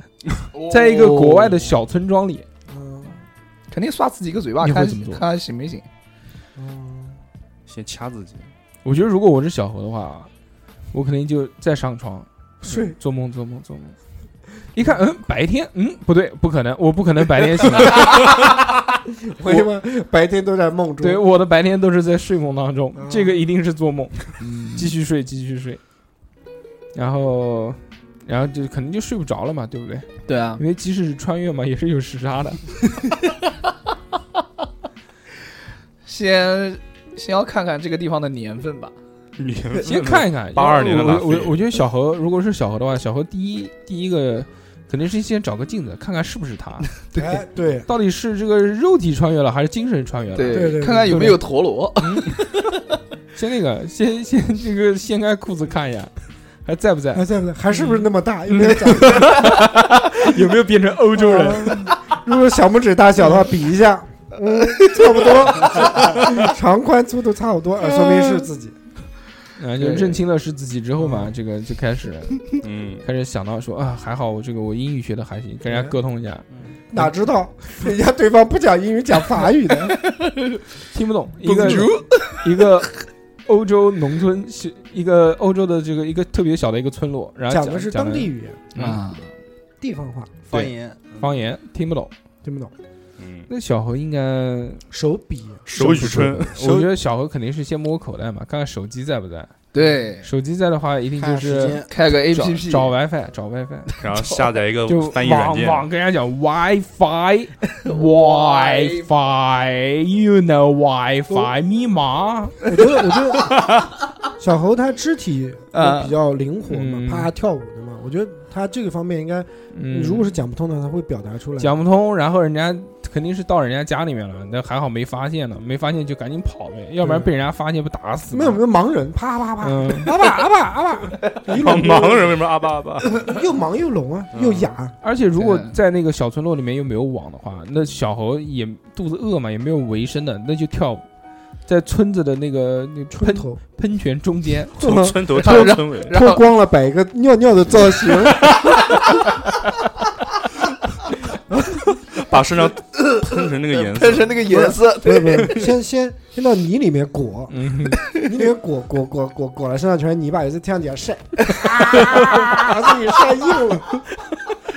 Speaker 3: 哦
Speaker 5: 在一个国外的小村庄里，
Speaker 4: 嗯
Speaker 3: 肯定刷自己一个嘴巴，
Speaker 5: 你会
Speaker 3: 看
Speaker 5: 怎么做
Speaker 3: 看看行没行。
Speaker 4: 嗯，
Speaker 2: 先掐自己，
Speaker 5: 我觉得如果我是小猴的话啊，我肯定就再上床
Speaker 4: 睡
Speaker 5: 做梦做梦做梦。一看，嗯，白天，嗯，不对，不可能，我不可能白天醒来，
Speaker 4: 我他妈白天都在梦中，
Speaker 5: 对，我的白天都是在睡梦当中，
Speaker 4: 嗯
Speaker 5: 这个一定是做梦， (laughs) 继续睡，继续睡，然后，然后就肯定就睡不着了嘛，对不对？
Speaker 3: 对啊，
Speaker 5: 因为即使是穿越嘛，也是有时差 (laughs) 的，
Speaker 3: 先先要看看这个地方的年份吧。
Speaker 2: 你
Speaker 5: 先看一看。
Speaker 2: 82年的
Speaker 5: 我
Speaker 2: 拉
Speaker 5: 我
Speaker 2: 菲
Speaker 5: 我我觉得小何如果是小何的话，小何第一第一个肯定是先找个镜子看看是不是他，
Speaker 4: 哎对，
Speaker 5: 到底是这个肉体穿越了还是精神穿越了？
Speaker 4: 对对
Speaker 3: 看看有没有陀螺。 (laughs)
Speaker 5: 先那个，先先这个掀开裤子看一下，还在不在？
Speaker 4: 还在不在？哎还是不是那么
Speaker 5: 嗯
Speaker 4: 大？有没有长
Speaker 5: (laughs) 有没有变成欧洲人？
Speaker 4: 啊如果小拇指大小的话，比一下，嗯，差不多， (laughs) 长宽粗度差不多，啊说明是自己。
Speaker 5: (laughs) 啊，就
Speaker 3: 对
Speaker 5: 认清了是自己之后嘛，这个就开始
Speaker 2: 嗯，
Speaker 5: 开始想到说啊，还好我这个我英语学的还行，跟人家沟通一下，
Speaker 4: 哪知道人家对方不讲英语，讲法语的，
Speaker 5: 听不懂一个一个欧洲农村是一个欧洲的这个一个特别小的一个村落，然后
Speaker 4: 讲
Speaker 5: 讲
Speaker 4: 的是当地语言、
Speaker 5: 啊
Speaker 3: 啊，
Speaker 4: 地方话，
Speaker 6: 方言，
Speaker 5: 方言，听不懂。
Speaker 4: 听不懂。
Speaker 2: 嗯，
Speaker 5: 那小何应该，
Speaker 4: 手比
Speaker 2: 手语春，
Speaker 5: 我觉得小何肯定是先摸口袋嘛，看看手机在不在。
Speaker 3: 对，
Speaker 5: 手机在的话，一定
Speaker 6: 看
Speaker 5: 就
Speaker 6: 看时
Speaker 5: 是
Speaker 6: 间
Speaker 3: 开个
Speaker 5: 找
Speaker 3: APP
Speaker 5: 找 WiFi，找 WiFi。
Speaker 2: 然后下载一个
Speaker 5: 就
Speaker 2: 翻译软
Speaker 5: 网
Speaker 2: 件，
Speaker 5: 网跟人家讲 WiFi WiFi，you know WiFi 密码。
Speaker 4: 我觉得，我觉得 (laughs) 小猴他肢体会比较灵活
Speaker 5: 嗯
Speaker 4: 嘛，啪跳舞的嘛，我觉得他这个方面应该，
Speaker 5: 嗯，
Speaker 4: 如果是讲不通的，他会表达出来。
Speaker 5: 讲不通，然后人家肯定是到人家家里面了，那还好没发现呢，没发现就赶紧跑呗，要不然被人家发现不打死吗？
Speaker 4: 没有没有盲人，啪啪啪，
Speaker 5: 嗯，
Speaker 4: 阿爸阿爸阿爸，一
Speaker 2: 盲
Speaker 4: 聋
Speaker 2: 盲人为什么啊阿巴阿巴？
Speaker 4: 又盲又聋啊，又哑，
Speaker 5: 而且如果
Speaker 3: 对
Speaker 5: 在那个小村落里面又没有网的话，那小猴也肚子饿嘛，也没有维生的，那就跳舞，在村子的那个那
Speaker 4: 村
Speaker 5: 喷
Speaker 4: 头
Speaker 5: 喷泉中间， (laughs)
Speaker 2: 从村头到村尾，
Speaker 3: 然
Speaker 4: 脱
Speaker 3: 后
Speaker 4: 嗯光了摆一个尿尿的造型，
Speaker 2: 把身上喷成那个颜色
Speaker 3: 喷，成那个颜 (laughs) 色，
Speaker 4: 不是不是，先先先到泥里面裹，
Speaker 5: 嗯，
Speaker 4: (laughs) 泥里面裹裹裹裹裹了，身上全是泥巴，有一次天上底下晒，啊，自己晒硬了。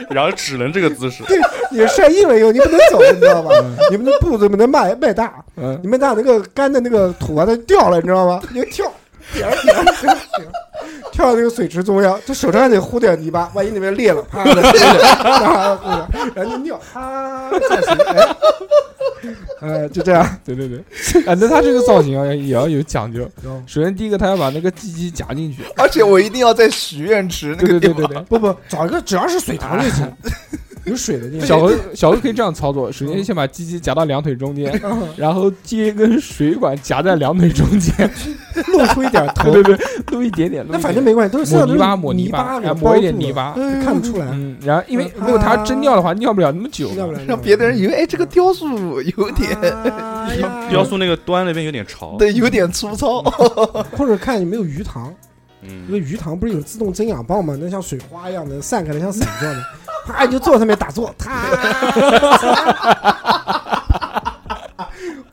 Speaker 2: 然后只能这个姿势，
Speaker 4: 对， (laughs) 你晒硬了以后，你不能走，你知道吗？你不能步子不能迈迈大，
Speaker 5: 嗯
Speaker 4: 你迈 (laughs) 大那个干的那个土啊，它就掉了，你知道吗？你就跳，点儿点儿点儿点儿，跳到那个水池中央，这手上还得糊点泥巴，万一那边裂了，啪的糊点， (laughs) 啪糊点，然后就尿，啪暂时，哎，哎，就这样，
Speaker 5: 对对
Speaker 4: (laughs)
Speaker 5: 对，啊，那他这个造型啊也要有讲究。首先第一个，他要把那个鸡鸡夹进去，
Speaker 3: 而且我一定要在许愿池那
Speaker 5: 对
Speaker 3: 个地
Speaker 5: 对对对
Speaker 3: 方。
Speaker 4: 不
Speaker 5: 对。
Speaker 4: 不，找一个只要是水塘就 (laughs) 行，有水的地方。
Speaker 5: 小何小何可以这样操作：首
Speaker 4: 嗯
Speaker 5: 先先把鸡鸡夹到两腿中间， (laughs) 然后接一根水管夹在两腿中间，
Speaker 4: 露出一点 (laughs) 头，
Speaker 5: 对对对，露一点点。露
Speaker 4: 那
Speaker 5: 一
Speaker 4: 反
Speaker 5: 点
Speaker 4: 正没关系，都是身
Speaker 5: 抹
Speaker 4: 上
Speaker 5: 泥
Speaker 4: 都
Speaker 5: 巴，抹
Speaker 4: 是泥
Speaker 5: 泥巴，哎
Speaker 4: 给
Speaker 5: 抹一
Speaker 4: 包
Speaker 5: 点
Speaker 4: 住
Speaker 5: 泥
Speaker 4: 了，
Speaker 5: 巴。
Speaker 4: 对啊看不出来，
Speaker 5: 嗯，然后因为如果他真尿的话，尿不了那么久。
Speaker 4: 要不然
Speaker 3: 让别的人以为，哎，这个雕塑有点，
Speaker 4: 啊
Speaker 3: (laughs)
Speaker 2: 雕塑那个端那边有点潮，
Speaker 3: 对，有点粗糙。 (laughs)
Speaker 4: 或者看有没有鱼塘，因
Speaker 2: 嗯，
Speaker 4: 为鱼塘不是有自动增氧泵吗？那像水花一样的散开的，像伞一样
Speaker 3: (laughs)
Speaker 4: 的，啪你就坐上面打坐，啪。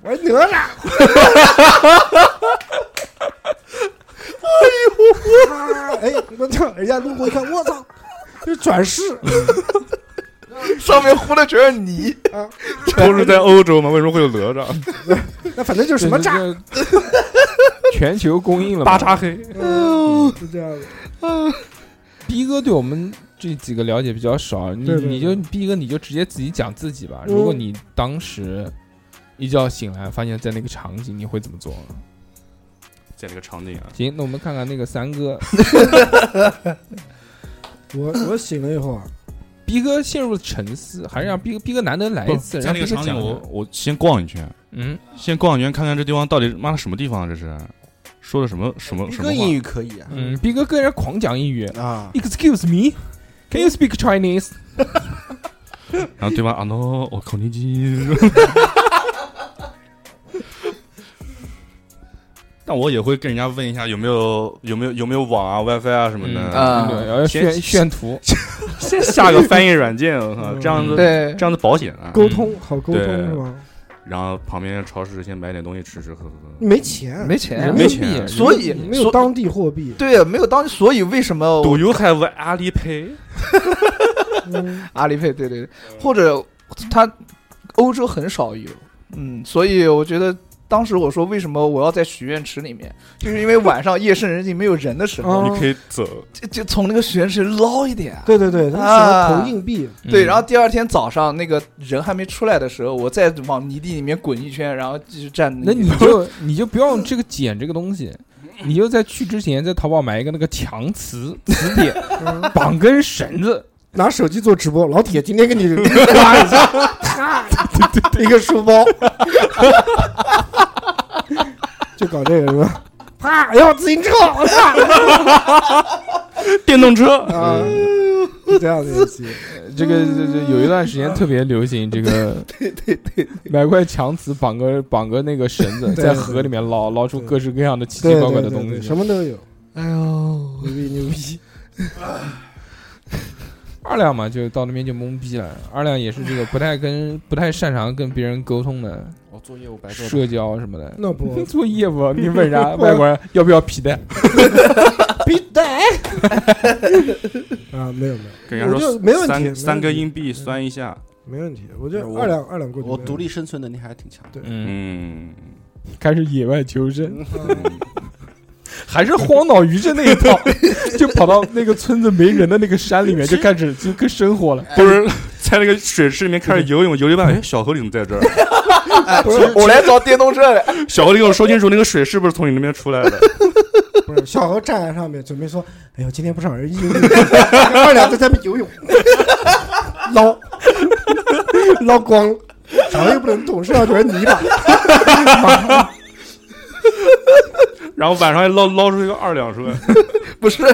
Speaker 4: 我说哪吒，哎呦，哎，我操！人家路过一看，我操，这转世
Speaker 3: 上面糊的全是泥，
Speaker 4: 啊！
Speaker 2: 都是在欧洲嘛，为什么会有哪吒？
Speaker 4: 那反正就是什么
Speaker 5: 这
Speaker 4: 吒，
Speaker 5: 这全球供应了嘛
Speaker 2: 巴扎黑，
Speaker 4: 嗯 (laughs) 就这样子。
Speaker 5: 逼哥对我们这几个了解比较少，你
Speaker 4: 对对
Speaker 5: 你就逼哥你就直接自己讲自己吧。
Speaker 4: 嗯
Speaker 5: 如果你当时一觉醒来发现在那个场景，你会怎么做？
Speaker 2: 在那个场景啊，
Speaker 5: 行，那我们看看那个三哥，
Speaker 4: 我我醒了以后啊，
Speaker 3: 嗯
Speaker 5: 逼哥陷入了沉思，还是让逼哥逼哥难得来一
Speaker 2: 嗯
Speaker 5: 次，
Speaker 2: 哎在
Speaker 5: 让
Speaker 2: 那
Speaker 5: 逼
Speaker 2: 个
Speaker 5: 哥
Speaker 2: 场景，
Speaker 5: 讲
Speaker 2: 我
Speaker 5: 讲。
Speaker 2: 我先逛一圈，
Speaker 5: 嗯，
Speaker 2: 先逛一圈，看看这地方到底妈的什么地方啊？这是说的什么什
Speaker 6: (laughs)
Speaker 2: 么
Speaker 6: 一
Speaker 2: 什
Speaker 6: 个
Speaker 2: 么
Speaker 6: 英
Speaker 2: 话？
Speaker 6: 语可以啊
Speaker 5: 嗯，逼哥跟人家狂讲英语
Speaker 6: 啊，
Speaker 5: ，Excuse me。Can you speak Chinese？
Speaker 2: 然后对方啊 no，我口尼基。 (laughs) 但我也会跟人家问一下有没有有没有有没有网啊 WiFi 啊什么
Speaker 5: 嗯
Speaker 2: 的，
Speaker 3: 啊
Speaker 5: 对，要
Speaker 2: 先
Speaker 5: 炫炫图，嗯
Speaker 2: 先下个翻译软件，我操，这样子
Speaker 3: 对
Speaker 2: 这样子保险啊。
Speaker 4: 沟通好沟通
Speaker 2: 对
Speaker 4: 是吧？
Speaker 2: 然后旁边超市先买点东西吃吃喝喝。
Speaker 4: 没钱，
Speaker 3: 没钱
Speaker 5: 人
Speaker 3: 啊，
Speaker 2: 没
Speaker 5: 民
Speaker 2: 钱
Speaker 5: 币
Speaker 3: 所以
Speaker 4: 没有
Speaker 3: 所
Speaker 4: 当地货币，
Speaker 3: 对啊没有当，所以为什么我
Speaker 2: Do you have Alipay？
Speaker 4: 嗯
Speaker 3: 阿里配？对对对，或者他欧洲很少有，嗯，所以我觉得。当时我说为什么我要在许愿池里面，就是因为晚上夜深人静没有人的
Speaker 6: 嗯
Speaker 3: 时候，
Speaker 4: 啊
Speaker 2: 你可以走，
Speaker 3: 就就从那个许愿池捞一点。
Speaker 4: 对对对，他喜欢投硬币，
Speaker 3: 对，然后
Speaker 5: 后
Speaker 3: 第二天早上那个人还没出来的时候，我再往泥地里面滚一圈，然后继续站
Speaker 5: 嗯那
Speaker 3: 那个地
Speaker 5: 你
Speaker 3: 方。
Speaker 5: 就你就不要用这个捡这个东西，你就在去之前在淘宝买一个那个强磁磁
Speaker 3: (laughs)
Speaker 5: 铁，
Speaker 4: 嗯
Speaker 5: 绑根绳子，
Speaker 4: 拿手机做直播。老铁，今天给你刮一下，咔，一个书包， (laughs) 就搞这个是吧？啪，要自行车，我操！
Speaker 2: 电动
Speaker 5: 嗯
Speaker 2: 车，
Speaker 4: 啊，就这样的游戏，
Speaker 5: 这个这这有一段时间特别流行这个， (laughs) 对对对，买块强磁绑个绑个那个绳子，
Speaker 4: 对
Speaker 5: 在河里面捞捞出各式各样的奇奇
Speaker 4: 对
Speaker 5: 怪怪
Speaker 4: 对
Speaker 5: 的
Speaker 4: 对
Speaker 5: 东
Speaker 4: 对，
Speaker 5: 西。
Speaker 4: 什么都有，
Speaker 3: 哎呦，
Speaker 4: 牛逼牛逼。
Speaker 5: 二亮嘛，就到那边就懵逼了。二亮也是这个不太跟不太擅长跟别人沟通的，
Speaker 6: 我做业务白做的，
Speaker 5: 社交什么的。
Speaker 4: 那不
Speaker 5: 做业 (laughs) 务，啊你问人家外国人要不要皮带？
Speaker 4: 必带 (laughs) 啊，没有没有，
Speaker 2: 跟人家
Speaker 4: 我
Speaker 2: 说
Speaker 4: 就没问题没问
Speaker 2: 三
Speaker 4: 题
Speaker 2: 三个硬币酸一下，
Speaker 4: 没问题。我觉得
Speaker 6: 我
Speaker 4: 二两二两过去，
Speaker 6: 我独立生存能力还是挺强的。
Speaker 2: 嗯，
Speaker 5: 嗯，开始野外求生。
Speaker 2: 嗯
Speaker 5: 还是荒岛余震那一套， (laughs) 就跑到那个村子没人的那个山里面，就开始就跟生活了。
Speaker 4: 哎
Speaker 2: 不是在那个水池里面开始游泳，游了
Speaker 4: (laughs)
Speaker 2: 一半，哎，小河里怎么在这儿？ (laughs)
Speaker 3: (laughs) 我来找电动车来。
Speaker 2: 小河里我说清楚，那个水是不是从你那边出来
Speaker 4: (laughs)
Speaker 2: 的？
Speaker 4: 不是小何站在上面准备说：“哎呦，今天不少人游泳，二两在下面游泳，捞捞光了，啥又不能动，身上全是泥巴。
Speaker 2: 然后晚上还捞捞出一个二两出来，
Speaker 4: (laughs)
Speaker 3: (laughs) 不是他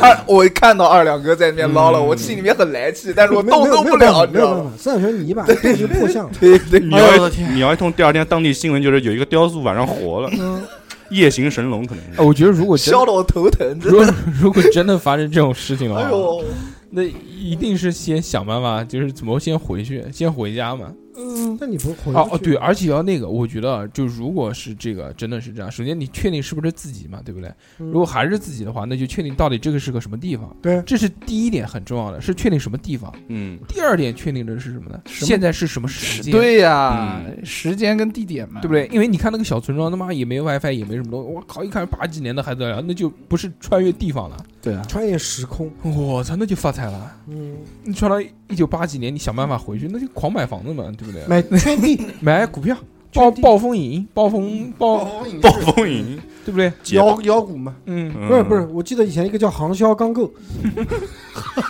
Speaker 3: 二，我看到二两哥在那边捞了，我心里面很来气，但是我
Speaker 4: 没有
Speaker 3: 动都
Speaker 4: 没
Speaker 3: 不
Speaker 4: 有办法
Speaker 3: 了，
Speaker 4: 没
Speaker 3: 你知
Speaker 4: 有
Speaker 3: 道
Speaker 4: 办
Speaker 3: 吗？
Speaker 4: 法，身上全是泥巴，这是破相。
Speaker 3: 对对，
Speaker 2: 你
Speaker 4: 哎
Speaker 2: 要
Speaker 6: 我的
Speaker 2: 一
Speaker 6: 天
Speaker 2: 你要一通第二天当地新闻就是有一个雕塑晚上活了，
Speaker 4: 嗯
Speaker 2: 夜行神龙可能是
Speaker 4: 哦
Speaker 5: 哎，我觉得如果真
Speaker 3: 削的我头疼，真
Speaker 5: 如
Speaker 3: 的。
Speaker 5: 果如果真的发生这种事情的
Speaker 3: 哎
Speaker 5: 话，
Speaker 3: 呦，
Speaker 5: 那一定是先想办法，就是怎么先回去，先回家嘛。嗯，
Speaker 4: 那你不回
Speaker 5: 哦
Speaker 4: 不
Speaker 5: 哦，
Speaker 4: 去
Speaker 5: 对，而且要那个，我觉得啊就如果是这个真的是这样，首先你确定是不是自己嘛，对不对？
Speaker 4: 嗯
Speaker 5: 如果还是自己的话，那就确定到底这个是个什么地方。
Speaker 4: 对
Speaker 5: 这是第一点很重要的，是确定什么地方。
Speaker 2: 嗯，
Speaker 5: 第二点确定的是什么呢？
Speaker 3: 什么
Speaker 5: 现在是什么时间？
Speaker 3: 对呀，时间跟地点嘛，
Speaker 5: 对不对？因为你看那个小村庄，他妈也没 WiFi，也没什么东西。我靠，一看八几年的还得了，那就不是穿越地方了。
Speaker 3: 对啊，
Speaker 4: 穿越时空，
Speaker 5: 我操，那就发财了！
Speaker 4: 嗯，
Speaker 5: 你穿到一九八几年，你想办法回去，那就狂买房子嘛，对
Speaker 4: (laughs)
Speaker 5: 不对？
Speaker 4: 买圈地，
Speaker 5: 买股票，暴暴风影，暴风暴，
Speaker 2: 暴风影，
Speaker 5: 对不对？
Speaker 2: 解
Speaker 4: 妖妖股嘛，
Speaker 5: 嗯，
Speaker 2: 嗯
Speaker 4: 嗯不是不是，，我记得以前一个叫航销钢构，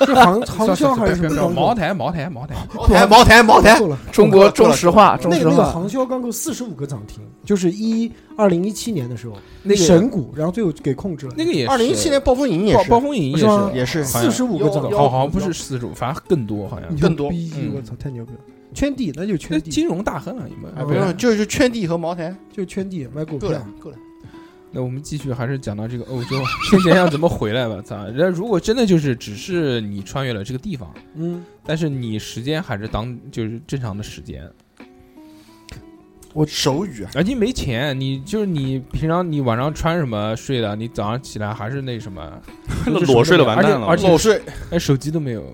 Speaker 4: 是航
Speaker 5: (laughs)
Speaker 4: 航销还是什么钢
Speaker 5: 茅
Speaker 4: 构？
Speaker 5: 台，茅台，茅台，
Speaker 6: 茅台茅台茅台，
Speaker 4: 够了，
Speaker 3: 中国中石化，中
Speaker 4: 那
Speaker 3: 石
Speaker 4: 个那个
Speaker 3: 化，
Speaker 4: 航销钢构四十五个涨停，就是一二零一七年的时候，
Speaker 5: 那个
Speaker 4: 神股，然后最后给控制了，
Speaker 5: 那个也是
Speaker 6: 二零一七年暴风影也
Speaker 5: 暴
Speaker 6: 是啊
Speaker 5: 暴风影也
Speaker 4: 是吗
Speaker 5: 是
Speaker 6: 也是
Speaker 5: 好像
Speaker 4: 45个涨
Speaker 6: 妖
Speaker 5: 好好像不是四十五，反正更多好像。
Speaker 6: 更多
Speaker 4: 牛逼
Speaker 5: 嗯
Speaker 4: 我操，太牛逼了！圈地那就
Speaker 5: 那
Speaker 4: 圈地，
Speaker 5: 金融大亨了，你们？哎，
Speaker 4: 嗯
Speaker 5: 不
Speaker 6: 不
Speaker 5: 是
Speaker 6: 用，就是圈地和茅台
Speaker 4: 就圈地买股
Speaker 6: 够
Speaker 4: 票
Speaker 6: 了，够了，
Speaker 5: 那我们继续还是讲到这个欧洲， (laughs) 先讲讲怎么回来吧。操，人家如果真的就是只是你穿越了这个地方，
Speaker 4: 嗯，
Speaker 5: 但是你时间还是当就是正常的时间，
Speaker 6: 我手语啊，
Speaker 5: 而且没钱，你就是你平常你晚上穿什么睡的，你早上起来还是那什么，
Speaker 2: 那
Speaker 5: 就是
Speaker 2: 裸睡了
Speaker 5: 什么
Speaker 2: 完
Speaker 5: 都没有
Speaker 2: 蛋了，
Speaker 5: 而且而且
Speaker 6: 睡
Speaker 5: 哎手机都没有，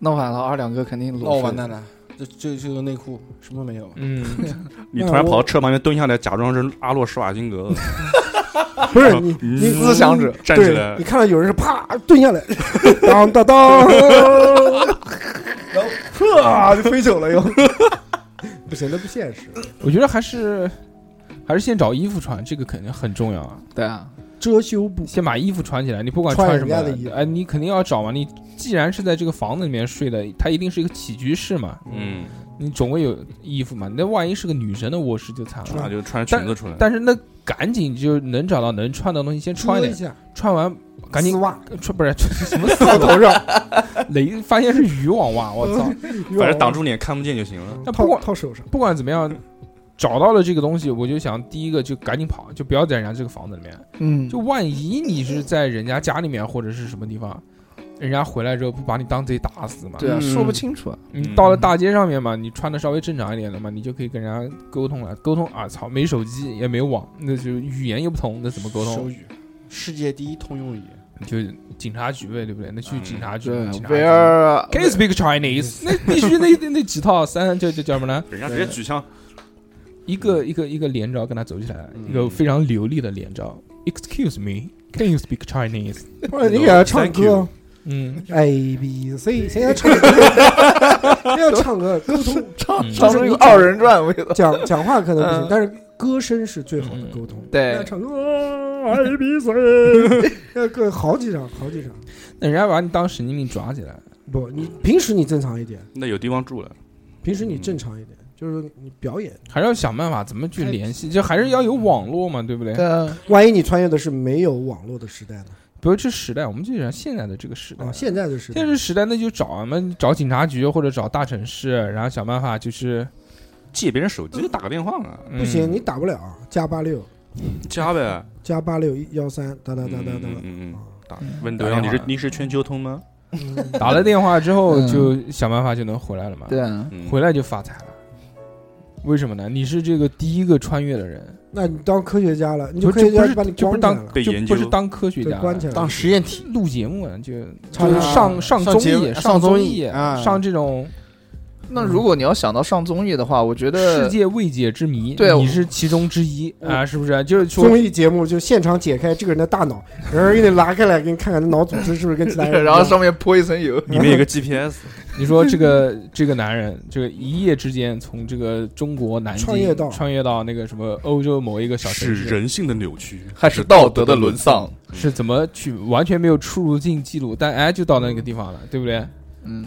Speaker 3: 弄反了，二两哥肯定
Speaker 6: 那我
Speaker 3: 裸
Speaker 6: 哦完
Speaker 3: 睡
Speaker 6: 蛋。了，就就就有内裤，什么都没有。
Speaker 5: 嗯，
Speaker 2: 你突然跑到车旁边蹲下来，假装是阿诺施瓦辛格，
Speaker 4: 不是你
Speaker 2: 嗯
Speaker 4: 你
Speaker 3: 思想者
Speaker 2: 站起来
Speaker 4: 对你看到有人是啪蹲下来，当当当，然后啪就飞走了又，不行，那不现实。
Speaker 5: 我觉得还是还是先找衣服穿，这个肯定很重要啊。
Speaker 3: 对啊，
Speaker 4: 遮羞布，
Speaker 5: 先把衣服穿起来，你不管
Speaker 4: 穿
Speaker 5: 什
Speaker 4: 人
Speaker 5: 么
Speaker 4: 家的衣服，
Speaker 5: 哎，你肯定要找嘛。你既然是在这个房子里面睡的，它一定是一个起居室嘛，
Speaker 2: 嗯，
Speaker 5: 你总会有衣服嘛。那万一是个女生的卧室就惨
Speaker 2: 那
Speaker 5: 了。
Speaker 2: 就穿裙子出来。
Speaker 5: 但是那赶紧就能找到能穿的东西，先穿
Speaker 4: 遮
Speaker 5: 一
Speaker 4: 一
Speaker 5: 点，
Speaker 4: 下，
Speaker 5: 穿完赶紧
Speaker 4: 丝袜，
Speaker 5: 穿不是穿什么丝袜头上，雷发现是渔网袜，我
Speaker 3: (laughs)
Speaker 5: 操！
Speaker 2: 反正挡住脸看不见就行了。
Speaker 5: 那不
Speaker 4: 套
Speaker 5: 管
Speaker 4: 套手上，
Speaker 5: 不管怎么样，找到了这个东西，我就想第一个就赶紧跑，就不要在人家这个房子里面。
Speaker 3: 嗯，
Speaker 5: 就万一你是在人家家里面或者是什么地方，人家回来之后不把你当贼打死嘛？
Speaker 3: 对啊，
Speaker 6: 嗯
Speaker 3: 说不清楚啊。
Speaker 5: 你
Speaker 2: 嗯
Speaker 5: 到了大街上面嘛，你穿的稍微正常一点的嘛，你就可以跟人家沟通了。沟通啊，操，没手机也没网，那就语言又不同，那怎么沟
Speaker 6: 手
Speaker 5: 通？
Speaker 6: 语，世界第一通用语。
Speaker 5: 就警察局呗，对不对？那去警察局，
Speaker 3: 哎对
Speaker 5: 警察局。
Speaker 3: ，Where
Speaker 5: Can you speak Chinese？那必须那那那几套三就就叫什么呢？
Speaker 2: 人家直接举枪，
Speaker 5: 一个一个一个连招跟他走起来，
Speaker 6: 嗯
Speaker 5: 一个非常流利的连招。Excuse me，Can you speak Chinese？
Speaker 4: 不然你给他唱
Speaker 2: No, thank
Speaker 4: 歌
Speaker 2: you
Speaker 5: 嗯，
Speaker 4: ，A B C，谁要唱歌？谁要唱歌？沟通
Speaker 5: 嗯
Speaker 3: 唱出一个二人转，味
Speaker 5: (laughs)
Speaker 3: 道。
Speaker 4: 讲讲话可能不行
Speaker 3: 嗯，
Speaker 4: 但是歌声是最好的沟通。
Speaker 5: 嗯
Speaker 3: 对
Speaker 4: 要，唱歌，A B
Speaker 5: (laughs)
Speaker 4: C，要个好几场，好几场。
Speaker 5: 那人家把你当神经病抓起来。
Speaker 4: 不，你平时你正常一点，
Speaker 2: 那有地方住了。
Speaker 4: 平时你正常一
Speaker 5: 嗯
Speaker 4: 点，就是说你表演。
Speaker 5: 还是要想办法怎么去联系，就还是要有网络嘛，对不对？
Speaker 3: 对啊，
Speaker 4: 万一你穿越的是没有网络的时代呢？
Speaker 5: 不是这时代，我们就讲现在的这个时代。
Speaker 4: 啊，现在的时代
Speaker 5: 哦现在，这时代，那嗯就找啊，那找警察局或者找大城市，然后想办法就是、
Speaker 2: 借别人手机打个电话嘛，
Speaker 5: 嗯
Speaker 4: 不行，你打不了，啊加八六，
Speaker 2: 加呗。
Speaker 4: 加八六幺三，哒哒
Speaker 2: 嗯
Speaker 4: 哒
Speaker 2: 嗯
Speaker 4: 哒哒。
Speaker 2: 嗯嗯，
Speaker 4: 啊
Speaker 2: 打
Speaker 3: 嗯
Speaker 2: 问
Speaker 5: 打
Speaker 2: 德阳，你
Speaker 5: 电话
Speaker 2: 是你是全球通吗？
Speaker 4: 嗯
Speaker 5: 打了电话之后，
Speaker 3: 嗯
Speaker 5: 就想办法就能回来了嘛。
Speaker 3: 对，啊，
Speaker 2: 嗯，
Speaker 5: 回来就发财了。为什么呢？你是这个第一个穿越的人，
Speaker 4: 那你当科学家了，你
Speaker 5: 不
Speaker 4: 就科学
Speaker 5: 就
Speaker 4: 家
Speaker 5: 不
Speaker 4: 就把
Speaker 5: 是
Speaker 4: 你
Speaker 5: 就不是
Speaker 4: 关起来
Speaker 5: 当
Speaker 4: 了，
Speaker 2: 被
Speaker 5: 就
Speaker 2: 研究
Speaker 5: 不是当科学
Speaker 4: 对，
Speaker 5: 家，
Speaker 4: 关起来了
Speaker 6: 当。实验体，
Speaker 5: 录节目啊，就
Speaker 4: 唱
Speaker 5: 就是
Speaker 4: 啊
Speaker 5: 上上
Speaker 6: 上
Speaker 5: 综
Speaker 6: 节目
Speaker 5: 艺、
Speaker 6: 上
Speaker 5: 综
Speaker 6: 综
Speaker 5: 艺、
Speaker 6: 艺啊
Speaker 5: 上这种
Speaker 3: 那如果你要想到上综艺的话，我觉得 (laughs)
Speaker 5: 世界未解之谜，
Speaker 3: 对
Speaker 5: 你
Speaker 3: 我
Speaker 5: 是其中之一啊，是不是？就是说
Speaker 4: 综，艺节目就现场解开这个人的大脑，然后给你拉开来，给你看看脑组织是不是跟其他
Speaker 5: (laughs)
Speaker 4: 人一样。
Speaker 3: 然后上面泼一层油，
Speaker 2: 里面有个 GPS，
Speaker 5: 你说这个这个男人，这个一夜之间从这个中国南京
Speaker 4: 穿越到
Speaker 5: 穿越到那个什么欧洲某一个小城
Speaker 2: 是
Speaker 5: 市，
Speaker 2: 人性的扭曲，
Speaker 3: 还是道德的沦
Speaker 2: (laughs)
Speaker 3: 丧。
Speaker 5: 是怎么去完全没有出入境记录，但哎就到那个地方了，对不对？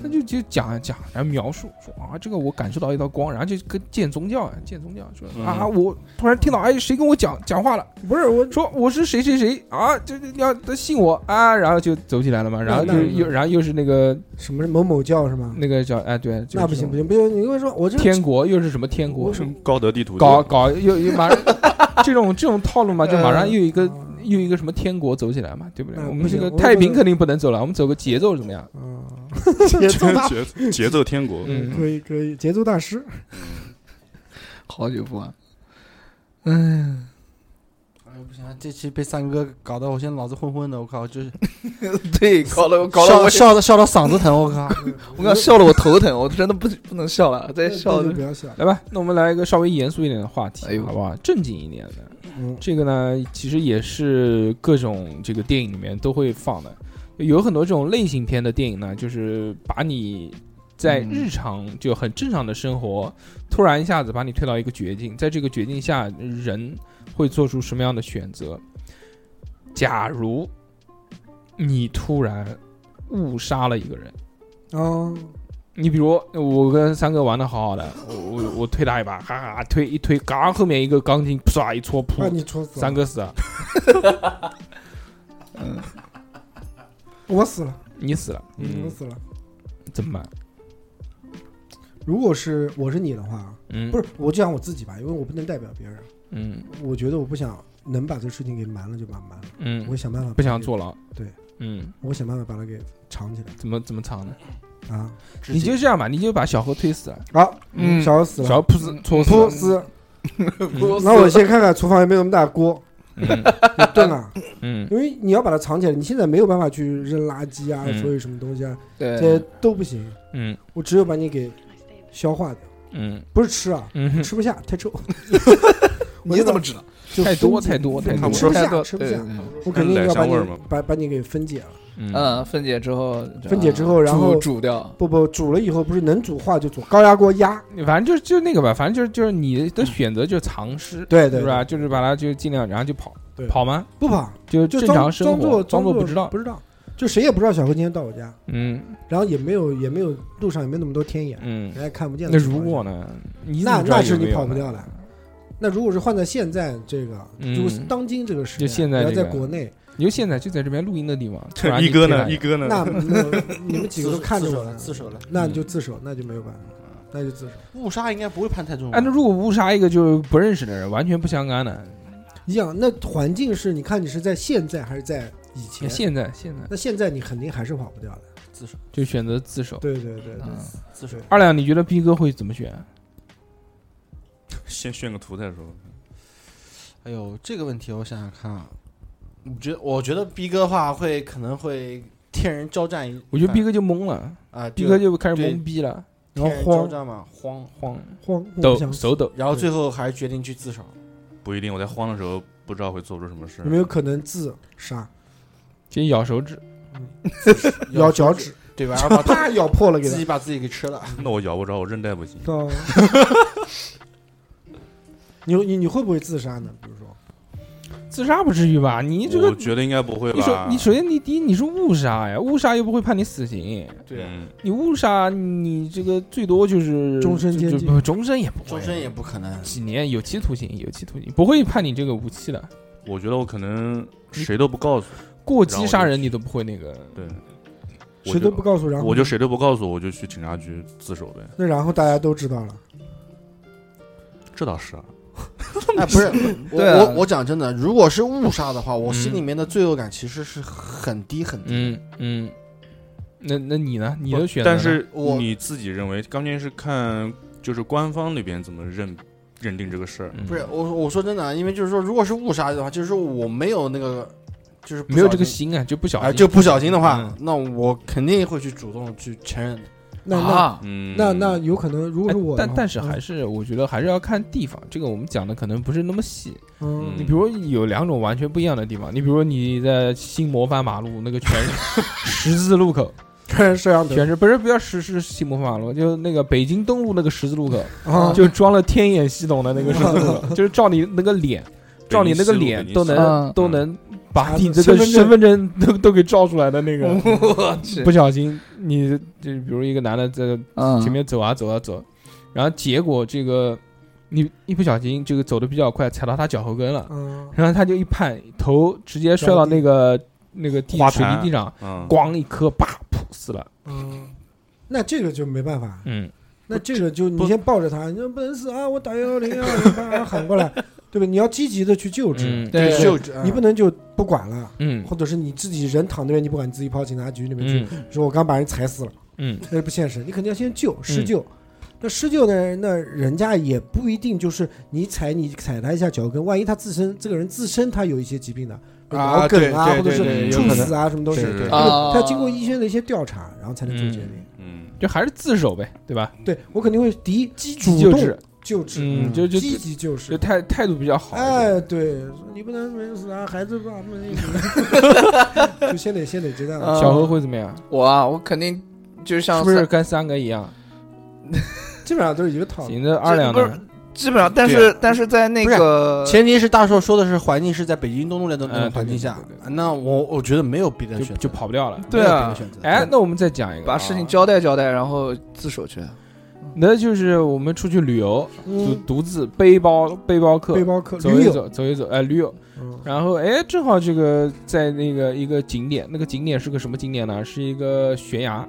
Speaker 5: 那
Speaker 3: 嗯，
Speaker 5: 就就讲讲，然后描述说啊，这个我感受到一道光，然后就跟见宗教啊，见宗教说
Speaker 2: 嗯
Speaker 5: 啊，我突然听到哎谁跟我讲讲话了，
Speaker 4: 不是我
Speaker 5: 说我是谁谁谁啊，就就要信我啊，然后就走起来了嘛，然后
Speaker 4: 那
Speaker 5: 又
Speaker 4: 那
Speaker 5: 又然后又是那个
Speaker 4: 什么某某教是吗？
Speaker 5: 那个叫哎对，就是
Speaker 4: 那不行不行不行，你跟我说我这
Speaker 5: 天国又是什么天国？
Speaker 2: 高德地图
Speaker 5: 搞搞又又马上这种这种套路嘛，就马上又一个
Speaker 4: 啊
Speaker 5: 又一个什么天国走起来嘛，对不对？
Speaker 4: 嗯
Speaker 5: 我们这
Speaker 4: 不
Speaker 5: 个
Speaker 4: 行
Speaker 5: 太平
Speaker 4: 我
Speaker 5: 肯定不能走了，我们走个节奏怎么样？
Speaker 4: 啊，
Speaker 2: (laughs) 节奏节奏天国，
Speaker 5: 嗯
Speaker 2: (laughs)
Speaker 4: 可以可以，节奏大师，
Speaker 3: 好久不玩。嗯，
Speaker 6: 哎呦不行，这期被三哥搞得我现在脑子昏昏的，我靠，
Speaker 5: (laughs)
Speaker 6: 就是
Speaker 3: (laughs) 对，搞得我搞得
Speaker 6: 笑
Speaker 3: 我
Speaker 6: 笑的笑到嗓子疼，我
Speaker 5: (laughs)
Speaker 6: 靠！
Speaker 3: 我刚笑的我头疼，我真的不不能笑了，再笑
Speaker 4: 就不要想。
Speaker 5: 来吧，那我们来一个稍微严肃一点的话题，
Speaker 3: 哎呦
Speaker 5: 好不好？正经一点的。
Speaker 4: 嗯
Speaker 5: 这个呢，其实也是各种这个电影里面都会放的，有很多这种类型片的电影呢，就是把你在
Speaker 3: 嗯
Speaker 5: 日常就很正常的生活，突然一下子把你推到一个绝境，在这个绝境下，人会做出什么样的选择？假如你突然误杀了一个人。
Speaker 4: 哦，
Speaker 5: 你比如我跟三哥玩的好好的，我我我推他一把，哈哈推一推，嘎后面一个钢筋唰一戳，
Speaker 4: 把
Speaker 5: 噗，
Speaker 4: 你戳死了，
Speaker 5: 三哥死啊了，
Speaker 4: 我死了，
Speaker 5: 你死了，
Speaker 4: 我
Speaker 5: 嗯，
Speaker 4: 死了。
Speaker 5: 怎么办？
Speaker 4: 如果是我是你的话，
Speaker 5: 嗯，
Speaker 4: 不
Speaker 5: 是，
Speaker 4: 是我就讲我自己吧，因为我不能代表别人。
Speaker 5: 嗯
Speaker 4: 我觉得我不想能把这个事情给瞒了就把它瞒了，我
Speaker 5: 嗯
Speaker 4: 会，想办法
Speaker 5: 不想坐牢，
Speaker 4: 对，
Speaker 5: 嗯，
Speaker 4: 我会想办法把它给藏起
Speaker 5: 怎么怎么藏呢？
Speaker 4: 来啊。
Speaker 5: 你就这样吧，你就把小何推死了，
Speaker 4: 好，
Speaker 3: 嗯
Speaker 4: 小何死
Speaker 5: 小
Speaker 4: 了，
Speaker 5: 何噗死戳死
Speaker 4: 噗
Speaker 5: 了，
Speaker 4: 死。
Speaker 3: 了
Speaker 4: 那我先看看厨房有没有那么大的
Speaker 5: (laughs)
Speaker 4: 锅，
Speaker 5: 嗯
Speaker 4: 有炖啊，
Speaker 5: 嗯
Speaker 4: 因为你要把它藏起来，你现在没有办法去扔垃圾啊，
Speaker 5: 嗯
Speaker 4: 所有什么东西啊，这些
Speaker 3: 对，
Speaker 4: 都不行。
Speaker 5: 嗯
Speaker 4: 我只有把你给消化掉，
Speaker 5: 嗯
Speaker 4: 不是吃啊，
Speaker 5: 嗯，
Speaker 4: 吃不下，太
Speaker 5: (laughs)
Speaker 4: 臭。
Speaker 3: 你怎么知道？
Speaker 4: 就
Speaker 5: 太多
Speaker 4: 分解
Speaker 5: 太多太多
Speaker 4: 吃不
Speaker 3: 太
Speaker 4: 下，嗯
Speaker 3: 多，
Speaker 4: 吃不
Speaker 3: 对
Speaker 4: 下。
Speaker 3: 对
Speaker 4: 我肯定要把
Speaker 2: 奶香味儿吗
Speaker 4: 你把把你给分解了，
Speaker 5: 嗯
Speaker 3: 嗯，分解之后，
Speaker 4: 分解之后
Speaker 3: 啊
Speaker 4: 然后
Speaker 3: 煮煮掉，
Speaker 4: 不不煮了以后不是能煮化就煮，高压锅压，
Speaker 5: 反正就就那个吧，反正就是就是你的选择就是藏尸，
Speaker 4: 对
Speaker 5: 是
Speaker 4: 嗯对
Speaker 5: 吧？就是把它就尽量，然后就跑
Speaker 4: 对，
Speaker 5: 跑吗？
Speaker 4: 不跑，
Speaker 5: 就
Speaker 4: 就
Speaker 5: 正
Speaker 4: 装
Speaker 5: 常生活，
Speaker 4: 作
Speaker 5: 装
Speaker 4: 装
Speaker 5: 作不知道
Speaker 4: 不，知道，就谁也不知道小何今天到我家，
Speaker 5: 嗯。
Speaker 4: 然后也没有也没有路上也没那么多天眼，
Speaker 5: 嗯
Speaker 4: 人，家看不见
Speaker 5: 那
Speaker 4: 的情况
Speaker 5: 如
Speaker 4: 下。
Speaker 5: 果呢？你
Speaker 4: 那
Speaker 5: 怎么知道
Speaker 4: 那是
Speaker 5: 有没
Speaker 4: 你
Speaker 5: 有
Speaker 4: 跑不
Speaker 5: 呢
Speaker 4: 掉的。那如果是换在现在这个，
Speaker 5: 嗯
Speaker 4: 如果是当今这个时代，
Speaker 5: 就现在
Speaker 4: 你要
Speaker 5: 这
Speaker 4: 在
Speaker 5: 个
Speaker 4: 国内，
Speaker 5: 你就现在就在这边录音的地 (laughs) 方，突然
Speaker 2: 一
Speaker 5: 你
Speaker 2: 哥
Speaker 5: 推他
Speaker 2: 呢？
Speaker 5: 一
Speaker 2: 一哥呢？
Speaker 4: 那 (laughs) 那你们几个都看着我了，
Speaker 6: 自首了。
Speaker 4: 那
Speaker 5: 嗯
Speaker 4: 你就自首，嗯那就没有办法，那就自首，
Speaker 6: 误杀应该不会判太重。
Speaker 5: 哎，那如果误杀一个就是不认识的人，完全不相干的，
Speaker 4: 一样。那环境是你看你是在现在还是在以前？
Speaker 5: 现在现在
Speaker 4: 那现在你肯定还是跑不掉的。
Speaker 5: 就选择自首。
Speaker 4: 对对对对，
Speaker 5: 嗯，
Speaker 6: 自首，
Speaker 5: 二两，你觉得逼哥会怎么选？
Speaker 2: 先炫个图再说。
Speaker 6: 哎呦，这个问题我想想看啊，我觉得我觉得逼哥的话会可能会天人交战一，
Speaker 5: 我觉得逼哥就懵了，
Speaker 6: 啊，
Speaker 5: 逼哥
Speaker 6: 就
Speaker 5: 就开始
Speaker 6: 对
Speaker 5: 懵逼了，
Speaker 4: 然后
Speaker 6: 天人交
Speaker 4: 慌
Speaker 6: 战嘛，慌，
Speaker 5: 慌，
Speaker 4: 慌，我不
Speaker 5: 抖
Speaker 4: 想
Speaker 5: 手抖。
Speaker 6: 然后最后还是决定去自首。
Speaker 2: 不一定，我在慌的时候不知道会做出什么事
Speaker 4: 有。没有可能自杀？
Speaker 5: 先咬手指，
Speaker 4: 咬脚趾，
Speaker 6: 对吧？然后把
Speaker 4: 啪咬破了给
Speaker 6: 自
Speaker 4: 他 (laughs)
Speaker 6: 己。把自己给吃了。
Speaker 2: 那我咬不着，我韧带不行。
Speaker 4: 哦你你你会不会自杀呢？比如说，
Speaker 5: 自杀不至于吧？你这
Speaker 2: 我
Speaker 5: 个，
Speaker 2: 觉得应该不会
Speaker 5: 你首
Speaker 2: 吧？
Speaker 5: 你首先你第一你是误杀呀，误杀又不会判你死刑，
Speaker 6: 啊
Speaker 2: 嗯，
Speaker 5: 你误杀你这个最多就是
Speaker 4: 终身监
Speaker 5: 就
Speaker 4: 禁
Speaker 5: 不终身也不会，
Speaker 6: 终身也不可能。
Speaker 5: 几年有期徒刑，有期徒刑不会判你这个无期的。
Speaker 2: 我觉得我可能谁都不告诉，
Speaker 5: 过激杀人你都不会那个，
Speaker 2: 对，我
Speaker 4: 谁
Speaker 2: 就
Speaker 4: 都不告诉，然后
Speaker 2: 我就谁都不告诉，我就去警察局自首呗。
Speaker 4: 那然后大家都知道了。
Speaker 2: 这倒是啊，
Speaker 6: (laughs) 哎，不是，
Speaker 5: (laughs)
Speaker 6: 我
Speaker 3: 对啊
Speaker 6: 我我讲真的，如果是误杀的话，我心
Speaker 5: 嗯
Speaker 6: 里面的罪恶感其实是很低很低。
Speaker 5: 嗯嗯。那那你呢？你的选择呢
Speaker 2: 但是
Speaker 6: 我
Speaker 2: 你自己认为，关键是看就是官方那边怎么认认定这个事儿。
Speaker 5: 嗯
Speaker 6: 不是我我说真的啊，因为就是说，如果是误杀的话，就是说我没有那个，就是不
Speaker 5: 没有这个
Speaker 6: 小心
Speaker 5: 心啊，就不小
Speaker 6: 哎，
Speaker 5: 心
Speaker 6: 就不小心的话，
Speaker 5: 嗯
Speaker 6: 那我肯定会去主动去承认的。
Speaker 4: 那那、
Speaker 3: 啊，
Speaker 2: 嗯，
Speaker 4: 那那有可能，如果
Speaker 5: 哎
Speaker 4: 是我的话，嗯
Speaker 5: 但但是还
Speaker 4: 是
Speaker 5: 是我觉得还是要看地方，这个我们讲的可能不是那么细。
Speaker 4: 嗯
Speaker 5: 你比如有两种完全不一样的地方，你比如你在新模范马路那个全
Speaker 4: (laughs)
Speaker 5: 是十字路口，嗯
Speaker 4: 看 (laughs) 摄像头
Speaker 5: 全是不是不要十是新模范马路，就那个北京东路那个十字路口，
Speaker 4: 啊，
Speaker 5: 就装了天眼系统的那个十字路
Speaker 4: (laughs)
Speaker 5: 口，就是照你那个脸，照你那个脸都
Speaker 4: 呃 (laughs)
Speaker 3: 北京西路
Speaker 5: 能
Speaker 3: 嗯
Speaker 5: 都能把
Speaker 4: 查
Speaker 5: 你
Speaker 4: 出
Speaker 5: 这个
Speaker 4: 身份证
Speaker 5: 身份证都都给照出来的那个。
Speaker 3: 我去
Speaker 5: 不，小心，你就比如一个男的在
Speaker 3: 嗯，
Speaker 5: 前面走啊走啊走，然后结果这个你一不小心这个走的比较快，踩到他脚后跟了，
Speaker 4: 嗯，
Speaker 5: 然后他就一盼，头直接摔到那个那个地
Speaker 2: 花
Speaker 5: 水
Speaker 2: 坛
Speaker 5: 泥地上，
Speaker 2: 嗯，
Speaker 5: 咣一磕，啪，噗死了。
Speaker 4: 嗯，那这个就没办法，
Speaker 5: 嗯，
Speaker 4: 那这个就你先抱着他，你说不能死啊，我打幺幺零幺零八喊过来，对吧？你要积极的去救治，
Speaker 5: 嗯
Speaker 3: 对，
Speaker 6: 就呃这
Speaker 4: 你不能就不管了，
Speaker 5: 嗯
Speaker 4: 或者是你自己人躺那边你不管，你自己跑警察局里面去
Speaker 5: 嗯
Speaker 4: 说，我刚把人踩死了，
Speaker 5: 嗯
Speaker 4: 那是不现实，你肯定要先救施救。那施救呢？那人家也不一定就是你踩你踩他一下脚跟，万一他自身这个人自身他有一些疾病的。
Speaker 5: 啊
Speaker 4: 脑梗啊，或
Speaker 5: 对
Speaker 4: 者
Speaker 5: 对对
Speaker 4: 是
Speaker 5: 对
Speaker 4: 猝
Speaker 5: 有可能
Speaker 4: 死啊，什么东西，
Speaker 5: 是
Speaker 4: 这个
Speaker 5: 啊
Speaker 4: 他经过医生的一些调查，然后才能做决定。
Speaker 2: 嗯，
Speaker 5: 就还是自首呗，对吧？
Speaker 4: 对我肯定会第一
Speaker 5: 嗯积极
Speaker 4: 主
Speaker 5: 救
Speaker 4: 动
Speaker 5: 治
Speaker 4: 救治，
Speaker 5: 嗯就就
Speaker 4: 积极救治
Speaker 5: 就。态态度比较好。
Speaker 4: 哎，对，你不能没死啊，孩子吧，不
Speaker 5: (laughs)
Speaker 4: 能就先得先得这样。
Speaker 3: 嗯
Speaker 5: 小何会怎么样？
Speaker 3: 我啊，我肯定就是像
Speaker 5: 是不是
Speaker 3: 三
Speaker 5: 跟三哥一样？
Speaker 4: 基本上都是一个套路。
Speaker 5: 行，那二两
Speaker 3: 不是
Speaker 5: 呢？
Speaker 3: 基本上，但
Speaker 6: 对
Speaker 3: 是但是在那
Speaker 6: 不是
Speaker 3: 个
Speaker 6: 前提是大硕说的是环境是在北京东路那种那
Speaker 5: 呃
Speaker 6: 种环境下
Speaker 5: 对对对，
Speaker 6: 那我我觉得没有别的
Speaker 5: 就
Speaker 6: 选择，
Speaker 5: 就跑不掉了。
Speaker 3: 对
Speaker 6: 没有别
Speaker 3: 啊
Speaker 6: 的，选择。
Speaker 5: 哎，那我们再讲一个，
Speaker 3: 把事情，交代交代，然后自首去。
Speaker 4: 啊
Speaker 5: 那就是我们出去旅游，独
Speaker 4: 嗯，
Speaker 5: 独自背包背包客
Speaker 4: 背包客
Speaker 5: 走
Speaker 4: 驴
Speaker 5: 一
Speaker 4: 友，
Speaker 5: 走走一走，哎，驴友。
Speaker 4: 嗯
Speaker 5: 然后哎，正好这个在那个一个景点，那个景点是个什么景点呢？是一个悬崖，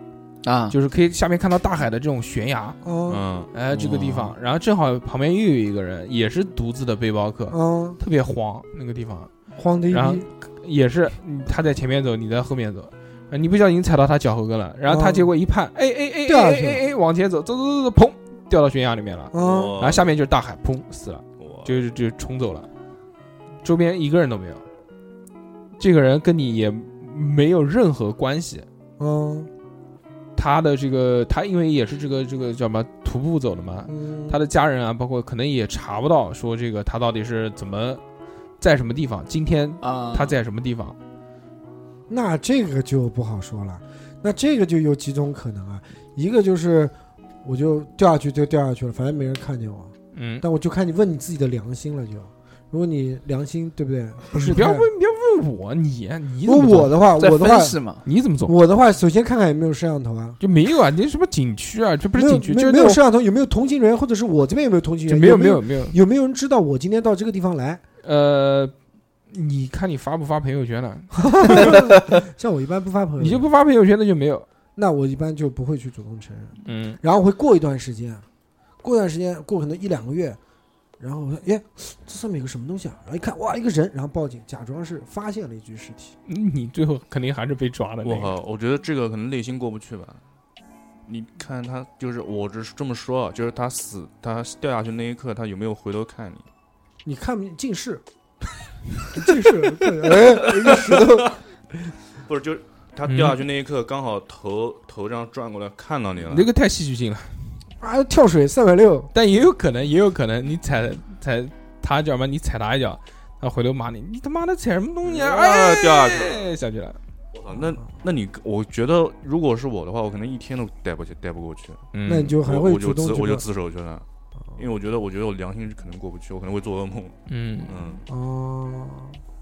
Speaker 3: 啊，
Speaker 5: 就是可以下面看到大海的这种悬崖。
Speaker 4: 哦
Speaker 2: 嗯，
Speaker 5: 哎，这个地方，然后正好旁边又有一个人，也是独自的背包客，
Speaker 4: 哦，
Speaker 5: 特别慌那个地方，
Speaker 4: 慌的一
Speaker 5: 然后
Speaker 4: 逼，
Speaker 5: 也是嗯他在前面走，你在后面走，呃你不小心踩到他脚后跟了，然后他
Speaker 4: 哦
Speaker 5: 结果一盼，哎哎哎
Speaker 4: 掉下
Speaker 5: 哎
Speaker 4: 去了
Speaker 5: 哎哎，往前走，走走走走，砰，掉到悬崖里面了，
Speaker 4: 嗯，
Speaker 5: 然后啊下面就是大海，砰死了，
Speaker 2: 我
Speaker 5: 就是就冲走了，周边一个人都没有，这个人跟你也没有任何关系，
Speaker 4: 嗯
Speaker 5: 他的这个他因为也是这个这个叫什么徒步走的嘛，
Speaker 4: 嗯，
Speaker 5: 他的家人啊，包括可能也查不到说这个他到底是怎么在什么地方，今天
Speaker 3: 啊，
Speaker 5: 他在什么地方，
Speaker 4: 那这个就不好说了，那这个就有几种可能啊，一个就是我就掉下去就掉下去了，反正没人看见我，
Speaker 5: 嗯，
Speaker 4: 但我就看你问你自己的良心了就，如果你良心对不对，不是
Speaker 5: 你不要
Speaker 4: 太
Speaker 5: 问，你不要问我，你你
Speaker 4: 如
Speaker 5: 怎么
Speaker 4: 果我
Speaker 5: 走
Speaker 4: 的话，
Speaker 3: 在
Speaker 4: 我的话啊
Speaker 3: 分，析嘛。
Speaker 5: 你怎么走？
Speaker 4: 我的话，首先看看有没有摄像头啊。
Speaker 5: 就没有啊？你什么景区啊？这不是
Speaker 4: 没有
Speaker 5: 景区，
Speaker 4: 没
Speaker 5: 就
Speaker 4: 有
Speaker 5: 是
Speaker 4: 没
Speaker 5: 那
Speaker 4: 有
Speaker 5: 种
Speaker 4: 摄像头，有没有同行人，或者是我这边有没有同行
Speaker 5: 就
Speaker 4: 人？
Speaker 5: 没有
Speaker 4: 没
Speaker 5: 没有没有。
Speaker 4: 有没有人知道我今天到这个地方
Speaker 5: (laughs)
Speaker 4: 来？ (laughs)
Speaker 5: 呃，你看你发不发朋友圈了？
Speaker 4: 像我一般不发朋友圈，
Speaker 5: 你就不发朋友圈，那就没有。
Speaker 4: 那我一般就不会去主动承认，
Speaker 5: 嗯，
Speaker 4: 然后会过一段时间，过一段时间，过可能一两个月，然后我说，耶，这上面有个什么东西啊？然后一看，哇，一个人，然后报警，假装是发现了一具尸体。
Speaker 5: 你最后肯定还是被抓的那
Speaker 2: 我
Speaker 5: 个。
Speaker 2: 靠，我觉得这个可能内心过不去吧。你看他，就是我只是这么说，啊，就是他死，他掉下去那一刻，他有没有回头看你？
Speaker 4: 你看不近视， (laughs) 近视，对哎，一个石头，
Speaker 2: 不是，就是他掉下去那一刻，刚好头头这样转过来看到你了
Speaker 5: 你。这个太戏剧性了，
Speaker 4: 啊，跳水三百六，
Speaker 5: 但也有可能，也有可能你踩踩他一脚嘛，你踩他一脚，他回头骂你，你他妈的踩什么东西啊？
Speaker 2: 啊
Speaker 5: 哎，
Speaker 2: 掉下去
Speaker 5: 去下去了。
Speaker 2: 我操，那那你，我觉得如果是我的话，我可能一天都待不起，待不过去。
Speaker 5: 嗯
Speaker 4: 那你就还
Speaker 2: 我
Speaker 4: 会
Speaker 2: 我
Speaker 4: 主
Speaker 2: 就自
Speaker 4: 动去
Speaker 2: 我就
Speaker 4: 问
Speaker 2: 自首去了，因为我觉得我觉得我良心是可能过不去，我可能会做噩梦。
Speaker 5: 嗯，
Speaker 2: 嗯，
Speaker 4: 哦。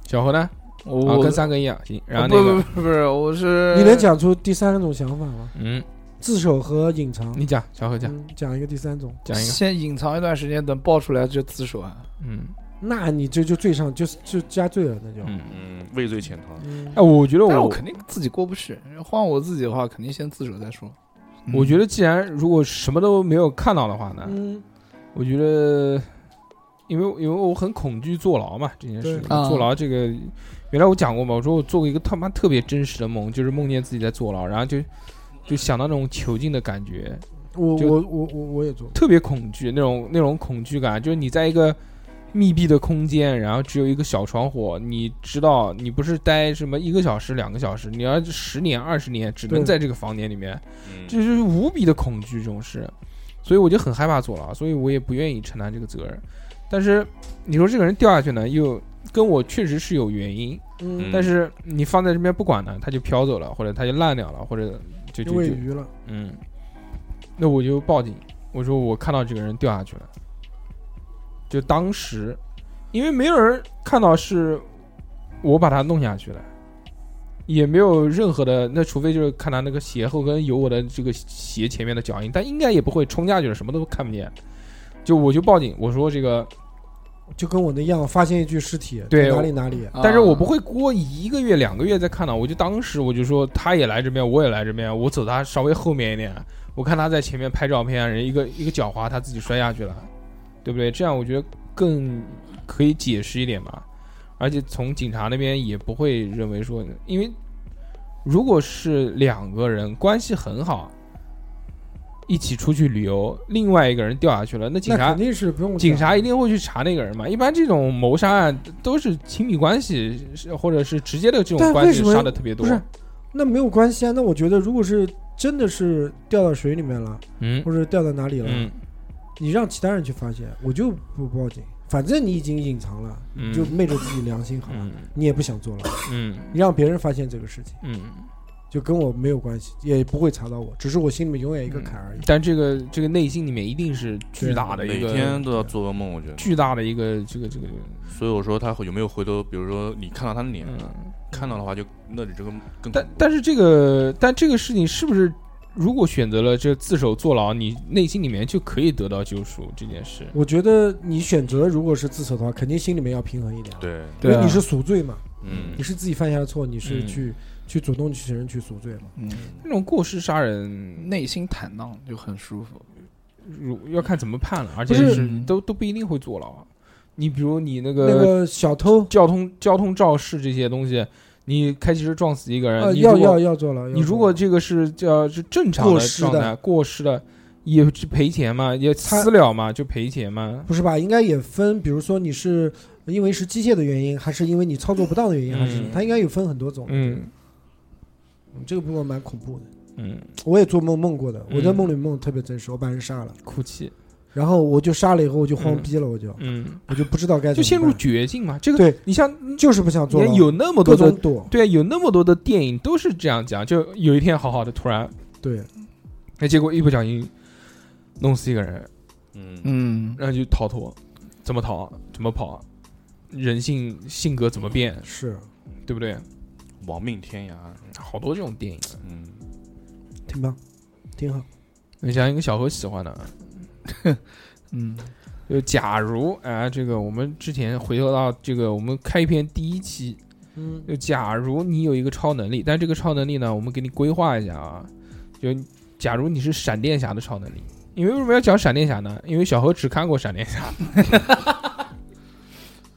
Speaker 5: 小何呢？啊，
Speaker 3: 我啊
Speaker 5: 跟三哥一样，行。然后那
Speaker 3: 不
Speaker 5: 个，
Speaker 3: 不不不是，我是
Speaker 4: 你能讲出第三种想法吗？
Speaker 5: 嗯，
Speaker 4: 自首和隐藏。
Speaker 5: 你讲，小何讲
Speaker 4: 嗯讲一个第三种，
Speaker 5: 讲一个，
Speaker 3: 先隐藏一段时间，等爆出来就自首啊。
Speaker 5: 嗯
Speaker 4: 那你这就罪上就是就加罪了，那就。
Speaker 5: 嗯。
Speaker 2: 嗯，畏罪潜逃。
Speaker 4: 嗯
Speaker 5: 哎，我觉得
Speaker 3: 但是我
Speaker 5: 我，
Speaker 3: 肯定自己过不去，换我自己的话，肯定先自首再说。嗯
Speaker 5: 我觉得既然如果什么都没有看到的话呢，
Speaker 4: 嗯
Speaker 5: 我觉得，因为因为我很恐惧坐牢嘛这件事情，
Speaker 3: 对啊
Speaker 5: 坐牢这个，原来我讲过嘛，我说我做过一个他妈特别真实的梦，就是梦见自己在坐牢，然后就就想到那种囚禁的感觉，
Speaker 4: 我
Speaker 5: 就
Speaker 4: 我我我我也做过，
Speaker 5: 特别恐惧，那种那种恐惧感，就是你在一个密闭的空间，然后只有一个小窗户，你知道你不是待什么一个小时、两个小时，你要十年、二十年只能
Speaker 4: 对
Speaker 5: 在这个房间里面，
Speaker 2: 嗯，
Speaker 5: 这就是无比的恐惧这种事，所以我就很害怕坐牢，所以我也不愿意承担这个责任。但是你说这个人掉下去呢，又跟我确实是有原因，
Speaker 4: 嗯，
Speaker 2: 嗯
Speaker 5: 但是你放在这边不管呢，他就飘走了，或者他就烂掉了，或者就
Speaker 4: 就
Speaker 5: 就
Speaker 4: 喂
Speaker 5: 就
Speaker 4: 鱼了，
Speaker 5: 嗯，那我就报警，我说我看到这个人掉下去了，就当时因为没有人看到是我把他弄下去的，也没有任何的，那除非就是看他那个鞋后跟有我的这个鞋前面的脚印，但应该也不会冲下去了，什么都看不见。就我就报警，我说这个，
Speaker 4: 就跟我那样，发现一具尸体，
Speaker 5: 对
Speaker 4: 在哪里
Speaker 5: 我
Speaker 4: 哪里，
Speaker 5: 但是我不
Speaker 3: 啊
Speaker 5: 会过一个月两个月再看到，我就当时我就说他也来这边，我也来这边，我走他稍微后面一点，我看他在前面拍照片，啊人一个一个脚滑，他自己摔下去了，对不对？这样我觉得更可以解释一点吧。而且从警察那边也不会认为说，因为如果是两个人关系很好，一起出去旅游，另外一个人掉下去了，那警
Speaker 4: 那
Speaker 5: 察
Speaker 4: 肯定是不用
Speaker 5: 警察一定会去查那个人嘛。一般这种谋杀案都是亲密关系是或者是直接的这种
Speaker 4: 但
Speaker 5: 关
Speaker 4: 为
Speaker 5: 系
Speaker 4: 什么
Speaker 5: 杀的特别多
Speaker 4: 不。是，那没有关系啊。那我觉得，如果是真的是掉到水里面了，
Speaker 5: 嗯
Speaker 4: 或者掉到哪里了，
Speaker 5: 嗯
Speaker 4: 你让其他人去发现，我就不报警。反正你已经隐藏了，
Speaker 5: 嗯
Speaker 4: 你就昧着自己良心好了，你也不想做了，
Speaker 5: 嗯
Speaker 4: 你让别人发现这个事情，
Speaker 5: 嗯，
Speaker 4: 就跟我没有关系，也不会查到我，只是我心里面永远一
Speaker 5: 嗯
Speaker 4: 个坎而已。
Speaker 5: 但这个这个内心里面一定是巨大的一
Speaker 2: 每
Speaker 5: 个
Speaker 2: 天都要做噩梦，我觉得。
Speaker 5: 巨大的一个这个这个
Speaker 2: 所以我说他有没有回头，比如说你看到他的脸，看到的话就那你这个更
Speaker 5: 嗯但但是这个，但这个事情是不是，如果选择了这自首坐牢，你内心里面就可以得到救赎这件事？
Speaker 4: 我觉得你选择如果是自首的话，肯定心里面要平衡一点啊，
Speaker 2: 对
Speaker 4: 因
Speaker 5: 对
Speaker 4: 为
Speaker 5: 啊
Speaker 4: 你是赎罪嘛，
Speaker 2: 嗯
Speaker 4: 你是自己犯下的错，你是
Speaker 5: 嗯
Speaker 4: 去去主动去人去赎罪嘛，
Speaker 3: 嗯，
Speaker 5: 那种过失杀人，
Speaker 3: 内心坦荡就很舒服。
Speaker 5: 如要看怎么判了，而
Speaker 4: 不
Speaker 5: 且
Speaker 4: 是
Speaker 5: 是都都不一定会坐牢啊。你比如你那
Speaker 4: 那
Speaker 5: 个
Speaker 4: 个小偷
Speaker 5: 交通交通肇事这些东西，你开汽车撞死一个人，
Speaker 4: 呃
Speaker 5: 你
Speaker 4: 要
Speaker 5: 如果
Speaker 4: 要要坐牢，要
Speaker 5: 你如
Speaker 4: 坐
Speaker 5: 果
Speaker 4: 牢
Speaker 5: 这个是叫是正常
Speaker 4: 过
Speaker 5: 的
Speaker 4: 失
Speaker 5: 状
Speaker 4: 的
Speaker 5: 态，过失的也是赔钱嘛，也私了嘛，就赔钱嘛。
Speaker 4: 不是吧？应该也分，比如说你是因为是机械的原因，还是因为你操作不当的原因，还是
Speaker 5: 嗯
Speaker 4: 它应该有分很多种。
Speaker 5: 嗯
Speaker 4: 嗯，这个部分蛮恐怖的，
Speaker 5: 嗯，
Speaker 4: 我也做梦梦过的，我在
Speaker 5: 嗯
Speaker 4: 梦里梦特别真实，我把人杀了，
Speaker 5: 哭泣，
Speaker 4: 然后我就杀了以后我就慌逼了，我就
Speaker 5: 嗯。
Speaker 4: 我就不知道该
Speaker 5: 就
Speaker 4: 怎
Speaker 5: 陷
Speaker 4: 么
Speaker 5: 入
Speaker 4: 办，
Speaker 5: 绝境嘛。这个
Speaker 4: 对，
Speaker 5: 你像
Speaker 4: 就是不想
Speaker 5: 你
Speaker 4: 做
Speaker 5: 看
Speaker 4: 了，
Speaker 5: 有那么
Speaker 4: 各
Speaker 5: 多
Speaker 4: 种
Speaker 5: 的
Speaker 4: 躲，
Speaker 5: 对啊，有那么多的电影都是这样讲，就有一天好好的，突然
Speaker 4: 对，
Speaker 5: 哎，结果一不小心弄死一个人，
Speaker 2: 嗯
Speaker 3: 嗯，
Speaker 5: 然后就逃脱，怎么逃？怎么跑？人性性格怎么变？
Speaker 4: 是
Speaker 5: 对不对？
Speaker 2: 亡命天涯，
Speaker 5: 好多这种电影，啊
Speaker 2: 嗯，
Speaker 4: 挺棒，挺好。
Speaker 5: 你想一个小何喜 (laughs) 欢的啊，
Speaker 3: 嗯，
Speaker 5: 就假如啊、这个我们之前回头到这个我们开篇第一期
Speaker 4: 嗯，
Speaker 5: 就假如你有一个超能力，但这个超能力呢，我们给你规划一下啊。就假如你是闪电侠的超能力，因为为什么要讲闪电侠呢？因为小何只看过闪电 (laughs) 侠。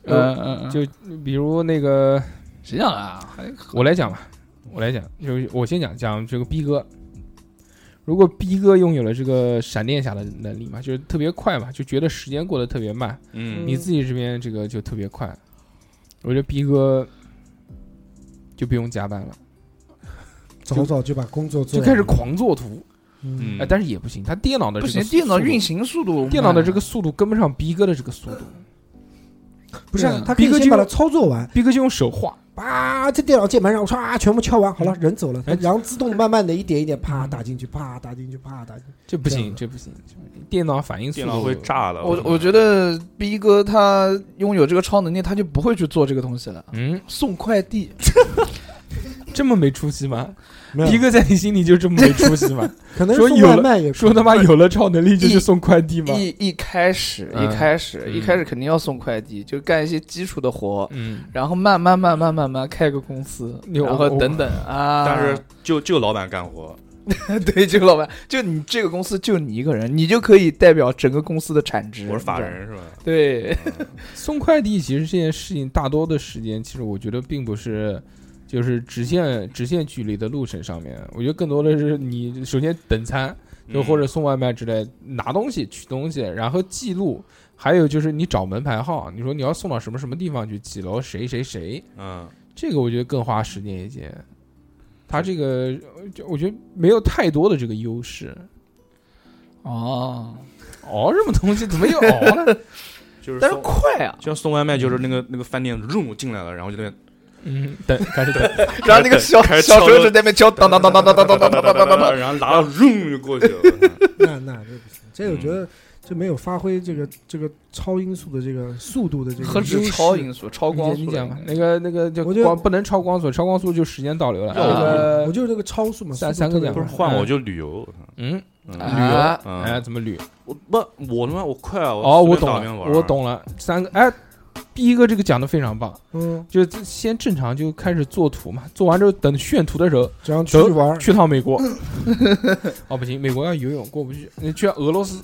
Speaker 3: 呃
Speaker 5: 呃，
Speaker 3: 呃，
Speaker 5: 就比如那个，
Speaker 3: 谁讲的啊？还
Speaker 5: 我来讲吧，我来讲，就是我先讲讲这个逼哥。如果逼哥拥有了这个闪电侠的能力嘛，就是特别快嘛，就觉得时间过得特别慢，
Speaker 2: 嗯
Speaker 5: 你自己这边这个就特别快。我觉得逼哥就不用加班了。
Speaker 4: 早早就把工作做
Speaker 5: 就
Speaker 4: 完，
Speaker 5: 开始狂做图，
Speaker 4: 嗯，
Speaker 5: 哎、
Speaker 2: 嗯，
Speaker 5: 但是也不行，他电脑的
Speaker 3: 不
Speaker 5: 这个
Speaker 3: 行，电脑
Speaker 5: 速度
Speaker 3: 运行速度慢，
Speaker 5: 电脑的这个速度跟不上逼哥的这个速度，
Speaker 4: 不是啊
Speaker 5: 对啊
Speaker 4: 他可以
Speaker 5: 逼哥
Speaker 4: 先把
Speaker 5: 就
Speaker 4: 它操作完，
Speaker 5: 逼哥就用手画，
Speaker 4: 啪，这电脑键盘上唰全部敲完，好了，人走了，它
Speaker 5: 哎嗯
Speaker 4: 然后自动慢慢的一点一点啪打进去，啪打进去，啪打进去。
Speaker 5: 这不
Speaker 4: 这样
Speaker 3: 啊
Speaker 5: 行，
Speaker 4: 的
Speaker 5: 这不行，这不行电脑反应速
Speaker 2: 电
Speaker 5: 度
Speaker 2: 脑会。炸的，
Speaker 3: 我我觉得逼哥他拥有这个超能力，他就不会去做这个东西了。
Speaker 5: 嗯，
Speaker 3: 送快递，
Speaker 5: 这么没出息吗？
Speaker 4: 没有
Speaker 5: 逼哥在你心里就这么没出息吗？
Speaker 4: 可能
Speaker 5: 说
Speaker 4: 送
Speaker 5: 有
Speaker 4: 外
Speaker 5: 了
Speaker 4: 卖也可以
Speaker 5: 说他妈有了超能力就去
Speaker 3: 一
Speaker 5: 送快递吗？
Speaker 3: 一一开始，
Speaker 5: 嗯
Speaker 3: 一开始，
Speaker 5: 嗯
Speaker 3: 一开始肯定要送快递，就干一些基础的活，
Speaker 5: 嗯，
Speaker 3: 然后慢慢慢慢慢慢开个公司，
Speaker 5: 你
Speaker 3: 然后
Speaker 5: 我
Speaker 3: 等等啊。
Speaker 2: 但是就就老板干活，
Speaker 3: 对这个老板，就你这个公司就你一个人，你就可以代表整个公司的产值。
Speaker 2: 我是法
Speaker 3: 你知道吗，
Speaker 2: 人是吧？
Speaker 3: 对，
Speaker 5: 送快递其实这件事情大多的时间，其实我觉得并不是。就是直线直线距离的路程上面，我觉得更多的是你首先等餐， (laughs) 就或者送外卖之类，拿东西取东西，然后记录，还有就是你找门牌号，你说你要送到什么什么地方去，几楼谁谁谁，
Speaker 2: 嗯，
Speaker 5: 这个我觉得更花时间一些。他这个，呃就我觉得没有太多的这个优势。
Speaker 3: 哦，
Speaker 5: 熬什么东西？怎 (laughs) 么又熬了？
Speaker 2: 就是
Speaker 3: 但是
Speaker 2: 送
Speaker 3: 快啊，
Speaker 2: 就像送外卖，就是那个那个饭店入进来了，然后就在
Speaker 5: 嗯，等开始 (laughs) 等，
Speaker 3: 然后那个小
Speaker 2: 开始敲
Speaker 3: 小手指在那边敲，当当当当当当当当当当当当，
Speaker 2: 然后拿到入就过去了，
Speaker 3: 嗯
Speaker 4: 那那这不行，这我觉
Speaker 5: 嗯
Speaker 4: 得就没有发挥这个这个超音速的这个速度的这个
Speaker 3: 何止
Speaker 4: 优势
Speaker 3: 超音速，超光速
Speaker 5: 你讲吧。
Speaker 3: 了
Speaker 5: 那个那个就
Speaker 4: 我觉得
Speaker 5: 光不能超光速，超光速就时间倒流了。啊
Speaker 2: 要
Speaker 3: 啊
Speaker 5: 那
Speaker 4: 啊我
Speaker 5: 个
Speaker 4: 就是那个超速嘛，
Speaker 5: 三
Speaker 4: 速度特别
Speaker 5: 三个
Speaker 2: 不
Speaker 5: 两
Speaker 2: 是
Speaker 4: 快
Speaker 2: (laughs)
Speaker 5: 个
Speaker 2: 换我就旅游，
Speaker 5: 嗯，
Speaker 2: 嗯，
Speaker 5: 旅游
Speaker 3: 啊，
Speaker 5: 哎，
Speaker 2: 嗯，
Speaker 5: 怎么捋？
Speaker 2: 我不我他妈我快啊，
Speaker 5: 哦，
Speaker 2: 随
Speaker 5: 我
Speaker 2: 便
Speaker 5: 懂
Speaker 2: 打边
Speaker 5: 了，
Speaker 2: 玩
Speaker 5: 我，懂了。三个，哎，第一个这个讲的非常棒。
Speaker 4: 嗯，
Speaker 5: 就先正常就开始做图嘛，做完之后等炫图的时候
Speaker 4: 然后出去玩儿，
Speaker 5: (laughs) 去趟美国，哦不行，美国要游泳过不去，你去俄罗斯，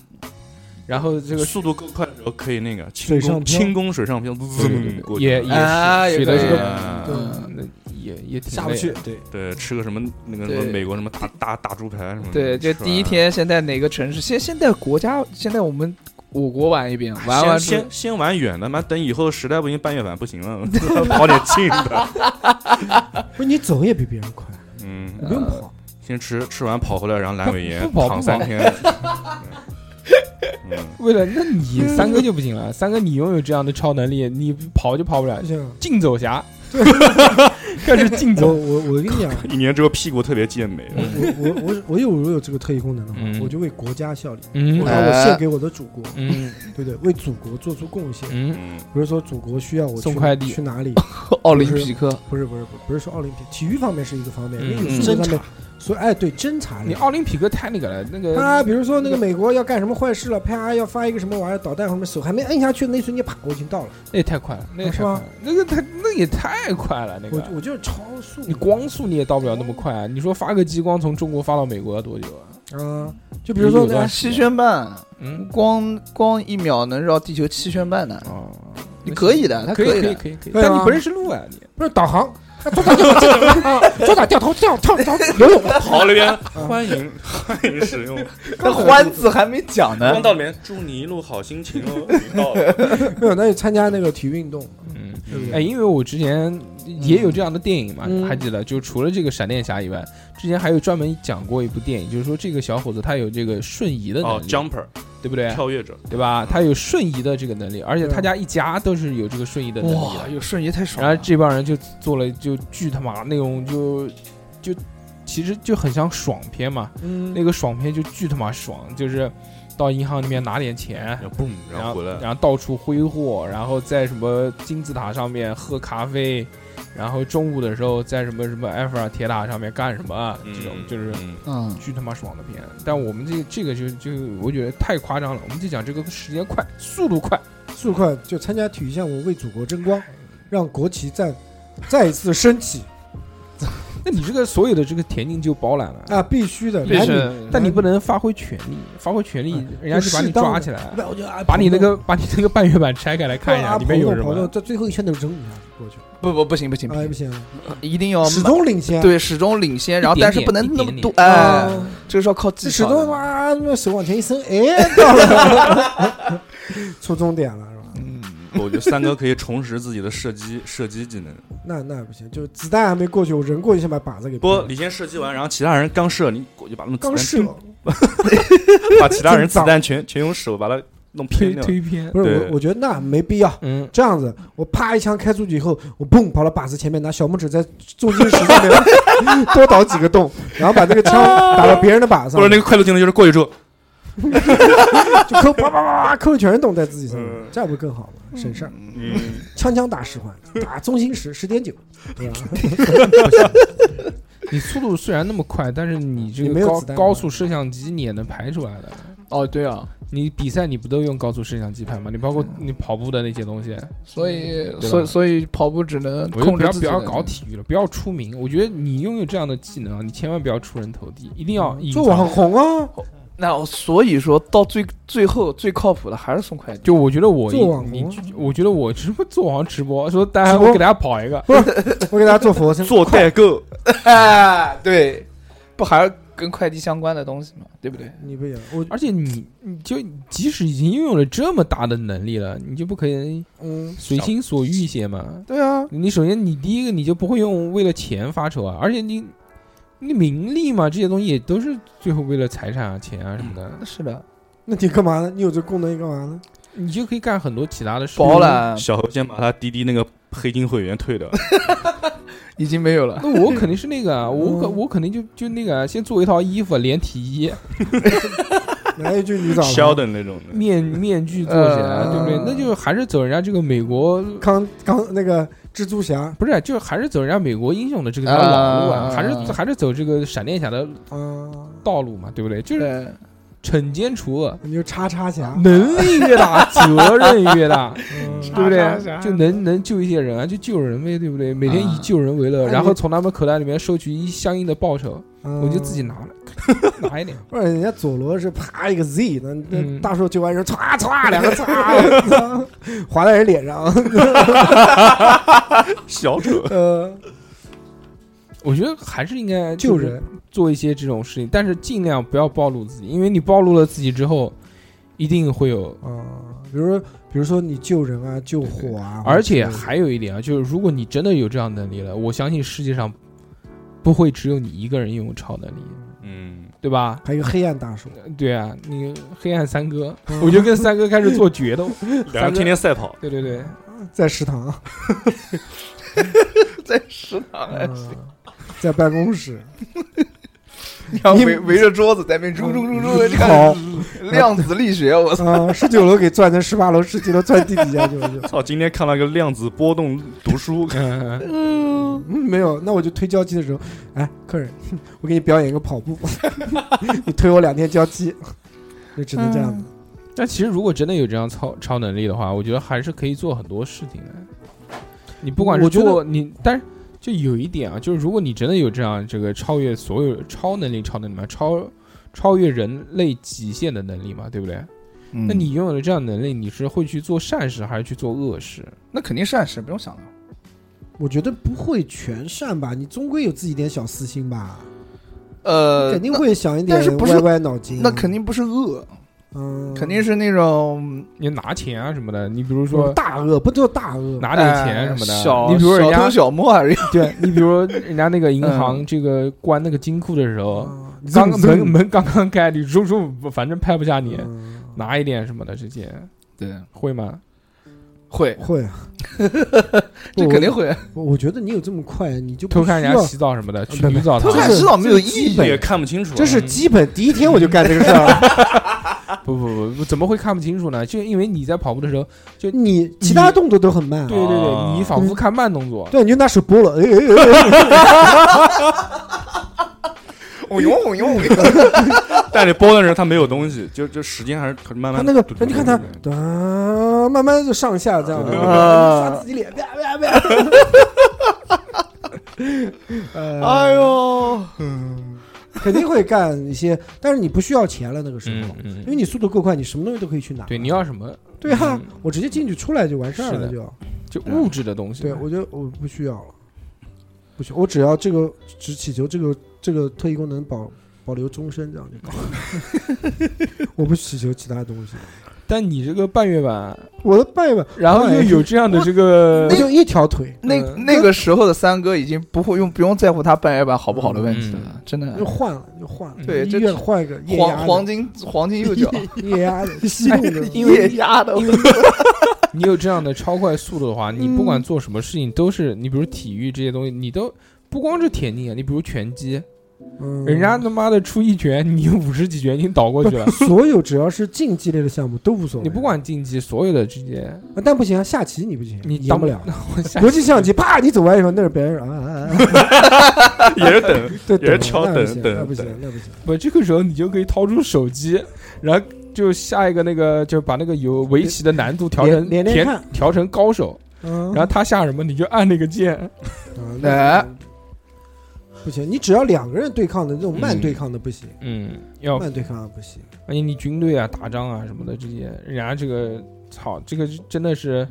Speaker 5: 然后这个
Speaker 2: 速度够快的时候可以那个轻
Speaker 5: 水上
Speaker 2: 功
Speaker 5: 漂
Speaker 2: 轻功水上漂，滋过去
Speaker 5: 也也
Speaker 3: 啊
Speaker 5: 是水
Speaker 3: 也
Speaker 5: 的
Speaker 3: 可
Speaker 5: 这
Speaker 3: 以
Speaker 5: 个
Speaker 2: 啊
Speaker 5: 嗯，那也也挺
Speaker 4: 下不
Speaker 5: 累啊
Speaker 4: 去
Speaker 5: 的，
Speaker 4: 对，
Speaker 2: 对，吃个什么那个什么
Speaker 3: 对
Speaker 2: 美国什么大大大猪排什么的。
Speaker 3: 对，就
Speaker 2: 吃完
Speaker 3: 第一天先在哪个城市，先先在国家，先在我们我国玩一遍， (laughs) 玩完之
Speaker 2: 先
Speaker 3: 后
Speaker 2: 先先玩远的，妈等以后实在不行半月板不行了， (laughs) 跑点近的。
Speaker 4: 不是你走也比别人快，
Speaker 5: (laughs)
Speaker 2: 嗯，
Speaker 4: 你不用跑。
Speaker 2: 先吃吃完跑回来，然后阑尾炎
Speaker 5: 不跑不
Speaker 2: 躺三
Speaker 5: 跑
Speaker 2: 天。嗯，
Speaker 5: 为了那你三哥就不行了， (laughs) 三哥你拥有这样的超能力，你跑就跑不了
Speaker 4: 不，行，
Speaker 5: 竞走 (laughs) 侠，开始竞
Speaker 4: 我
Speaker 5: 走，
Speaker 4: 我我跟你讲，
Speaker 2: 一年之后屁股特别健美。
Speaker 4: 我我我我有我有这个特异功能的
Speaker 5: 嗯
Speaker 4: 话，我就为国家效力，
Speaker 5: (laughs) 嗯
Speaker 4: 我把
Speaker 3: 哎
Speaker 4: 我献给我的祖国，
Speaker 5: 嗯
Speaker 4: 对不对？为祖国做出贡献。
Speaker 5: 嗯， (laughs)
Speaker 2: 嗯，
Speaker 4: 比如说，祖国需要我去
Speaker 5: 送快递
Speaker 4: 去哪里？
Speaker 3: 奥林匹克，
Speaker 4: 不是不是不是不是说奥林匹克，体育方面是一个方面，
Speaker 5: 嗯
Speaker 4: 那个
Speaker 5: 嗯
Speaker 4: 数学方面，所以哎对侦查
Speaker 5: 你
Speaker 4: 类。
Speaker 5: 奥林匹克太那个了，那个
Speaker 4: 啊，比如说那个美国要干什么坏事了，啪要发一个什么玩意儿导弹，或者手还没摁下去，那一瞬间啪我已经到了，
Speaker 5: 那也太快了，那也太
Speaker 4: 是
Speaker 5: 快
Speaker 4: 吗
Speaker 5: 了，那个太那也太快了，那
Speaker 4: 我
Speaker 5: 个
Speaker 4: 我就是超速。
Speaker 5: 哎你光速你也到不了那么快啊！你说发个激光从中国发到美国要多久啊？
Speaker 4: 啊，就比如说
Speaker 5: 有段
Speaker 4: 呢，
Speaker 5: 时
Speaker 3: 七
Speaker 5: 间
Speaker 3: 圈半，
Speaker 5: 嗯，
Speaker 3: 光光一秒能绕地球七圈半 (laughs) 呢，
Speaker 2: 啊
Speaker 5: 哦，
Speaker 3: 你可以的，他
Speaker 5: 可以
Speaker 3: 以
Speaker 5: 可以
Speaker 3: 的，
Speaker 5: 可以可以，
Speaker 4: 对啊
Speaker 5: 但你不认识路啊你。
Speaker 4: 不是导航， (laughs) 啊左打左打掉头掉啊跳跳游泳，
Speaker 2: 跑里
Speaker 5: (laughs)
Speaker 2: 边欢迎欢迎使用，
Speaker 5: 嗯
Speaker 3: 那欢字还没讲呢
Speaker 2: 光，到里面祝你一路好心情
Speaker 5: (laughs)
Speaker 2: 哦。你到了。
Speaker 4: 没有，那就参加那个体育运动，
Speaker 5: 嗯，
Speaker 4: 对不
Speaker 5: 哎，
Speaker 4: 对？
Speaker 5: 因为我之前也有这样的电影嘛，
Speaker 4: 嗯
Speaker 5: 还记得？就除了这个闪电侠以外，之前还有专门讲过一部电影，就是说这个小伙子他有这个瞬移的能
Speaker 2: 哦
Speaker 5: 力，
Speaker 2: ，jumper
Speaker 5: 对不对？啊
Speaker 2: 跳跃者，
Speaker 5: 对吧？他有瞬移的这个能力，而且
Speaker 4: 对啊
Speaker 5: 他家一家都是有这个瞬移的能力
Speaker 3: 哇，
Speaker 5: 的。
Speaker 3: 有瞬移太爽
Speaker 5: 然
Speaker 3: 了，
Speaker 5: 后这帮人就做了，就巨他妈那种就就其实就很像爽片嘛，
Speaker 4: 嗯
Speaker 5: 那个爽片就巨他妈爽，就是到银行里面拿点钱，
Speaker 2: 然后嘣，然
Speaker 5: 然
Speaker 2: 后
Speaker 5: 后
Speaker 2: 回来。
Speaker 5: 然后到处挥霍，然后在什么金字塔上面喝咖啡，然后中午的时候在什么什么埃菲尔铁塔上面干什么，啊这种
Speaker 2: 嗯
Speaker 5: 就是
Speaker 2: 嗯
Speaker 3: 嗯，
Speaker 5: 巨他妈爽的片。但我们这这个就就我觉得太夸张了，我们就讲这个时间快，速度快，
Speaker 4: 速度快就参加体育项目为祖国争光，让国旗再再一次升起
Speaker 5: 那你这个所有的这个田径就包揽了。
Speaker 4: 啊，必须的，
Speaker 3: 必
Speaker 4: 男
Speaker 3: 须
Speaker 4: 女。
Speaker 3: 的，
Speaker 5: 但你不能发挥全力，发挥全力，
Speaker 4: 啊
Speaker 5: 人家就把你抓起来，
Speaker 4: 不然我就啊
Speaker 5: 把你那
Speaker 4: 跑动
Speaker 5: 个把你那个半月板拆开来看一
Speaker 4: 啊
Speaker 5: 下，里面有
Speaker 4: 跑
Speaker 5: 什
Speaker 4: 动跑动
Speaker 5: 么。
Speaker 4: 在最后一圈都扔一下过去，
Speaker 3: 不不不行不行不
Speaker 4: 哎
Speaker 3: 行
Speaker 4: 不，行，
Speaker 3: 一定要
Speaker 4: 始终领先。
Speaker 3: 哦对始终领先，然后
Speaker 5: 一点
Speaker 3: 但是
Speaker 5: 点
Speaker 3: 不能
Speaker 5: 一
Speaker 3: 那
Speaker 5: 点
Speaker 3: 么
Speaker 5: 点
Speaker 3: 多，
Speaker 4: 啊
Speaker 3: 哎，，这个是要靠技
Speaker 4: 这始
Speaker 3: 巧
Speaker 4: 终
Speaker 3: 的。
Speaker 4: 哇，那手往前一伸，哎，到了， (laughs) 出终点了是吧？
Speaker 2: 我觉得三哥可以重拾自己的射击 (laughs) 射击技能。
Speaker 4: 那那不行，就是子弹还没过去，我人过去先把靶子给
Speaker 2: 不，
Speaker 4: 毙了
Speaker 2: 你先射击完，然后其他人刚射，你过去把他们子弹
Speaker 4: 刚射，
Speaker 2: (laughs) 把其他人子弹全全用手把它弄偏
Speaker 5: 推
Speaker 2: 掉。
Speaker 5: 推偏，
Speaker 4: 不是
Speaker 2: 对
Speaker 4: 我，我觉得那没必要。
Speaker 5: 嗯，
Speaker 4: 这样子，我啪一枪开出去以后，我砰跑到靶子前面，拿小拇指在中间石上面 (laughs) 多倒几个洞，然后把这个枪打到别人的靶上，
Speaker 2: 或者那个快速技能就是过去之后，
Speaker 4: 就扣啪啪啪啪扣一全是洞在自己上面，这样不更好吗？省事儿，
Speaker 2: 嗯，
Speaker 4: 枪枪打
Speaker 5: (laughs)
Speaker 4: 十环，打中心十十点九，
Speaker 5: 哎
Speaker 4: 对 (laughs) 吧？
Speaker 5: 你速度虽然那么快，但是你这
Speaker 4: 你没
Speaker 5: 个
Speaker 4: 有
Speaker 5: 高
Speaker 4: 子弹
Speaker 5: 高
Speaker 4: 吗
Speaker 5: 速摄像机你也能拍出来的。
Speaker 3: 哦，对啊，
Speaker 5: 你比赛你不都用高速摄像机拍吗？你包
Speaker 4: 啊
Speaker 5: 括你跑步的那些东西，
Speaker 3: 所以
Speaker 5: 吧
Speaker 3: 所以所以跑步只能
Speaker 5: 我就
Speaker 3: 控
Speaker 5: 不
Speaker 3: 制
Speaker 5: 要
Speaker 3: 自
Speaker 5: 不
Speaker 3: 己
Speaker 5: 要
Speaker 3: 的
Speaker 5: 搞体育了，不要出名。我觉得你拥有这样的技能啊，你千万不要出人头地，一定要隐
Speaker 4: 嗯做网
Speaker 5: 藏。
Speaker 4: 红
Speaker 5: (laughs)
Speaker 4: 啊，
Speaker 3: 那我所以说到最最后最靠谱的还是送
Speaker 5: (laughs)
Speaker 3: 快递，
Speaker 5: 就我觉得我
Speaker 4: 做网
Speaker 5: 你
Speaker 4: 红，
Speaker 5: 我觉得我直播做网直播，说大家
Speaker 4: 直播
Speaker 5: 我给大家跑一个，
Speaker 4: 我给大家做俯卧撑，
Speaker 2: 做代购，
Speaker 3: 哎，对，不还是跟快递相关的东西嘛，对不对？
Speaker 4: 你不也我
Speaker 5: 而且你你就即使已经拥有了这么大的能力了，你就不可以
Speaker 4: 嗯
Speaker 5: 随心所欲一些嘛？
Speaker 3: 对啊，
Speaker 5: 你首先你第一个你就不会用为了钱发愁啊，而且你你名利嘛，这些东西也都是最后为了财产啊、钱啊什么的，
Speaker 3: 是的，，
Speaker 4: 那你干嘛呢？你有这功能你干嘛
Speaker 5: (laughs)
Speaker 4: 呢？
Speaker 5: 你就可以干很多其他的事。
Speaker 3: 包揽
Speaker 2: 小何先把他滴滴那个黑金会员退掉。
Speaker 3: 已经没有了。
Speaker 5: 那我肯定是那个啊，我肯
Speaker 4: 嗯
Speaker 5: 我肯定就就那个啊，先做一套衣服，连体衣、
Speaker 4: 来一句你找
Speaker 2: Sheldon 那种的，
Speaker 5: 面面具做起来，
Speaker 3: 呃
Speaker 5: 对不对？那就还是走人家这个美国，
Speaker 4: 刚刚那个蜘蛛侠，
Speaker 5: 不是，就还是走人家美国英雄的这个条老路啊，
Speaker 3: 呃
Speaker 5: 还是还是走这个闪电侠的
Speaker 4: 啊，
Speaker 5: 道路嘛，对不对？就是
Speaker 3: 对，
Speaker 5: 惩奸除恶，
Speaker 4: 你就叉叉
Speaker 5: (laughs)
Speaker 4: 侠，
Speaker 5: 能力越大，责任越 (laughs) 大。
Speaker 4: 嗯
Speaker 5: 对不对？就能能救一些人啊，就救人呗，对不对？每天以
Speaker 3: 啊
Speaker 5: 救人为乐，
Speaker 4: 哎
Speaker 5: 然
Speaker 4: 你
Speaker 5: 后从他们口袋里面收取一相应的报酬。
Speaker 4: 嗯
Speaker 5: 我就自己 (laughs) 拿了，拿一点。
Speaker 4: 不是人家佐罗是啪一个 Z，那那
Speaker 5: 嗯
Speaker 4: 大叔救完人歘歘
Speaker 5: (laughs)
Speaker 4: 两个歘，划在人脸上。 (laughs)
Speaker 2: 小丑，
Speaker 4: 呃，
Speaker 5: 我觉得还是应该
Speaker 4: 救
Speaker 5: 就是
Speaker 4: 人，
Speaker 5: 做一些这种事情，但是尽量不要暴露自己，因为你暴露了自己之后，一定会有。
Speaker 4: 啊，比如说，比如说你救人啊，救火啊，
Speaker 5: 而且还有一点啊，就是如果你真的有这样能力了，我相信世界上不会只有你一个人拥有超能力，
Speaker 2: 嗯，
Speaker 5: 对吧？
Speaker 4: 还有黑暗大叔，
Speaker 5: 对啊，你黑暗三哥，我就跟三哥开始做决斗，
Speaker 2: 两人天天赛跑，
Speaker 5: 对对对，
Speaker 4: 在食堂，
Speaker 3: 在食堂哎，
Speaker 4: 嗯在办公
Speaker 3: (laughs)
Speaker 4: 室，
Speaker 3: 然后围围着桌子在那边冲冲冲冲的看 (laughs)
Speaker 4: 好
Speaker 3: 量子力学，我操！
Speaker 4: 啊，十九楼给钻成十八楼，十七楼钻地底下去了就。
Speaker 2: 操！今天看了个量子波动读书，
Speaker 5: (laughs) 嗯，嗯
Speaker 4: 嗯，没有，那我就推交期的时候，哎，客人， (laughs) 我给你表演一个跑步， (laughs) 你推我两天交期，就只能这样子。
Speaker 5: 但其实如果真的有这样超超能力的话，我觉得还是可以做很多事情的。你不管是
Speaker 4: 我觉得
Speaker 5: 做你，但是就有一点啊，就是如果你真的有这样这个超越所有超能力、超能力嘛，超超越人类极限的能力嘛，对不对？那
Speaker 2: 嗯
Speaker 7: 那
Speaker 5: 你拥有了这样的能力，你是会去做善事还是去做恶事？
Speaker 3: 那肯定善事，不用想了。
Speaker 4: 我觉得不会全善吧，你终归有自己点小私心吧，
Speaker 3: 呃，
Speaker 4: 肯定会想一
Speaker 3: 但是
Speaker 4: 点
Speaker 3: 不是
Speaker 4: 歪歪脑筋。
Speaker 3: 那肯，定不是恶，
Speaker 4: 嗯，
Speaker 3: 肯定是那种
Speaker 5: 你拿钱啊什么的，你比如
Speaker 4: 说
Speaker 5: 说
Speaker 4: 大恶，不做大恶。
Speaker 5: 拿点钱什么
Speaker 3: 哎
Speaker 5: 的，
Speaker 3: 小
Speaker 5: 你比如人
Speaker 3: 小
Speaker 5: 家
Speaker 3: 偷小摸而已。
Speaker 5: (laughs) 对你比如人家那个银行这个关那个金库的时候，
Speaker 4: 嗯
Speaker 5: 刚
Speaker 4: 扔
Speaker 5: 门
Speaker 4: 扔
Speaker 5: 门刚刚开，你叔叔反正拍不下你，
Speaker 4: 嗯
Speaker 5: 拿一点什么的这些
Speaker 3: 对，
Speaker 5: 会吗？
Speaker 3: 会，
Speaker 4: 会啊，
Speaker 3: (laughs) 这
Speaker 4: 我
Speaker 3: 肯
Speaker 5: (laughs)
Speaker 3: 定会。
Speaker 4: 我我觉得你有这么快，你就不
Speaker 5: 偷看
Speaker 4: 需
Speaker 5: 人家
Speaker 4: 要呃
Speaker 5: 洗澡什么的，去
Speaker 4: 不
Speaker 5: 女澡堂
Speaker 3: 偷看洗澡没有意义
Speaker 2: 也看不清楚啊。
Speaker 4: 这是基本，第一天我就干这个事儿了。
Speaker 5: 不不不，怎么会看不清楚呢？就因为你在跑步的时候，
Speaker 4: (laughs) 你其他动作都很慢啊，
Speaker 5: 对对对，你仿佛看慢动作，
Speaker 4: 对，你就拿手拨了，哎哎哎哎，
Speaker 5: 哦
Speaker 3: 我用我用我用，
Speaker 2: 但你播的时候他没有东西，就就时间还是很慢
Speaker 4: 他
Speaker 2: 慢。
Speaker 4: 那个，你看他，哒，慢慢就上下这样，
Speaker 2: 对对
Speaker 4: 啊，刷自己脸，啪啪啪。 (laughs) 呃，
Speaker 3: 哎呦，
Speaker 4: 肯定会干一些，但是你不需要钱了那个时
Speaker 5: 嗯
Speaker 4: 候，
Speaker 5: 嗯
Speaker 4: 因，为你速度够快，你什么东西都可以去拿。
Speaker 5: 对，你要什么
Speaker 4: 对啊
Speaker 5: 嗯，
Speaker 4: 我直接进去出来就完事儿
Speaker 5: 是
Speaker 4: 了，
Speaker 5: 的
Speaker 4: 就。
Speaker 5: 就物质的东西，
Speaker 4: 对，我觉得我不需要了，不需，我只要这个，只祈求这个这个特异功能保保留终身，这样就够了。 (laughs) 我不祈求其他东西，
Speaker 5: 但你这个半月板，
Speaker 4: 我的拜拜，
Speaker 5: 然后又有这样的这个
Speaker 4: 我，就一条腿。
Speaker 3: 那
Speaker 5: 嗯
Speaker 3: 那个时候的三哥已经不会用不用在乎他半月板好不好的问题了
Speaker 5: 嗯，
Speaker 3: 真的
Speaker 4: 又。换了，又换了。
Speaker 3: 对
Speaker 4: 医
Speaker 3: 这
Speaker 4: 院换一个液压
Speaker 3: 黄
Speaker 4: 的
Speaker 3: 黄金黄金
Speaker 4: (laughs)
Speaker 3: 右脚，
Speaker 4: 液压
Speaker 5: (laughs)
Speaker 4: 的吸动的，
Speaker 5: 因为
Speaker 3: 压的，
Speaker 5: 你有这样的超快速度的话，你
Speaker 4: 嗯
Speaker 5: 不管做什么事情都是，你比如体育这些东西，你都不光是田径啊，你比如拳击，
Speaker 4: 嗯
Speaker 5: 人家他妈的出一拳，你五十几拳已经倒过去了
Speaker 4: (laughs) 不。所有只要是竞技类的项目都无所谓。
Speaker 5: 你不管竞技，所有的这些，
Speaker 4: 啊，但不行啊，下棋你不行，
Speaker 5: 你
Speaker 4: 赢
Speaker 5: 当
Speaker 4: 不了。
Speaker 5: (laughs) 我下
Speaker 4: 国际象棋，啪，你走完以后，那是别人啊啊啊，
Speaker 2: (laughs)
Speaker 4: 啊
Speaker 2: 也是等，
Speaker 4: 对，
Speaker 2: 也是
Speaker 4: 等
Speaker 2: 敲
Speaker 4: 那
Speaker 2: 等
Speaker 4: 不行
Speaker 2: 等
Speaker 4: 那不行
Speaker 2: 等，
Speaker 4: 那不行。
Speaker 5: 不，这个时候你就可以掏出手机，然后就下一个那个，就把那个有围棋的难度调成
Speaker 4: 连连连
Speaker 5: 调
Speaker 4: 看
Speaker 5: 调成高手，
Speaker 4: 嗯，
Speaker 5: 然后呃他下什么你就按那个键。
Speaker 4: 啊
Speaker 3: 哎
Speaker 4: 那不行，你只要两个人对抗的这种慢对抗的不行，
Speaker 5: 嗯，要
Speaker 4: 慢对抗的不行。
Speaker 5: 而且你军队啊、打仗啊什么的这些，人家这个操，这个真的是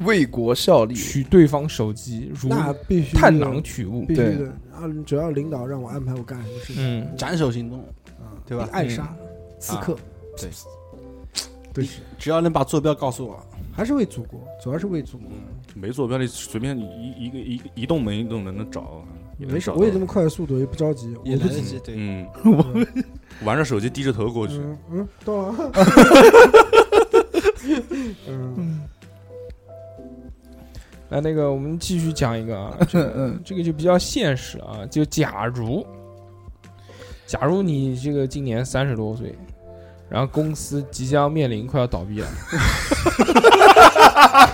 Speaker 3: 为国效力，
Speaker 5: 取对方手机如
Speaker 4: 那必须
Speaker 5: 探囊取物
Speaker 4: 必。须
Speaker 3: 对
Speaker 4: 的啊！只要领导让我安排我干什么事情，
Speaker 5: 嗯，
Speaker 6: (laughs) 斩首行动，
Speaker 4: 啊
Speaker 6: 对吧
Speaker 4: 暗杀刺客，
Speaker 5: 啊
Speaker 6: 对，
Speaker 4: 对，
Speaker 6: 只要能把坐标告诉我，
Speaker 4: 还是为祖国，主要是为祖国。
Speaker 2: 没坐标的随便一一个一个一栋门一栋门的找，也能
Speaker 4: 没事，
Speaker 2: 找到
Speaker 4: 我也这么快速度，也不着急，
Speaker 6: 也
Speaker 4: 我
Speaker 6: 来得
Speaker 4: 不急。
Speaker 6: 及。对，
Speaker 2: 嗯， (laughs) 玩着手机低着头过去，
Speaker 4: 嗯嗯，到
Speaker 5: (laughs)
Speaker 4: 了。嗯，
Speaker 5: 那那个我们继续讲一个啊，
Speaker 3: 嗯嗯，
Speaker 5: 这个就比较现实啊，就假如，假如你这个今年三十多岁，然后公司即将面临快要倒闭了， (laughs)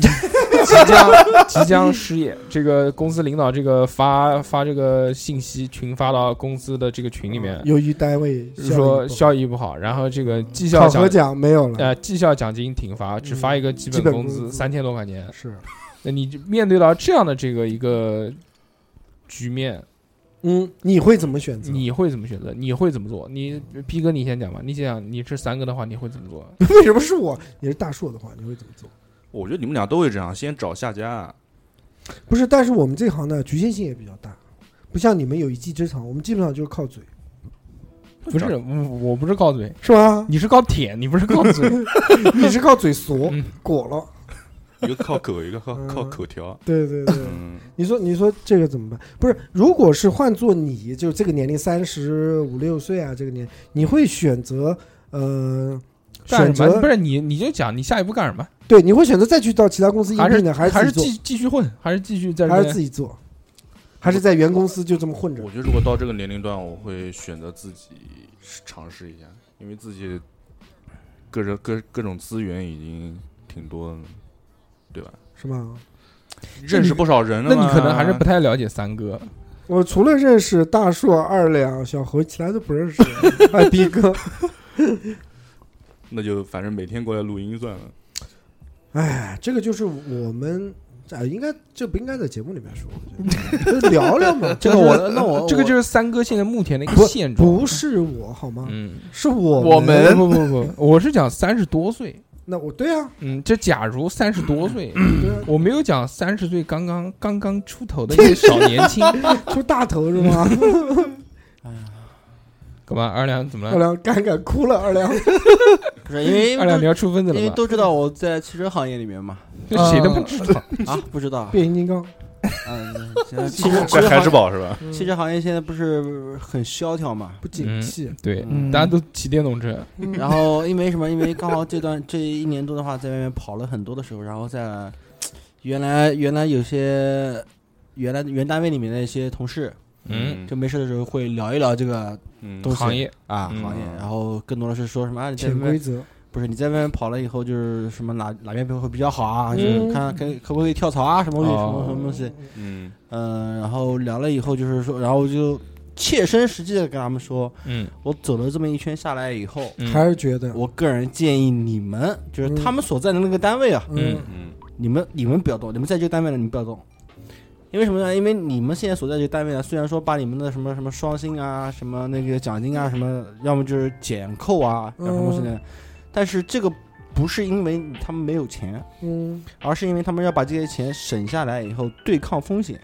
Speaker 5: 即将即将失业，这个公司领导这个发发这个信息群发到公司的这个群里面，
Speaker 4: 由于单位
Speaker 5: 说
Speaker 4: 嗯效
Speaker 5: 效益不好，然后这个绩
Speaker 4: 益不好
Speaker 5: 效
Speaker 4: 考核
Speaker 5: 奖
Speaker 4: 奖没有了，
Speaker 5: 呃绩效奖金停发，只发一个嗯基
Speaker 4: 基本
Speaker 5: 本工
Speaker 4: 工
Speaker 5: 资
Speaker 4: 资
Speaker 5: 三千多块钱。
Speaker 4: 是
Speaker 5: 那你就面对到这样的这个一个局面，
Speaker 4: 嗯，你会怎么选择？
Speaker 5: 你会怎么选择？你会怎么做？你逼哥，你先讲吧。你想，你是三哥的话，你会怎么做？
Speaker 4: (laughs) 为什么是我？你是大硕的话，你会怎么做？
Speaker 2: 我觉得你们俩都会这样，先找下家。
Speaker 4: 不是，但是我们这行呢，局限性也比较大，不像你们有一技之长，我们基本上就是靠嘴，
Speaker 5: (laughs) 不是，我我不是靠嘴，
Speaker 4: 是吧？
Speaker 5: 你是靠舔，你不是靠嘴。
Speaker 4: 你是靠嘴怂
Speaker 5: 嗯
Speaker 4: 裹了。
Speaker 2: 一个靠口，一个靠靠口条。
Speaker 4: 对对对，
Speaker 2: 嗯，
Speaker 4: (laughs) 你说你说这个怎么办？不是，如果是换做你，就这个年龄三十五六岁啊，这个年你会选择呃选
Speaker 5: (laughs) 干什么？不
Speaker 4: 择
Speaker 5: 是你，你就讲你下一步干什么？
Speaker 4: 对，你会选择再去到其他公司应
Speaker 5: 还是
Speaker 4: 聘呢，
Speaker 5: 还
Speaker 4: 还是自己
Speaker 5: 继继续混，还是继续在
Speaker 4: 做？
Speaker 5: 这
Speaker 4: 还
Speaker 5: 边
Speaker 4: 是自己做？还是在原公司就这么混着
Speaker 2: 我？觉得如果到这个年龄段，我会选择自己尝试一下，因为自己各种各各种资源已经挺多了，对吧？
Speaker 4: 是吗？
Speaker 2: 认识不少人了
Speaker 5: 那
Speaker 2: 嘛，
Speaker 5: 你可能还是不太了解三哥。
Speaker 4: 我除了认识大硕、二两、小猴，其他都不认识。哎，逼哥，
Speaker 2: 那就反正每天过来录音算了。
Speaker 4: 哎，这个就是我们啊，应该这不应该在节目里面说，我觉得就聊聊嘛。
Speaker 5: 这
Speaker 6: 个我那我
Speaker 5: 这个就是三哥现在目前的一个现状。
Speaker 4: 不是我好吗？
Speaker 5: 嗯，
Speaker 4: 是我
Speaker 3: 我们
Speaker 5: 不不不，我是讲三十多岁。
Speaker 4: 那我对啊，
Speaker 5: 嗯，就假如三
Speaker 6: (clears throat)
Speaker 5: 十多岁，
Speaker 4: 对啊，
Speaker 5: 我没有讲三十岁刚刚刚刚出头的一个小年
Speaker 6: (laughs)
Speaker 5: 轻，
Speaker 4: 出大头是吗？
Speaker 5: 干嘛？二两怎么
Speaker 4: 二
Speaker 5: 了？
Speaker 4: 两干干哭了，二两
Speaker 6: 不是因为
Speaker 5: 二两你要出分子
Speaker 6: 因为
Speaker 5: 了吧？
Speaker 6: 都知道我在汽车行业里面
Speaker 4: (laughs)
Speaker 6: 嘛，
Speaker 5: 这谁都不知道。
Speaker 6: 啊，不知道，
Speaker 4: 变形金刚，
Speaker 6: 嗯，现
Speaker 5: (laughs)
Speaker 6: 在汽车
Speaker 2: 怪孩之
Speaker 6: 行
Speaker 2: 宝是吧？
Speaker 6: 汽车行业现在不是很萧条嘛，
Speaker 4: 不景气，
Speaker 5: 对，
Speaker 3: 嗯
Speaker 5: 大家都骑电动车。
Speaker 4: 嗯
Speaker 6: 然后因为什么？因为刚好这段这一年多的话，在外面跑了很多的时候，然后在原来原来有些原来原单位里面的一些同事，
Speaker 5: 嗯
Speaker 6: 就没事的时候会聊一聊这个
Speaker 2: 嗯
Speaker 6: 东西
Speaker 5: 行业
Speaker 6: 啊
Speaker 5: 嗯
Speaker 6: 行业，然后更多的是说什么啊你在外
Speaker 4: 潜规
Speaker 6: 面
Speaker 4: 则。
Speaker 6: 不是你在外面跑了以后就是什么哪哪边会比较好啊，就是
Speaker 4: 嗯
Speaker 6: 看可以可不可以跳槽啊，什么东西什么
Speaker 5: 哦
Speaker 6: 什么东西，
Speaker 2: 嗯，
Speaker 6: 嗯，然后聊了以后就是说，然后我就切身实际的跟他们说，
Speaker 5: 嗯，
Speaker 6: 我走了这么一圈下来以后。
Speaker 5: 嗯
Speaker 4: 还是觉得，
Speaker 6: 我个人建议你们，就是他们所在的那个单位啊，
Speaker 4: 嗯，
Speaker 2: 嗯
Speaker 6: 你们你们不要动，你们在这个单位呢，你们不要动。因为什么呢？因为你们现在所在这个单位啊，虽然说把你们的什么什么双薪啊、什么那个奖金啊、什么，要么就是减扣啊，
Speaker 4: 嗯
Speaker 6: 然后什么之类的，但是这个不是因为他们没有钱，
Speaker 4: 嗯
Speaker 6: 而是因为他们要把这些钱省下来以后对抗风险。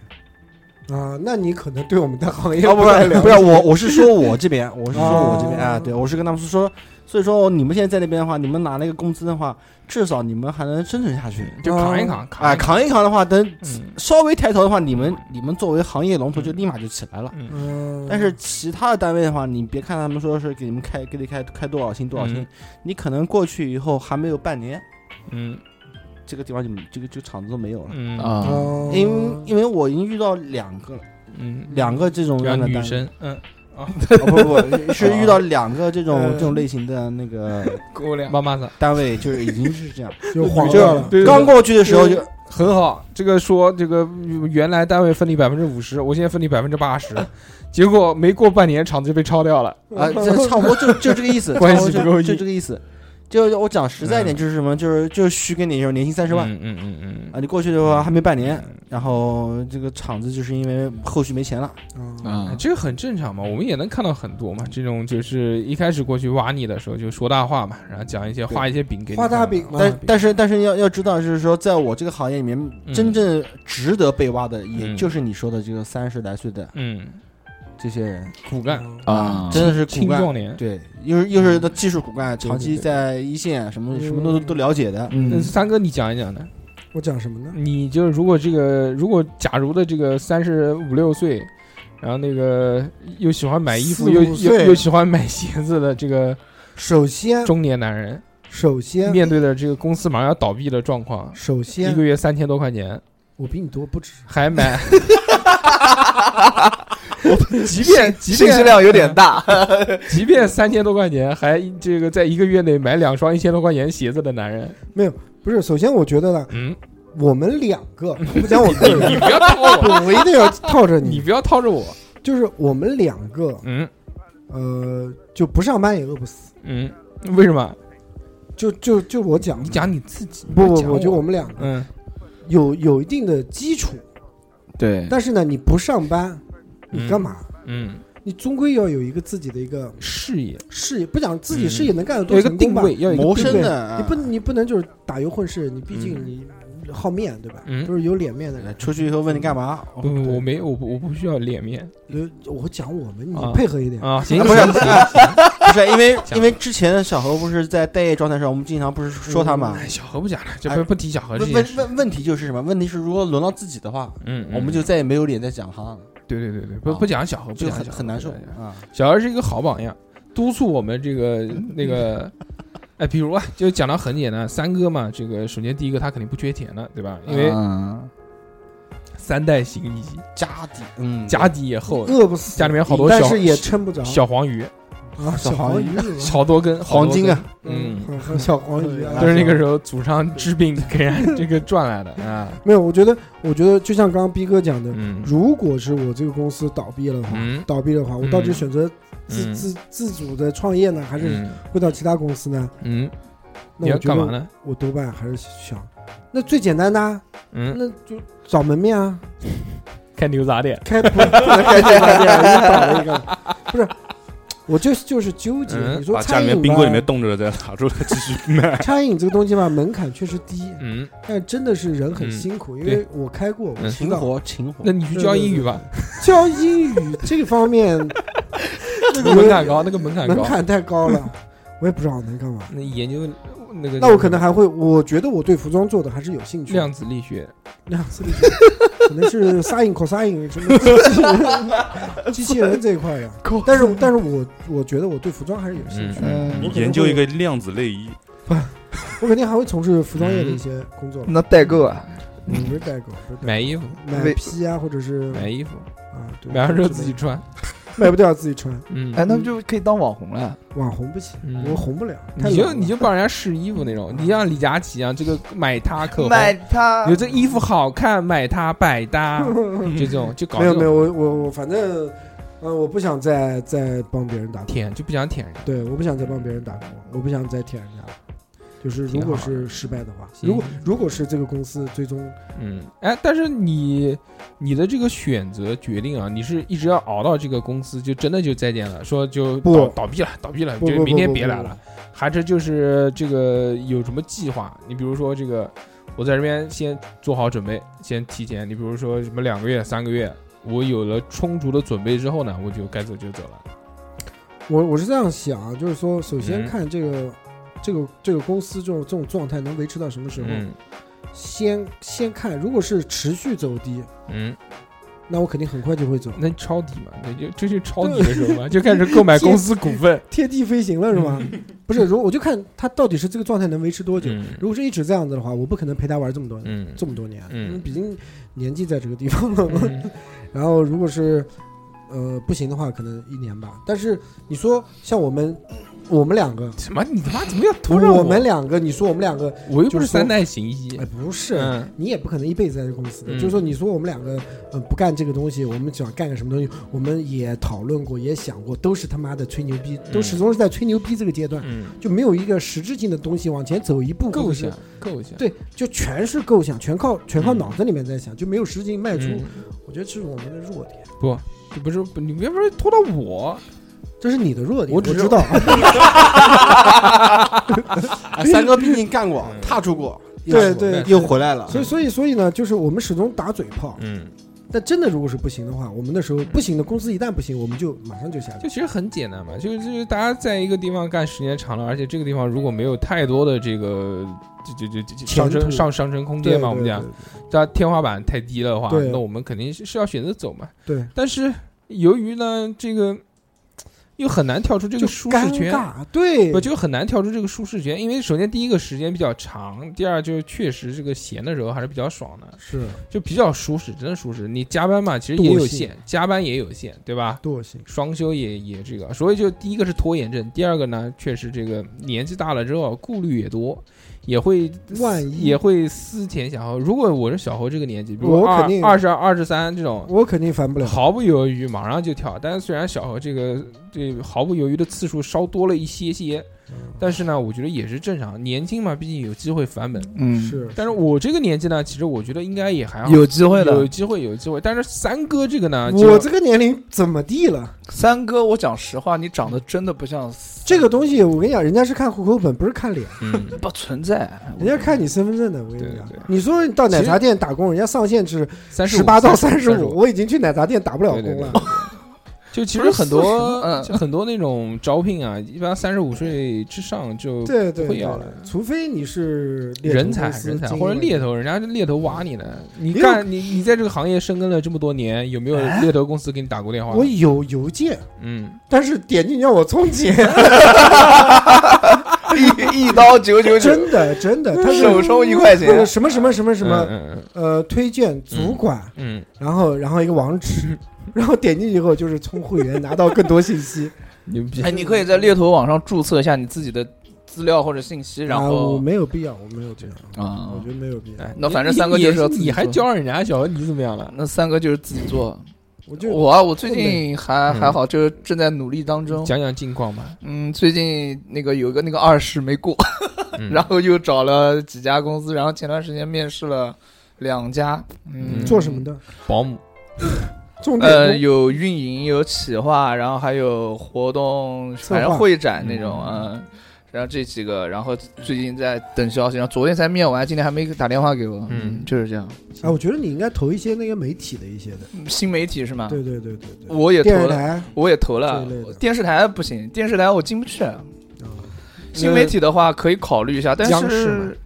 Speaker 4: 啊，那你可能对我们的 (laughs) 行业
Speaker 6: 哦，不
Speaker 4: 太了
Speaker 6: 是
Speaker 4: 解
Speaker 6: 不是，我我是说我这边，我是说
Speaker 4: 哦
Speaker 6: 我这边啊，对我是跟他们说，所以说你们现在在那边的话，你们拿那个工资的话，至少你们还能生存下去。
Speaker 5: 就扛一扛，
Speaker 6: 啊，
Speaker 5: 扛一扛。
Speaker 6: 扛一扛的话，等
Speaker 5: 嗯
Speaker 6: 稍微抬头的话，你们你们作为行业龙头就立马就起来了。
Speaker 5: 嗯
Speaker 4: 嗯，
Speaker 6: 但是其他的单位的话，你别看他们说是给你们开给你开开多少薪多少薪
Speaker 5: 嗯，
Speaker 6: 你可能过去以后还没有半年，
Speaker 5: 嗯
Speaker 6: 这个地方就这个这个厂子都没有了。
Speaker 5: 嗯
Speaker 3: 啊，
Speaker 4: 哦，
Speaker 6: 因因为我已经遇到两个了
Speaker 5: 嗯，
Speaker 6: 两个这种样
Speaker 5: 两
Speaker 6: 的
Speaker 5: 女
Speaker 6: 单位，
Speaker 5: 生，嗯，
Speaker 6: 哦不
Speaker 5: (laughs)
Speaker 6: 不不，是遇
Speaker 5: 哦
Speaker 6: 到两个这种
Speaker 4: 嗯
Speaker 6: 这种类型的那个
Speaker 5: 姑娘，妈妈桑，
Speaker 6: 单位，就是已经是这样，
Speaker 4: 就黄
Speaker 6: 就
Speaker 4: 掉了，
Speaker 5: 对
Speaker 6: 刚过去的时候就
Speaker 5: 很好，这个说这个原来单位分你百分之五十，我现在分你百分
Speaker 6: (laughs)
Speaker 5: 之八十，结果没过半年厂子就被抄掉了。
Speaker 6: 啊，这差不多就就这个意思，
Speaker 5: 关
Speaker 6: 差不
Speaker 5: 系
Speaker 6: 多
Speaker 5: 不够
Speaker 6: 就就
Speaker 5: 硬
Speaker 6: 这个意思。就我讲实在一点，就是什么，就是就是虚给你，就是年薪三十万
Speaker 5: 嗯嗯嗯
Speaker 6: 啊，你过去的话还没半年，然后这个厂子就是因为后续没钱了，
Speaker 4: 啊，
Speaker 5: 嗯，
Speaker 3: 啊，
Speaker 5: 这个很正常嘛，我们也能看到很多嘛。这种就是一开始过去挖你的时候就说大话嘛，然后讲一些画一些饼给你
Speaker 4: 画
Speaker 5: 看嘛。
Speaker 4: 大饼嘛，
Speaker 6: 但但是但是要要知道，就是说在我这个行业里面，真正值得被挖的，也
Speaker 5: 嗯
Speaker 6: 就是你说的这个三十来岁的
Speaker 5: 嗯，
Speaker 6: 这些人，
Speaker 5: 骨干
Speaker 4: 嗯
Speaker 3: 啊
Speaker 6: 真的是骨
Speaker 5: 青
Speaker 6: 干
Speaker 5: 壮，年。
Speaker 6: 对，又是又是那技术骨干，
Speaker 4: 对
Speaker 6: 长期
Speaker 4: 对对
Speaker 6: 在一线，什么什么都
Speaker 4: 嗯
Speaker 6: 都了解的，
Speaker 5: 那
Speaker 3: 嗯
Speaker 5: 三哥，你讲一讲呢？
Speaker 4: 我讲什么呢？
Speaker 5: 你就如果这个，如果假如的这个三十五六岁，然后那个又喜欢买衣服，
Speaker 4: 45
Speaker 5: 又又
Speaker 4: 岁
Speaker 5: 又喜欢买鞋子的这个
Speaker 4: 首先，
Speaker 5: 中年男人，
Speaker 4: 首先，
Speaker 5: 面对的这个公司马上要倒闭的状况，
Speaker 4: 首
Speaker 5: 一
Speaker 4: 先
Speaker 5: 个，月三千多块钱，
Speaker 4: 我比你多不止，
Speaker 5: 还 (laughs) 买，
Speaker 3: 即便即
Speaker 7: 信息量有点大。
Speaker 5: 呃即便三千多块钱，还这个在一个月内买两双一千多块钱鞋子的男人，
Speaker 4: 不是。首先，我觉得呢，
Speaker 5: 嗯，
Speaker 4: 我们两个，我不讲我个人，
Speaker 5: 你不要套我，
Speaker 4: 我一定要套着
Speaker 5: (laughs) 你
Speaker 4: 你，
Speaker 5: 不要套着我，
Speaker 4: 就是我们两个，
Speaker 5: 嗯
Speaker 4: 呃，就不上班也饿不死。
Speaker 5: 嗯，为什么？
Speaker 4: 就就就我讲
Speaker 5: 你，讲你自己，
Speaker 4: 不不
Speaker 5: 讲
Speaker 4: 不，就我，们两个
Speaker 5: 嗯
Speaker 4: 有有一定的基础，
Speaker 3: 对
Speaker 4: 但是呢，你不上班，你
Speaker 5: 嗯
Speaker 4: 干嘛？
Speaker 5: 嗯，
Speaker 4: 你终归要有一个自己的一个
Speaker 5: 事业，
Speaker 4: 事业不讲自己事业能干得
Speaker 5: 嗯有
Speaker 4: 多
Speaker 5: 一个
Speaker 4: 成功吧，
Speaker 5: 定位要有一个
Speaker 4: 对
Speaker 6: 谋
Speaker 4: 不对
Speaker 6: 生的
Speaker 4: 你不你不能就是打油混世，你毕竟你好面对吧？
Speaker 5: 嗯
Speaker 4: 都是有脸面的人。
Speaker 6: 出去以后问你干嘛？
Speaker 5: 不不，嗯我没，我不，我不需要脸面
Speaker 4: 有我讲我们，你
Speaker 5: 啊
Speaker 4: 配合一点
Speaker 5: 啊行
Speaker 6: 啊不是
Speaker 5: 行行
Speaker 6: 不是因 (laughs) 为
Speaker 5: 讲
Speaker 6: 因为之前的小何不是在待业状态上，我们经常不是说他嘛？
Speaker 5: 哎，小何不讲了，就
Speaker 6: 哎
Speaker 5: 不不提小何这
Speaker 6: 问
Speaker 5: 件
Speaker 6: 问
Speaker 5: 事。
Speaker 6: 问问题就是什么？问题是如果轮到自己的话，
Speaker 5: 嗯，嗯
Speaker 6: 我们就再也没有脸再讲他了，
Speaker 5: 对对对对，不
Speaker 6: 啊
Speaker 5: 不讲小何，不哎
Speaker 6: 就
Speaker 5: 讲
Speaker 6: 很
Speaker 5: 小何
Speaker 6: 很难受
Speaker 5: 不讲小何
Speaker 6: 啊。
Speaker 5: 小何是一个好榜样，督促我们这个
Speaker 4: (laughs)
Speaker 5: 那个，哎，比如啊，就讲到很简单，三哥嘛，这个首先第一个他肯定不缺钱了，对吧？因为
Speaker 6: 嗯
Speaker 5: 三代行医，
Speaker 6: 家底，嗯，
Speaker 5: 家底也厚，
Speaker 4: 饿不死
Speaker 5: 家里面好多
Speaker 4: 但
Speaker 5: 小
Speaker 4: 是也撑不着。
Speaker 5: 小黄鱼，
Speaker 4: 啊，小
Speaker 6: 黄
Speaker 4: 黄
Speaker 6: 鱼
Speaker 4: 鱼是吧
Speaker 5: 好多根
Speaker 6: 黄金啊，
Speaker 5: 好多根嗯，
Speaker 4: 嗯， (laughs) 小黄鱼啊，
Speaker 5: 都是那个时候祖上治病给人这个赚来的啊，
Speaker 4: 没有，我觉得，我觉得就像刚刚逼哥讲的，
Speaker 5: 嗯
Speaker 4: 如果是我这个公司倒闭了的话，
Speaker 5: 嗯
Speaker 4: 倒闭的话，我到底选择自、
Speaker 5: 嗯
Speaker 4: 自自主的创业呢，还是
Speaker 5: 嗯
Speaker 4: 会到其他公司呢？
Speaker 5: 嗯，你
Speaker 4: 那
Speaker 5: 要
Speaker 4: 我觉
Speaker 5: 干嘛
Speaker 4: 得
Speaker 5: 呢？
Speaker 4: 我多半还是想，那最简单的、啊，
Speaker 5: 嗯，
Speaker 4: 那就找门面啊，
Speaker 5: 开牛杂店，
Speaker 4: 开不开店，又倒了一个，不是。我就就是纠结，
Speaker 5: 嗯
Speaker 4: 你说
Speaker 2: 把家
Speaker 4: 餐
Speaker 2: 里
Speaker 4: 饮
Speaker 2: 面
Speaker 4: 吧。
Speaker 2: 冰柜里面冻着的再拿出来继续卖
Speaker 4: (laughs) 餐饮这个东西吧，门槛确实低，
Speaker 5: 嗯，
Speaker 4: 但真的是人很
Speaker 5: 嗯
Speaker 4: 辛苦，因
Speaker 5: 对
Speaker 4: 为我开过，我
Speaker 5: 嗯
Speaker 4: 知
Speaker 6: 勤
Speaker 4: 道。
Speaker 6: 活勤活
Speaker 5: 那，你去教英
Speaker 4: (laughs)
Speaker 5: 语吧，
Speaker 4: 教英语这个方面
Speaker 5: 那个门槛高，那个门槛
Speaker 4: 门
Speaker 5: 高，
Speaker 4: 槛太高了，我也不知道能干嘛。
Speaker 5: 那研究那个，
Speaker 4: 那我可能还会，我觉得我对服装做的还是有兴趣。
Speaker 5: 量子力学，
Speaker 4: 量子力学，可能是 sin、cosine 什么机器人这一块呀。但是，但是我我觉得我对服装还是有兴趣。
Speaker 5: 嗯
Speaker 2: 你
Speaker 4: 我可能会
Speaker 2: 研究一，个量子内衣，
Speaker 4: 我肯定还会从事服装
Speaker 5: 嗯
Speaker 4: 业的一些工作。
Speaker 7: 那代购啊，
Speaker 4: 嗯不是代购，不是代
Speaker 5: 买衣服，
Speaker 4: 购买批啊，或者是
Speaker 5: 买衣服，
Speaker 4: 啊，对
Speaker 5: 买完之后自己穿，
Speaker 4: 哎卖不掉自己穿，
Speaker 5: 嗯，
Speaker 3: 哎，那不就可以当网红了？
Speaker 4: 网红不行，
Speaker 5: 嗯
Speaker 4: 我红不了。太
Speaker 5: 你就
Speaker 4: 冷了
Speaker 5: 你就帮人家试衣服那种，你像李佳琦啊，这个买它口红，
Speaker 3: 它
Speaker 5: 有这衣服好看，买它百 (laughs) 搭，就这种就搞
Speaker 4: 没
Speaker 5: 这
Speaker 4: 有
Speaker 5: 种
Speaker 4: 没有，我我我反正，呃，我不想再再帮别人打工，
Speaker 5: 舔就不想舔人家。
Speaker 4: 对，我不想再帮别人打工，我不想再舔人家了。就是如
Speaker 5: 挺
Speaker 4: 果
Speaker 5: 好
Speaker 4: 是失败的话，
Speaker 5: 行
Speaker 4: 如果如果是这个公司最终
Speaker 5: 嗯，哎，但是你你的这个选择决定啊，你是一直要熬到这个公司就真的就再见了，说就
Speaker 4: 不
Speaker 5: 倒倒闭了，倒闭了，
Speaker 4: 不
Speaker 5: 就
Speaker 4: 不
Speaker 5: 明
Speaker 4: 不
Speaker 5: 天
Speaker 4: 不
Speaker 5: 别
Speaker 4: 不
Speaker 5: 来
Speaker 4: 不
Speaker 5: 了，还是就是这个有什么计划？你比如说这个，我在这边先做好准备，先提前，你比如说什么两个月、三个月，我有了充足的准备之后呢，我就该走就走了。
Speaker 4: 我我是这样想啊，就是说，首先
Speaker 5: 嗯
Speaker 4: 看这个、这个这个公司这种这种状态能维持到什么时候，
Speaker 5: 嗯
Speaker 4: 先先看，如果是持续走低，
Speaker 5: 嗯，
Speaker 4: 那我肯定很快就会走，
Speaker 5: 那抄底嘛，那就这就抄底的时候 (laughs) 嘛，就开始购买公司股 (laughs) 份。
Speaker 4: 贴地飞行了是吗？ (laughs) 不是，如果我就看他到底是这个状态能维持多久。
Speaker 5: 嗯
Speaker 4: 如果是一直这样子的话，我不可能陪他玩这么多年。
Speaker 5: 嗯
Speaker 4: 这么多年，
Speaker 5: 嗯
Speaker 4: 因为毕竟年纪在这个地方了嘛。
Speaker 5: 嗯
Speaker 4: (laughs) 然后如果是呃不行的话，可能一年吧。但是你说像我们，我们两个，
Speaker 5: 什么？你他妈怎么要突然
Speaker 4: 我们两个，你说我们两个，
Speaker 5: 我又
Speaker 4: 就
Speaker 5: 不是
Speaker 4: 是说
Speaker 5: 三代行医
Speaker 4: 哎，，不是。
Speaker 5: 嗯
Speaker 4: 你也不可能一辈子在这个公司的，
Speaker 5: 嗯
Speaker 4: 就是说，你说我们两个，呃，不干这个东西，我们想干个什么东西，我们也讨论过，也想过，都是他妈的吹牛逼，都
Speaker 5: 嗯
Speaker 4: 始终是在吹牛逼这个阶段，
Speaker 5: 嗯，
Speaker 4: 就没有一个实质性的东西往前走一步，或
Speaker 5: 构
Speaker 4: 者嗯是
Speaker 5: 想，构想，
Speaker 4: 对，就全是构想，全靠全靠
Speaker 5: 嗯
Speaker 4: 脑子里面在想，就没有实质性迈出。
Speaker 5: 嗯，
Speaker 4: 我觉得这是我们的弱点，
Speaker 5: 就不是不你别不是拖到我，
Speaker 4: 这是你的弱点，
Speaker 5: 我
Speaker 4: 我
Speaker 5: 只是
Speaker 4: 知道， (laughs)
Speaker 6: 哎三哥毕竟干 (laughs) 过，踏出过，
Speaker 4: 对对。
Speaker 6: 又回来了。
Speaker 4: 所以，所以，所以呢，就是我们始终打嘴炮，
Speaker 5: 嗯，
Speaker 4: 但真的如果是不行的话，我们那时候不行的公司一旦不行，我们就马上就下去
Speaker 5: 就。其实很简单嘛，就是就是大家在一个地方干时间长了，而且这个地方如果没有太多的这个这这这这上
Speaker 4: 前
Speaker 5: 升
Speaker 4: 途
Speaker 5: 上上升空
Speaker 4: 对
Speaker 5: 间嘛，我们讲，它天花板太低的话，
Speaker 4: 对
Speaker 5: 那我们肯定是是要选择走嘛。
Speaker 4: 对，对
Speaker 5: 但是由于呢，这个又很难跳出这
Speaker 4: 对
Speaker 5: 个
Speaker 4: 就
Speaker 5: 舒
Speaker 4: 尴
Speaker 5: 适圈，
Speaker 4: 尬，对
Speaker 5: 不，就很难跳出这个舒适圈，因为首先第一个时间比较长，第二就是确实这个闲的时候还是比较爽的，
Speaker 4: 是
Speaker 5: 就比较舒适，真的舒适。你加班嘛，其实也有限，加班也有限，对吧？
Speaker 4: 惰性，
Speaker 5: 双休也也这个，所以就第一个是拖延症，第二个呢，确实这个年纪大了之后顾虑也多，也会
Speaker 4: 万一
Speaker 5: 也会思前想后。如果我是小侯这个年纪，比如
Speaker 4: 我
Speaker 5: 二
Speaker 4: 肯定
Speaker 5: 二十二、二十三这种，
Speaker 4: 我肯定烦不了。
Speaker 5: 毫不犹豫马上就跳。但是虽然小何这个这毫不犹豫的次数稍多了一些些，
Speaker 4: 嗯
Speaker 5: 但是呢，我觉得也是正常，年轻嘛，毕竟有机会翻本。
Speaker 3: 嗯
Speaker 4: 是
Speaker 5: 但是我这个年纪呢，其实我觉得应该也还好，
Speaker 3: 有机会的
Speaker 5: 有机会，有机会。但是三哥这个呢，
Speaker 4: 我
Speaker 5: 啊就
Speaker 4: 这个年龄怎么地了？
Speaker 3: 三哥，我讲实话，你长得真的不像，
Speaker 4: 这个东西我跟你讲，人家是看户口本，不是看脸，
Speaker 3: 不存在。
Speaker 4: 人家看你身份证的。我跟你讲
Speaker 5: 对对，
Speaker 4: 你说你到奶茶店打工，人家上限是
Speaker 5: 三
Speaker 4: 十八到三十
Speaker 5: 十
Speaker 4: 五，，我已经去奶茶店打不了
Speaker 5: 对对
Speaker 4: 工
Speaker 5: 对
Speaker 4: 了。。
Speaker 5: 就其实很
Speaker 3: 不是四十
Speaker 5: 多
Speaker 3: 嗯
Speaker 5: 就很多那种招聘啊，一般三十五岁之上就
Speaker 4: 对
Speaker 5: 不
Speaker 4: 对
Speaker 5: 会
Speaker 4: 对
Speaker 5: 要了。
Speaker 4: 除非你是猎头
Speaker 5: 人才
Speaker 4: 公，司
Speaker 5: 人才
Speaker 4: 经
Speaker 5: 或者
Speaker 4: 营
Speaker 5: 猎头，人家是猎头挖你的。你
Speaker 4: 也有哎
Speaker 5: 干你你在这个行业深耕了这么多年，有没有猎头啊公司给你打过电话？
Speaker 4: 我有邮件，
Speaker 5: 嗯，
Speaker 4: 但是点进去让我充钱，
Speaker 5: (laughs)
Speaker 4: (laughs)
Speaker 3: 一一刀九九九，
Speaker 4: 真的真的，他是
Speaker 3: 手抽一块
Speaker 4: 那
Speaker 3: 钱
Speaker 4: 个。 (laughs) 什么什么什么什么
Speaker 5: 嗯嗯
Speaker 4: 呃推荐主管，
Speaker 5: 嗯
Speaker 4: 然后然后一个网址， (laughs) 然后点进去以后就是充会员拿到更多信息。
Speaker 5: 嗯，牛逼
Speaker 3: 哎，！你可以在猎头网上注册一下你自己的资料或者信息，然
Speaker 4: 啊我
Speaker 3: 后
Speaker 4: 没有必要，我没有必要，
Speaker 3: 啊
Speaker 4: 我觉得没有必要
Speaker 5: 哎，
Speaker 3: 那反正
Speaker 5: 你
Speaker 3: 三哥
Speaker 5: 你
Speaker 3: 就
Speaker 5: 也
Speaker 3: 是要自己
Speaker 5: 你还
Speaker 3: 做
Speaker 5: 教人家小何你怎么样了？
Speaker 3: 那三哥就是自己做。
Speaker 4: 我就
Speaker 3: 我啊，我最近还
Speaker 5: 嗯
Speaker 3: 还好，就是正在努力当中。
Speaker 5: 讲讲近况吧。
Speaker 3: 嗯，最近那个有个那个二试没过，
Speaker 5: 嗯
Speaker 3: (laughs) 然后又找了几家公司，然后前段时间面试了两家。嗯，
Speaker 4: 做什么？的？
Speaker 5: 保姆，
Speaker 4: 重点
Speaker 3: 呃，
Speaker 4: 工
Speaker 3: 有运营，有企划，然后还有活动，
Speaker 4: 策
Speaker 3: 反正
Speaker 4: 划
Speaker 3: 会展那种，
Speaker 5: 嗯
Speaker 3: 嗯。然后这几个，然后最近在等消息，然后昨天才面完，今天还没打电话给我。
Speaker 5: 嗯
Speaker 3: 就是这样。
Speaker 4: 啊，我觉得你应该投一些那个媒体的一些的，
Speaker 3: 新媒体是吗？
Speaker 4: 对对对对对，
Speaker 3: 啊我也投
Speaker 4: 电视
Speaker 3: 了，
Speaker 4: 台
Speaker 3: 我也投了
Speaker 4: 这一类的。
Speaker 3: 电视台不行，电视台我进不去。
Speaker 4: 啊，
Speaker 3: 新媒体的话可以考虑一下，但
Speaker 4: 央视嘛
Speaker 3: 是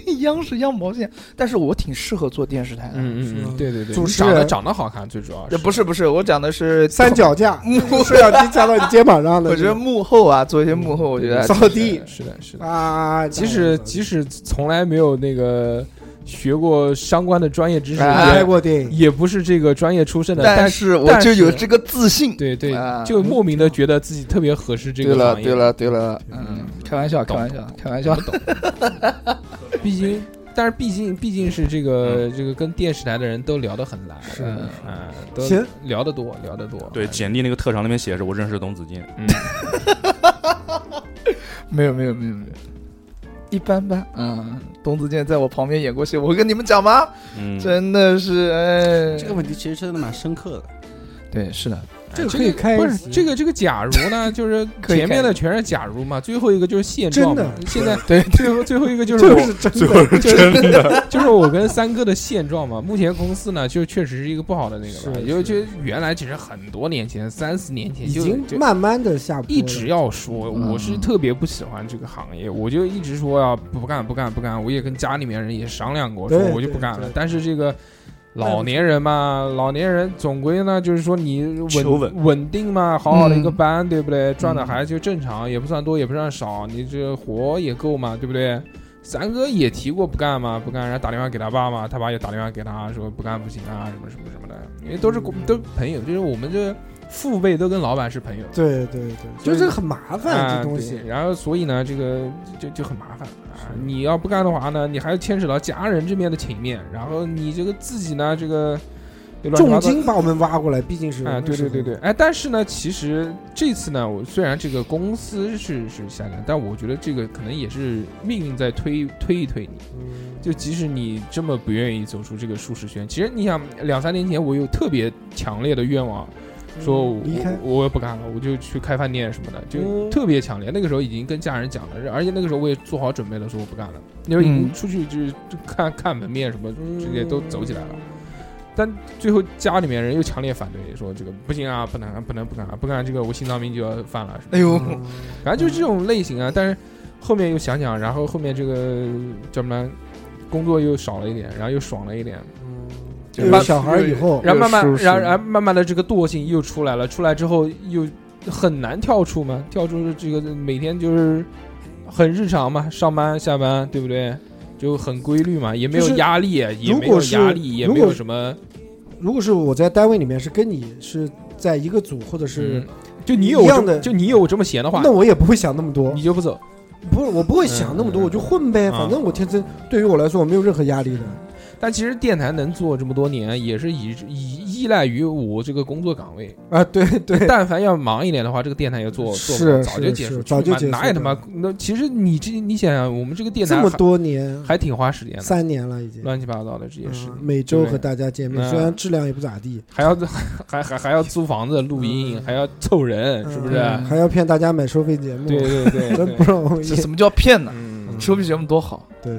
Speaker 3: (laughs) 央视央毛线，但是我挺适合做电视台的。
Speaker 5: 嗯嗯
Speaker 4: 是吗
Speaker 5: 嗯，对对对，
Speaker 4: 主
Speaker 5: 你
Speaker 4: 持
Speaker 5: 长得
Speaker 4: 人
Speaker 5: 长得好看最主要
Speaker 3: 呃，不是不是，我讲的是
Speaker 4: 三啊脚架，
Speaker 3: 幕，
Speaker 4: 摄像机架到你肩膀上的，
Speaker 3: 我觉得幕后啊，做一些幕后，我觉得
Speaker 4: 嗯扫地
Speaker 5: 是的，是的。
Speaker 4: 啊，
Speaker 5: 即使即使从来没有那个学过相关的专业知识，
Speaker 3: 哎
Speaker 4: 拍
Speaker 5: 也
Speaker 4: 过电影，
Speaker 5: 也不是这个专业出身的，但
Speaker 3: 但是我
Speaker 5: 但
Speaker 3: 就是有这个自信。
Speaker 5: 对对
Speaker 3: 啊，
Speaker 5: 就莫名的觉得自己特别合适这
Speaker 3: 对
Speaker 5: 个
Speaker 3: 了
Speaker 5: 行业。
Speaker 3: 对了对了，嗯
Speaker 5: 嗯，
Speaker 3: 开玩笑开
Speaker 5: 懂
Speaker 3: 玩笑开玩笑，
Speaker 5: 毕竟，但是毕竟毕竟是这个这个跟电视台的人都聊得很来，
Speaker 4: 是
Speaker 5: 嗯，嗯都
Speaker 4: 行
Speaker 5: 聊得多，聊得多。
Speaker 2: 对，
Speaker 5: 嗯
Speaker 2: 简历那个特长那边写着我认识董子健，
Speaker 3: 没有没有没有没有，一般般。嗯，董子健在我旁边演过戏，我跟你们讲吗？
Speaker 2: 嗯，
Speaker 3: 真的是哎，
Speaker 6: 这个问题其实真的蛮深刻的。
Speaker 3: 对是的，
Speaker 4: 这个可以开
Speaker 5: 不
Speaker 4: 一
Speaker 5: 是
Speaker 4: 集
Speaker 5: 这个这个假如
Speaker 4: (laughs)
Speaker 5: 呢，就是
Speaker 3: 可以
Speaker 5: 前面的全是假如嘛，最后一个就是现状嘛
Speaker 4: 真。
Speaker 5: 现在对最后最后一个就是
Speaker 4: 就
Speaker 5: 我
Speaker 4: 是真
Speaker 2: 最
Speaker 4: 的
Speaker 2: 后是真的，
Speaker 5: 就是我跟三哥的现状嘛。目前公司呢，就确实是一个不好的那个吧，
Speaker 4: 是
Speaker 5: 就是就原来其实很多年前，三四年前
Speaker 4: 已
Speaker 5: 就
Speaker 4: 经
Speaker 5: (laughs) 就
Speaker 4: 慢慢的下坡了，
Speaker 5: 一直要说，我
Speaker 4: 嗯
Speaker 5: 是特别不喜欢这个行业，我就一直说呀、不干不干不干。我也跟家里面人也商量过，说
Speaker 4: 对
Speaker 5: 我就
Speaker 4: 对
Speaker 5: 不干了
Speaker 4: 对。
Speaker 5: 但是这个老年人嘛，老年人总归呢，就是说你
Speaker 2: 求
Speaker 5: 稳
Speaker 2: 稳
Speaker 5: 稳定嘛，好好的一个
Speaker 3: 嗯
Speaker 5: 班，对不对？赚
Speaker 4: 嗯
Speaker 5: 的还就正常，也不算多，也不算少，你这活也够嘛，对不对？三哥也提过不干嘛，不干，然后打电话给他爸嘛，他爸也打电话给他说不干不行啊，什么什么什么的，因为都是
Speaker 4: 嗯
Speaker 5: 都朋友，就是我们这父辈都跟老板是朋友，
Speaker 4: 对对对，就这个很麻烦
Speaker 5: 啊，
Speaker 4: 这东
Speaker 5: 对
Speaker 4: 西，
Speaker 5: 然后所以呢，这个就就很麻烦啊。你要不干的话呢，你还要牵扯到家人这边的情面，然后你这个自己呢，这个又乱七
Speaker 4: 重
Speaker 5: 八糟
Speaker 4: 金把我们挖过来，毕竟是
Speaker 5: 啊，对对对对，，哎，但是呢，其实这次呢，我虽然这个公司是是下降，但我觉得这个可能也是命运在推推一推你。
Speaker 4: 嗯
Speaker 5: 就即使你这么不愿意走出这个舒适圈，其实你想两三年前我有特别强烈的愿望，说我
Speaker 4: 离开
Speaker 5: 我也不干了，我就去开饭店什么的，就
Speaker 4: 嗯
Speaker 5: 特别强烈。那个时候已经跟家人讲了，而且那个时候我也做好准备了，说我不干了，因为已经
Speaker 3: 嗯
Speaker 5: 出去就是就看看门面什么，这些都走起来了。但最后家里面人又强烈反对，说这个不行啊，不能啊不能不干啊，不干这个我心脏病就要犯了。什么
Speaker 3: 哎呦，
Speaker 5: 反正就是这种类型啊。但是后面又想想，然后后面这个叫什么来，工作又少了一点，然后又爽了一点，
Speaker 4: 就有小孩以后，
Speaker 5: 然后慢慢，
Speaker 3: 又舒适
Speaker 5: 然后然后慢慢的这个惰性又出来了，出来之后又很难跳出嘛，跳出这个每天就是很日常嘛，上班下班，对不对？就很规律嘛，也没有
Speaker 4: 就是
Speaker 5: 压力，也没
Speaker 4: 如
Speaker 5: 有
Speaker 4: 果是
Speaker 5: 压力，也
Speaker 4: 如
Speaker 5: 没
Speaker 4: 果
Speaker 5: 有什么，
Speaker 4: 如果是我在单位里面是跟你是在一个组，或者是
Speaker 5: 嗯，就你有
Speaker 4: 一
Speaker 5: 这
Speaker 4: 样的
Speaker 5: 就你有这么闲的话
Speaker 4: 那，我也不会想那么多
Speaker 5: 你，就不走，
Speaker 4: 不是我不会想那么多，
Speaker 5: 嗯
Speaker 4: 我就混呗，
Speaker 5: 嗯
Speaker 4: 反正我天生对于我来说我没有任何压力的，
Speaker 5: 但其实电台能做这么多年，也是以以依赖于我这个工作岗位
Speaker 4: 啊。对对， (laughs)
Speaker 5: 但凡要忙一点的话，这个电台要做做不
Speaker 4: 是
Speaker 5: 了早就是结束，
Speaker 4: 是早就
Speaker 5: 妈
Speaker 4: 结束
Speaker 5: 哪有他
Speaker 4: 了
Speaker 5: 妈？那其实你这你想想，我们这个电台
Speaker 4: 这么
Speaker 5: 还
Speaker 4: 多嗯年，
Speaker 5: 还挺花时间的，
Speaker 4: 三年了已经，
Speaker 5: 乱七八糟的这些事
Speaker 4: 嗯
Speaker 5: 情，
Speaker 4: 每周
Speaker 5: 对不嗯
Speaker 4: 和
Speaker 5: 对
Speaker 4: 大家见面，
Speaker 5: 那
Speaker 4: 虽然质量也不咋地，
Speaker 5: (laughs) 还要还还还要租房子、录音，还要凑人，是不是？
Speaker 4: 嗯还要骗大家买收费节目，
Speaker 5: 对对对
Speaker 4: 嗯 (laughs) 真不容
Speaker 5: (laughs)
Speaker 4: 易嗯
Speaker 3: 这。什么叫骗呢？收费节目多好，
Speaker 4: 对，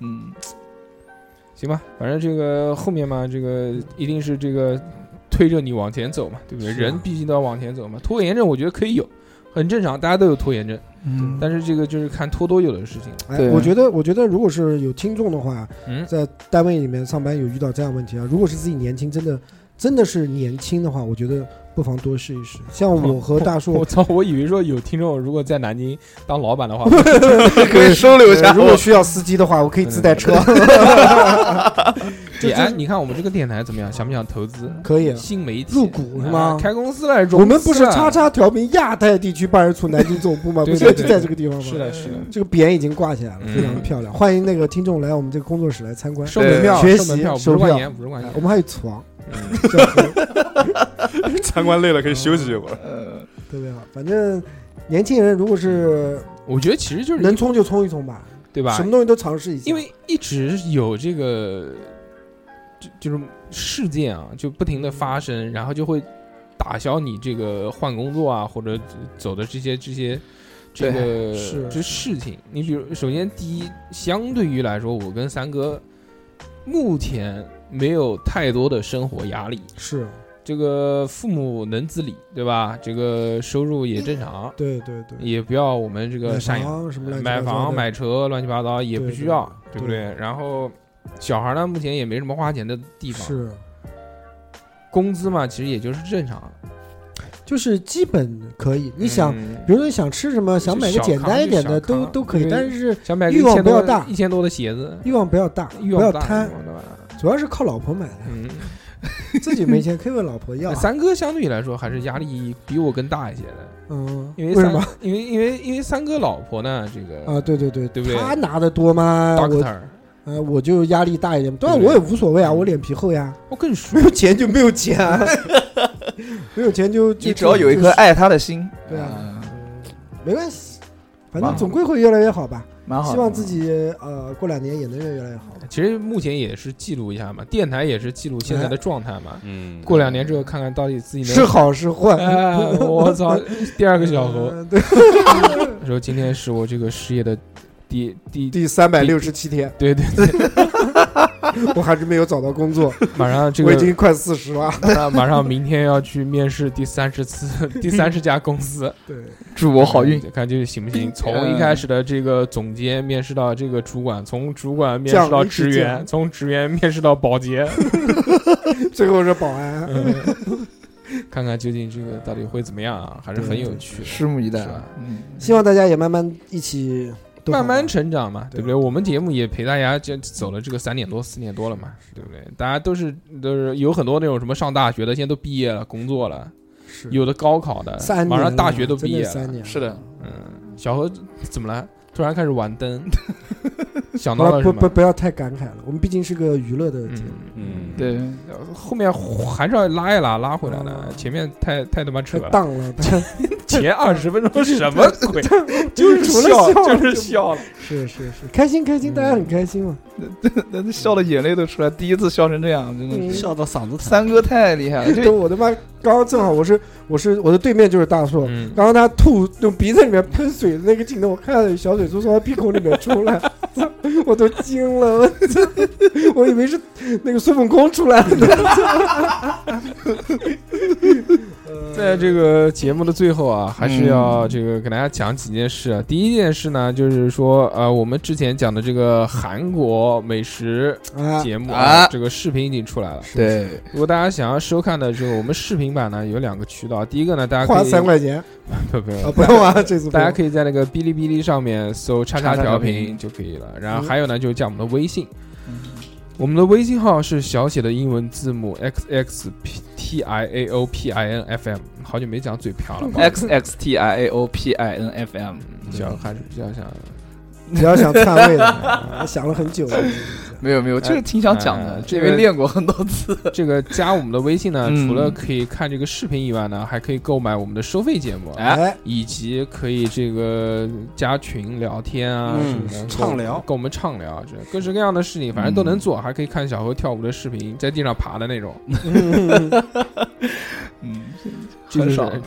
Speaker 3: 嗯，
Speaker 5: 行吧，反正这个后面嘛，这个一定是这个推着你往前走嘛，对不对？
Speaker 4: 是啊
Speaker 5: 人毕竟都要往前走嘛。拖延症我觉得可以有，很正常，大家都有拖延症。
Speaker 3: 嗯
Speaker 5: 但是这个就是看拖多久的事情。
Speaker 4: 哎
Speaker 3: 对，
Speaker 4: 我觉得，我觉得，如果是有听众的话，
Speaker 5: 嗯
Speaker 4: 在单位里面上班有遇到这样的问题啊，如果是自己年轻，真的真的是年轻的话，我觉得不妨多试一试。像我和大
Speaker 5: (laughs)
Speaker 4: (laughs)
Speaker 5: 我
Speaker 4: 树，
Speaker 5: 操！我以为说有听众如果在南京当老
Speaker 4: (laughs)
Speaker 5: 板的话，
Speaker 3: 可以收留一
Speaker 4: 呃
Speaker 3: 下
Speaker 4: 如果需要司机的话，我可以自带 (laughs) 车，
Speaker 5: 你哎，你看我们这个电台怎么样？想不想投资
Speaker 4: 可以啊。
Speaker 5: 新媒体？
Speaker 4: 入股是吗
Speaker 5: 啊开公司了，
Speaker 4: (laughs) 我们不是啊
Speaker 5: 融资啊
Speaker 4: 叉
Speaker 5: 了
Speaker 4: 叉调频亚太地区办事处南京总部 (laughs) 吗？
Speaker 5: 对
Speaker 4: 不
Speaker 5: 对
Speaker 4: 是就
Speaker 5: 对
Speaker 4: 在这个地方吗？
Speaker 5: 是的，是的。
Speaker 4: 这个匾已经挂起来了，
Speaker 5: 嗯
Speaker 4: 非常漂亮。欢迎那个听众来我们这个工作室来参观。
Speaker 5: 售门票，
Speaker 4: 学
Speaker 5: 售门
Speaker 4: 习
Speaker 5: 票五十
Speaker 4: 售
Speaker 5: 块
Speaker 4: 票
Speaker 5: 钱，五十块
Speaker 4: 哎
Speaker 5: 钱。
Speaker 4: 我们还有 (laughs) 床，
Speaker 5: 嗯
Speaker 4: 这样子
Speaker 2: 参观累了可以休息一会
Speaker 4: (laughs)
Speaker 2: 儿。
Speaker 4: 啊
Speaker 3: 呃
Speaker 4: 特别好。反正年轻人如果是
Speaker 5: 我觉得其实就是
Speaker 4: 能冲就冲一冲吧，
Speaker 5: 对吧
Speaker 4: 什？么东西都尝试一下。
Speaker 5: 因为一直有这个，就就是事件啊，就不停的发生，然后就会打消你这个换工作啊，或者走的这些这些这个
Speaker 4: 是
Speaker 5: 这事情。你比如，首先第一，相对于来说，我跟三哥目前没有太多的生活压力，
Speaker 4: 是
Speaker 5: 这个父母能自理，对吧？这个收入也正常，
Speaker 4: 对对对，
Speaker 5: 也不要我们这个
Speaker 4: 嗯
Speaker 5: 赡养。
Speaker 4: 房什么乱七八
Speaker 5: 买
Speaker 4: 糟
Speaker 5: 房、
Speaker 4: 的
Speaker 5: 买车，乱七八糟也不
Speaker 4: 对
Speaker 5: 需
Speaker 4: 对
Speaker 5: 要，
Speaker 4: 对
Speaker 5: 不对？然后小孩呢，目前也没什么花钱的地方，
Speaker 4: 是
Speaker 5: 工资嘛，其实也就是正常。
Speaker 4: 就是基本可以。你想，
Speaker 5: 嗯
Speaker 4: 比如说你想吃什么，想买个
Speaker 5: 小
Speaker 4: 简单一点
Speaker 5: 康
Speaker 4: 的
Speaker 5: 就小
Speaker 4: 都
Speaker 5: 康
Speaker 4: 都可以，
Speaker 5: 对
Speaker 4: 但是
Speaker 5: 想买个
Speaker 4: 欲
Speaker 5: 一
Speaker 4: 望
Speaker 5: 千
Speaker 4: 不要
Speaker 5: 多
Speaker 4: 大
Speaker 5: 一千多的鞋子，
Speaker 4: 欲望不要大，
Speaker 5: 欲
Speaker 4: 不
Speaker 5: 望
Speaker 4: 要
Speaker 5: 不大
Speaker 4: 贪，哎
Speaker 5: 对吧？
Speaker 4: 主要是靠老婆买的，
Speaker 5: 嗯，
Speaker 4: 自己
Speaker 5: (laughs)
Speaker 4: 没钱可以问老婆要。
Speaker 5: 三哥相对来说还是压力比我更大一些的，
Speaker 4: 嗯，
Speaker 5: 因为
Speaker 4: 为什
Speaker 5: 三
Speaker 4: 么？？
Speaker 5: 因为因为因为三哥老婆呢，这个
Speaker 4: 啊，对对对，
Speaker 5: 对不对
Speaker 4: 他拿的多吗？我
Speaker 5: doctor，
Speaker 4: 呃，我就压力大一点，当然
Speaker 5: 对嗯
Speaker 4: 我也无所谓啊，我脸皮厚呀，
Speaker 5: 我更熟
Speaker 4: (laughs) 没。有钱就没有钱啊，
Speaker 5: (laughs)
Speaker 4: 没有钱就就
Speaker 3: 你只要有一颗，爱他的心，
Speaker 4: 就对啊，
Speaker 3: 嗯，
Speaker 4: 没关系，反
Speaker 3: 蛮
Speaker 4: 正
Speaker 3: 好
Speaker 4: 总归会越来越好吧。
Speaker 5: 啊
Speaker 3: 蛮好的。
Speaker 4: 希望自己
Speaker 5: 嗯
Speaker 4: 呃过两年也能越来越好吧。
Speaker 5: 其实目前也是记录一下嘛，电台也是记录
Speaker 4: 哎
Speaker 5: 现在的状态嘛。
Speaker 2: 嗯，
Speaker 5: 过两年之后看看到底自己能
Speaker 4: 是好是坏，
Speaker 5: 哎，我操！
Speaker 4: (laughs)
Speaker 5: 第二个小猴
Speaker 4: 呃对，
Speaker 5: 说今天是我这个失业的第
Speaker 4: (laughs)
Speaker 5: 第，
Speaker 4: 第三百六十七天，
Speaker 5: 对对对，
Speaker 4: 我还是没有找到工作，
Speaker 5: 马上这
Speaker 4: 我已经
Speaker 5: 个
Speaker 4: 快四十了。
Speaker 5: 马上 (laughs) 马上明天要去面试第三十次第三十家公司，
Speaker 4: (laughs) 对，
Speaker 3: 祝我好运。，
Speaker 5: 看这行不
Speaker 4: 嗯
Speaker 5: 行？从一开始的这个总监面试到这个主管，从主管面试到职
Speaker 4: 降一级
Speaker 5: 员，
Speaker 4: 降
Speaker 5: 从职员面试到保洁，
Speaker 4: 最后是保安， (laughs)
Speaker 5: 嗯，看看究竟这个到底会怎么样啊？还是很有趣的。
Speaker 3: 拭目以待
Speaker 5: 是吧，
Speaker 3: 嗯，
Speaker 4: 希望大家也慢慢一起都好
Speaker 5: 慢
Speaker 4: 吧
Speaker 5: 慢成长嘛，
Speaker 4: 对
Speaker 5: 对不对？我们节目也陪大家就走了这个三点多、四年多了嘛，对不对？大家都是都是有很多那种什么上大学的，现在都毕业了、工作了，
Speaker 4: 是
Speaker 5: 有的高考的，
Speaker 4: 三年
Speaker 5: 马上大学
Speaker 4: 了
Speaker 5: 都毕
Speaker 4: 真
Speaker 5: 业
Speaker 4: 的三
Speaker 5: 了。
Speaker 4: 年
Speaker 3: 是的，
Speaker 5: 嗯，小何怎么了？突然开始
Speaker 4: (laughs)
Speaker 5: 玩灯，想
Speaker 4: 好
Speaker 5: 到
Speaker 4: 了，
Speaker 5: 了
Speaker 4: 不
Speaker 5: 什
Speaker 4: 不
Speaker 5: 么？
Speaker 4: 不要太感慨了，我们毕竟是个娱乐的节目。
Speaker 5: 嗯，
Speaker 2: 嗯，
Speaker 3: 对，
Speaker 5: 后面还是要拉一拉，拉回来的。
Speaker 4: 嗯
Speaker 5: 前面太太他妈扯
Speaker 4: 太
Speaker 5: 了，
Speaker 4: 荡了， (laughs)
Speaker 5: 前二十分钟什么鬼？ (laughs) 就是
Speaker 4: 除了
Speaker 5: 笑，
Speaker 4: 笑
Speaker 5: 就是笑了。
Speaker 4: 是是是，开心开心，大家很开心嘛。
Speaker 3: 那那笑的眼泪都出来，第一次笑成这样，真的是。
Speaker 6: 笑到嗓子疼。
Speaker 3: 三哥太厉
Speaker 5: 哎
Speaker 3: 害了，
Speaker 4: 就
Speaker 3: 就
Speaker 4: 我他妈刚刚正好我是我是我的对面就是大树，
Speaker 5: 嗯，
Speaker 4: 刚刚他吐用鼻子里面喷水的那个镜头，我看到有小水珠从他鼻孔里面出来， (laughs) 我都惊了， (laughs) 我我以为是那个孙悟空出来了。
Speaker 5: 在这个节目的最后啊，还是要这个给大家讲几件事啊。第一件事呢，就是说，呃，我们之前讲的这个韩国美食
Speaker 4: 啊，
Speaker 5: 节目
Speaker 3: 啊
Speaker 5: 这个视频已经出来了。
Speaker 3: 对，
Speaker 5: 如果大家想要收看的这个我们视频版呢，有两个渠道。第一个呢，大家可
Speaker 4: 花
Speaker 5: 以
Speaker 4: 三块钱
Speaker 5: 不不
Speaker 4: 啊，
Speaker 5: 不，
Speaker 4: 不用啊，这次不
Speaker 5: 呃大家
Speaker 4: 用
Speaker 5: 可以在那个哔哩哔哩上面搜“叉叉
Speaker 3: 叉叉
Speaker 5: 调
Speaker 3: 调
Speaker 5: 频”
Speaker 3: 频
Speaker 5: 就可以了。
Speaker 4: 嗯
Speaker 5: 然后还有呢，就是加我们的微信，我们的微信号是小写的英文字母 x x p t i a o p i n f m。好久没
Speaker 4: (laughs)
Speaker 5: 讲嘴瓢了吧
Speaker 4: 嗯
Speaker 3: X X T I A O P I N F M，
Speaker 5: 小何还是比较想
Speaker 4: 你要想篡位
Speaker 5: (laughs)
Speaker 4: 的，想了很久。
Speaker 3: 没有没有，这个挺想讲的，
Speaker 5: 这
Speaker 3: 因为
Speaker 5: 个
Speaker 3: 练过很多次。
Speaker 5: 这个加我们的微信呢，
Speaker 3: 嗯
Speaker 5: 除了可以看这个视频以外呢，还可以购买我们的收费节目，啊 (laughs)
Speaker 4: 哎，
Speaker 5: 以及可以这个加群聊天啊
Speaker 6: 嗯
Speaker 5: 什么的，
Speaker 6: 畅聊
Speaker 5: 跟我们畅聊，这各式各样的事情，反正都
Speaker 4: 嗯
Speaker 5: 能做，还可以看小何跳舞的视频，在地上爬的那种，
Speaker 4: 嗯
Speaker 3: 嗯，
Speaker 5: 这就
Speaker 3: 很
Speaker 5: 是
Speaker 3: 少。
Speaker 5: 这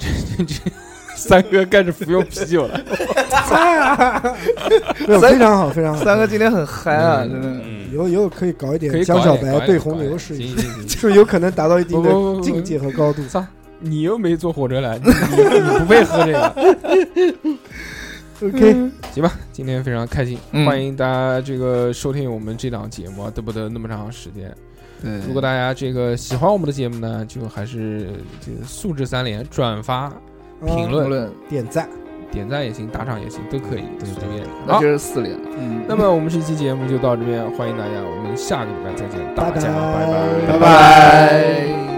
Speaker 5: 这这。三哥开始服用啤酒了，
Speaker 4: 没有非常好，非常好。
Speaker 3: 三哥今天很嗨啊，
Speaker 5: 嗯
Speaker 3: 真的。
Speaker 2: 嗯，
Speaker 4: 以后以后可以搞一
Speaker 5: 可
Speaker 4: 点
Speaker 5: 以
Speaker 4: 江
Speaker 5: 搞
Speaker 4: 小
Speaker 5: 一点
Speaker 4: 白对红牛
Speaker 5: 是
Speaker 4: 试一试，(laughs)
Speaker 5: 行行行
Speaker 4: 是不是有可能达到一定
Speaker 5: 不不
Speaker 4: 的
Speaker 5: 不不
Speaker 4: 境界和高度？
Speaker 5: 操，你又没坐火
Speaker 4: (laughs)
Speaker 5: 车来，你你你不配喝这个。
Speaker 4: OK，
Speaker 5: 行吧，今天非常开心，
Speaker 3: 嗯
Speaker 5: 欢迎大家这个收听我们这档节目啊，得不得那么长时间？
Speaker 3: 对
Speaker 5: 如果大家这个喜欢我们的节目呢，就还是这个素质三连，转发、评
Speaker 4: 啊
Speaker 5: 论、
Speaker 4: 点赞，
Speaker 5: 点赞也行，打赏也行，都可以，随便。
Speaker 3: 那
Speaker 5: 好
Speaker 3: 就，是四连。嗯，
Speaker 5: 那么我们这期节目就到这边，欢迎大家，我们下个礼拜再见，大
Speaker 4: 拜
Speaker 5: 家
Speaker 4: 拜
Speaker 5: 拜拜
Speaker 3: 拜拜。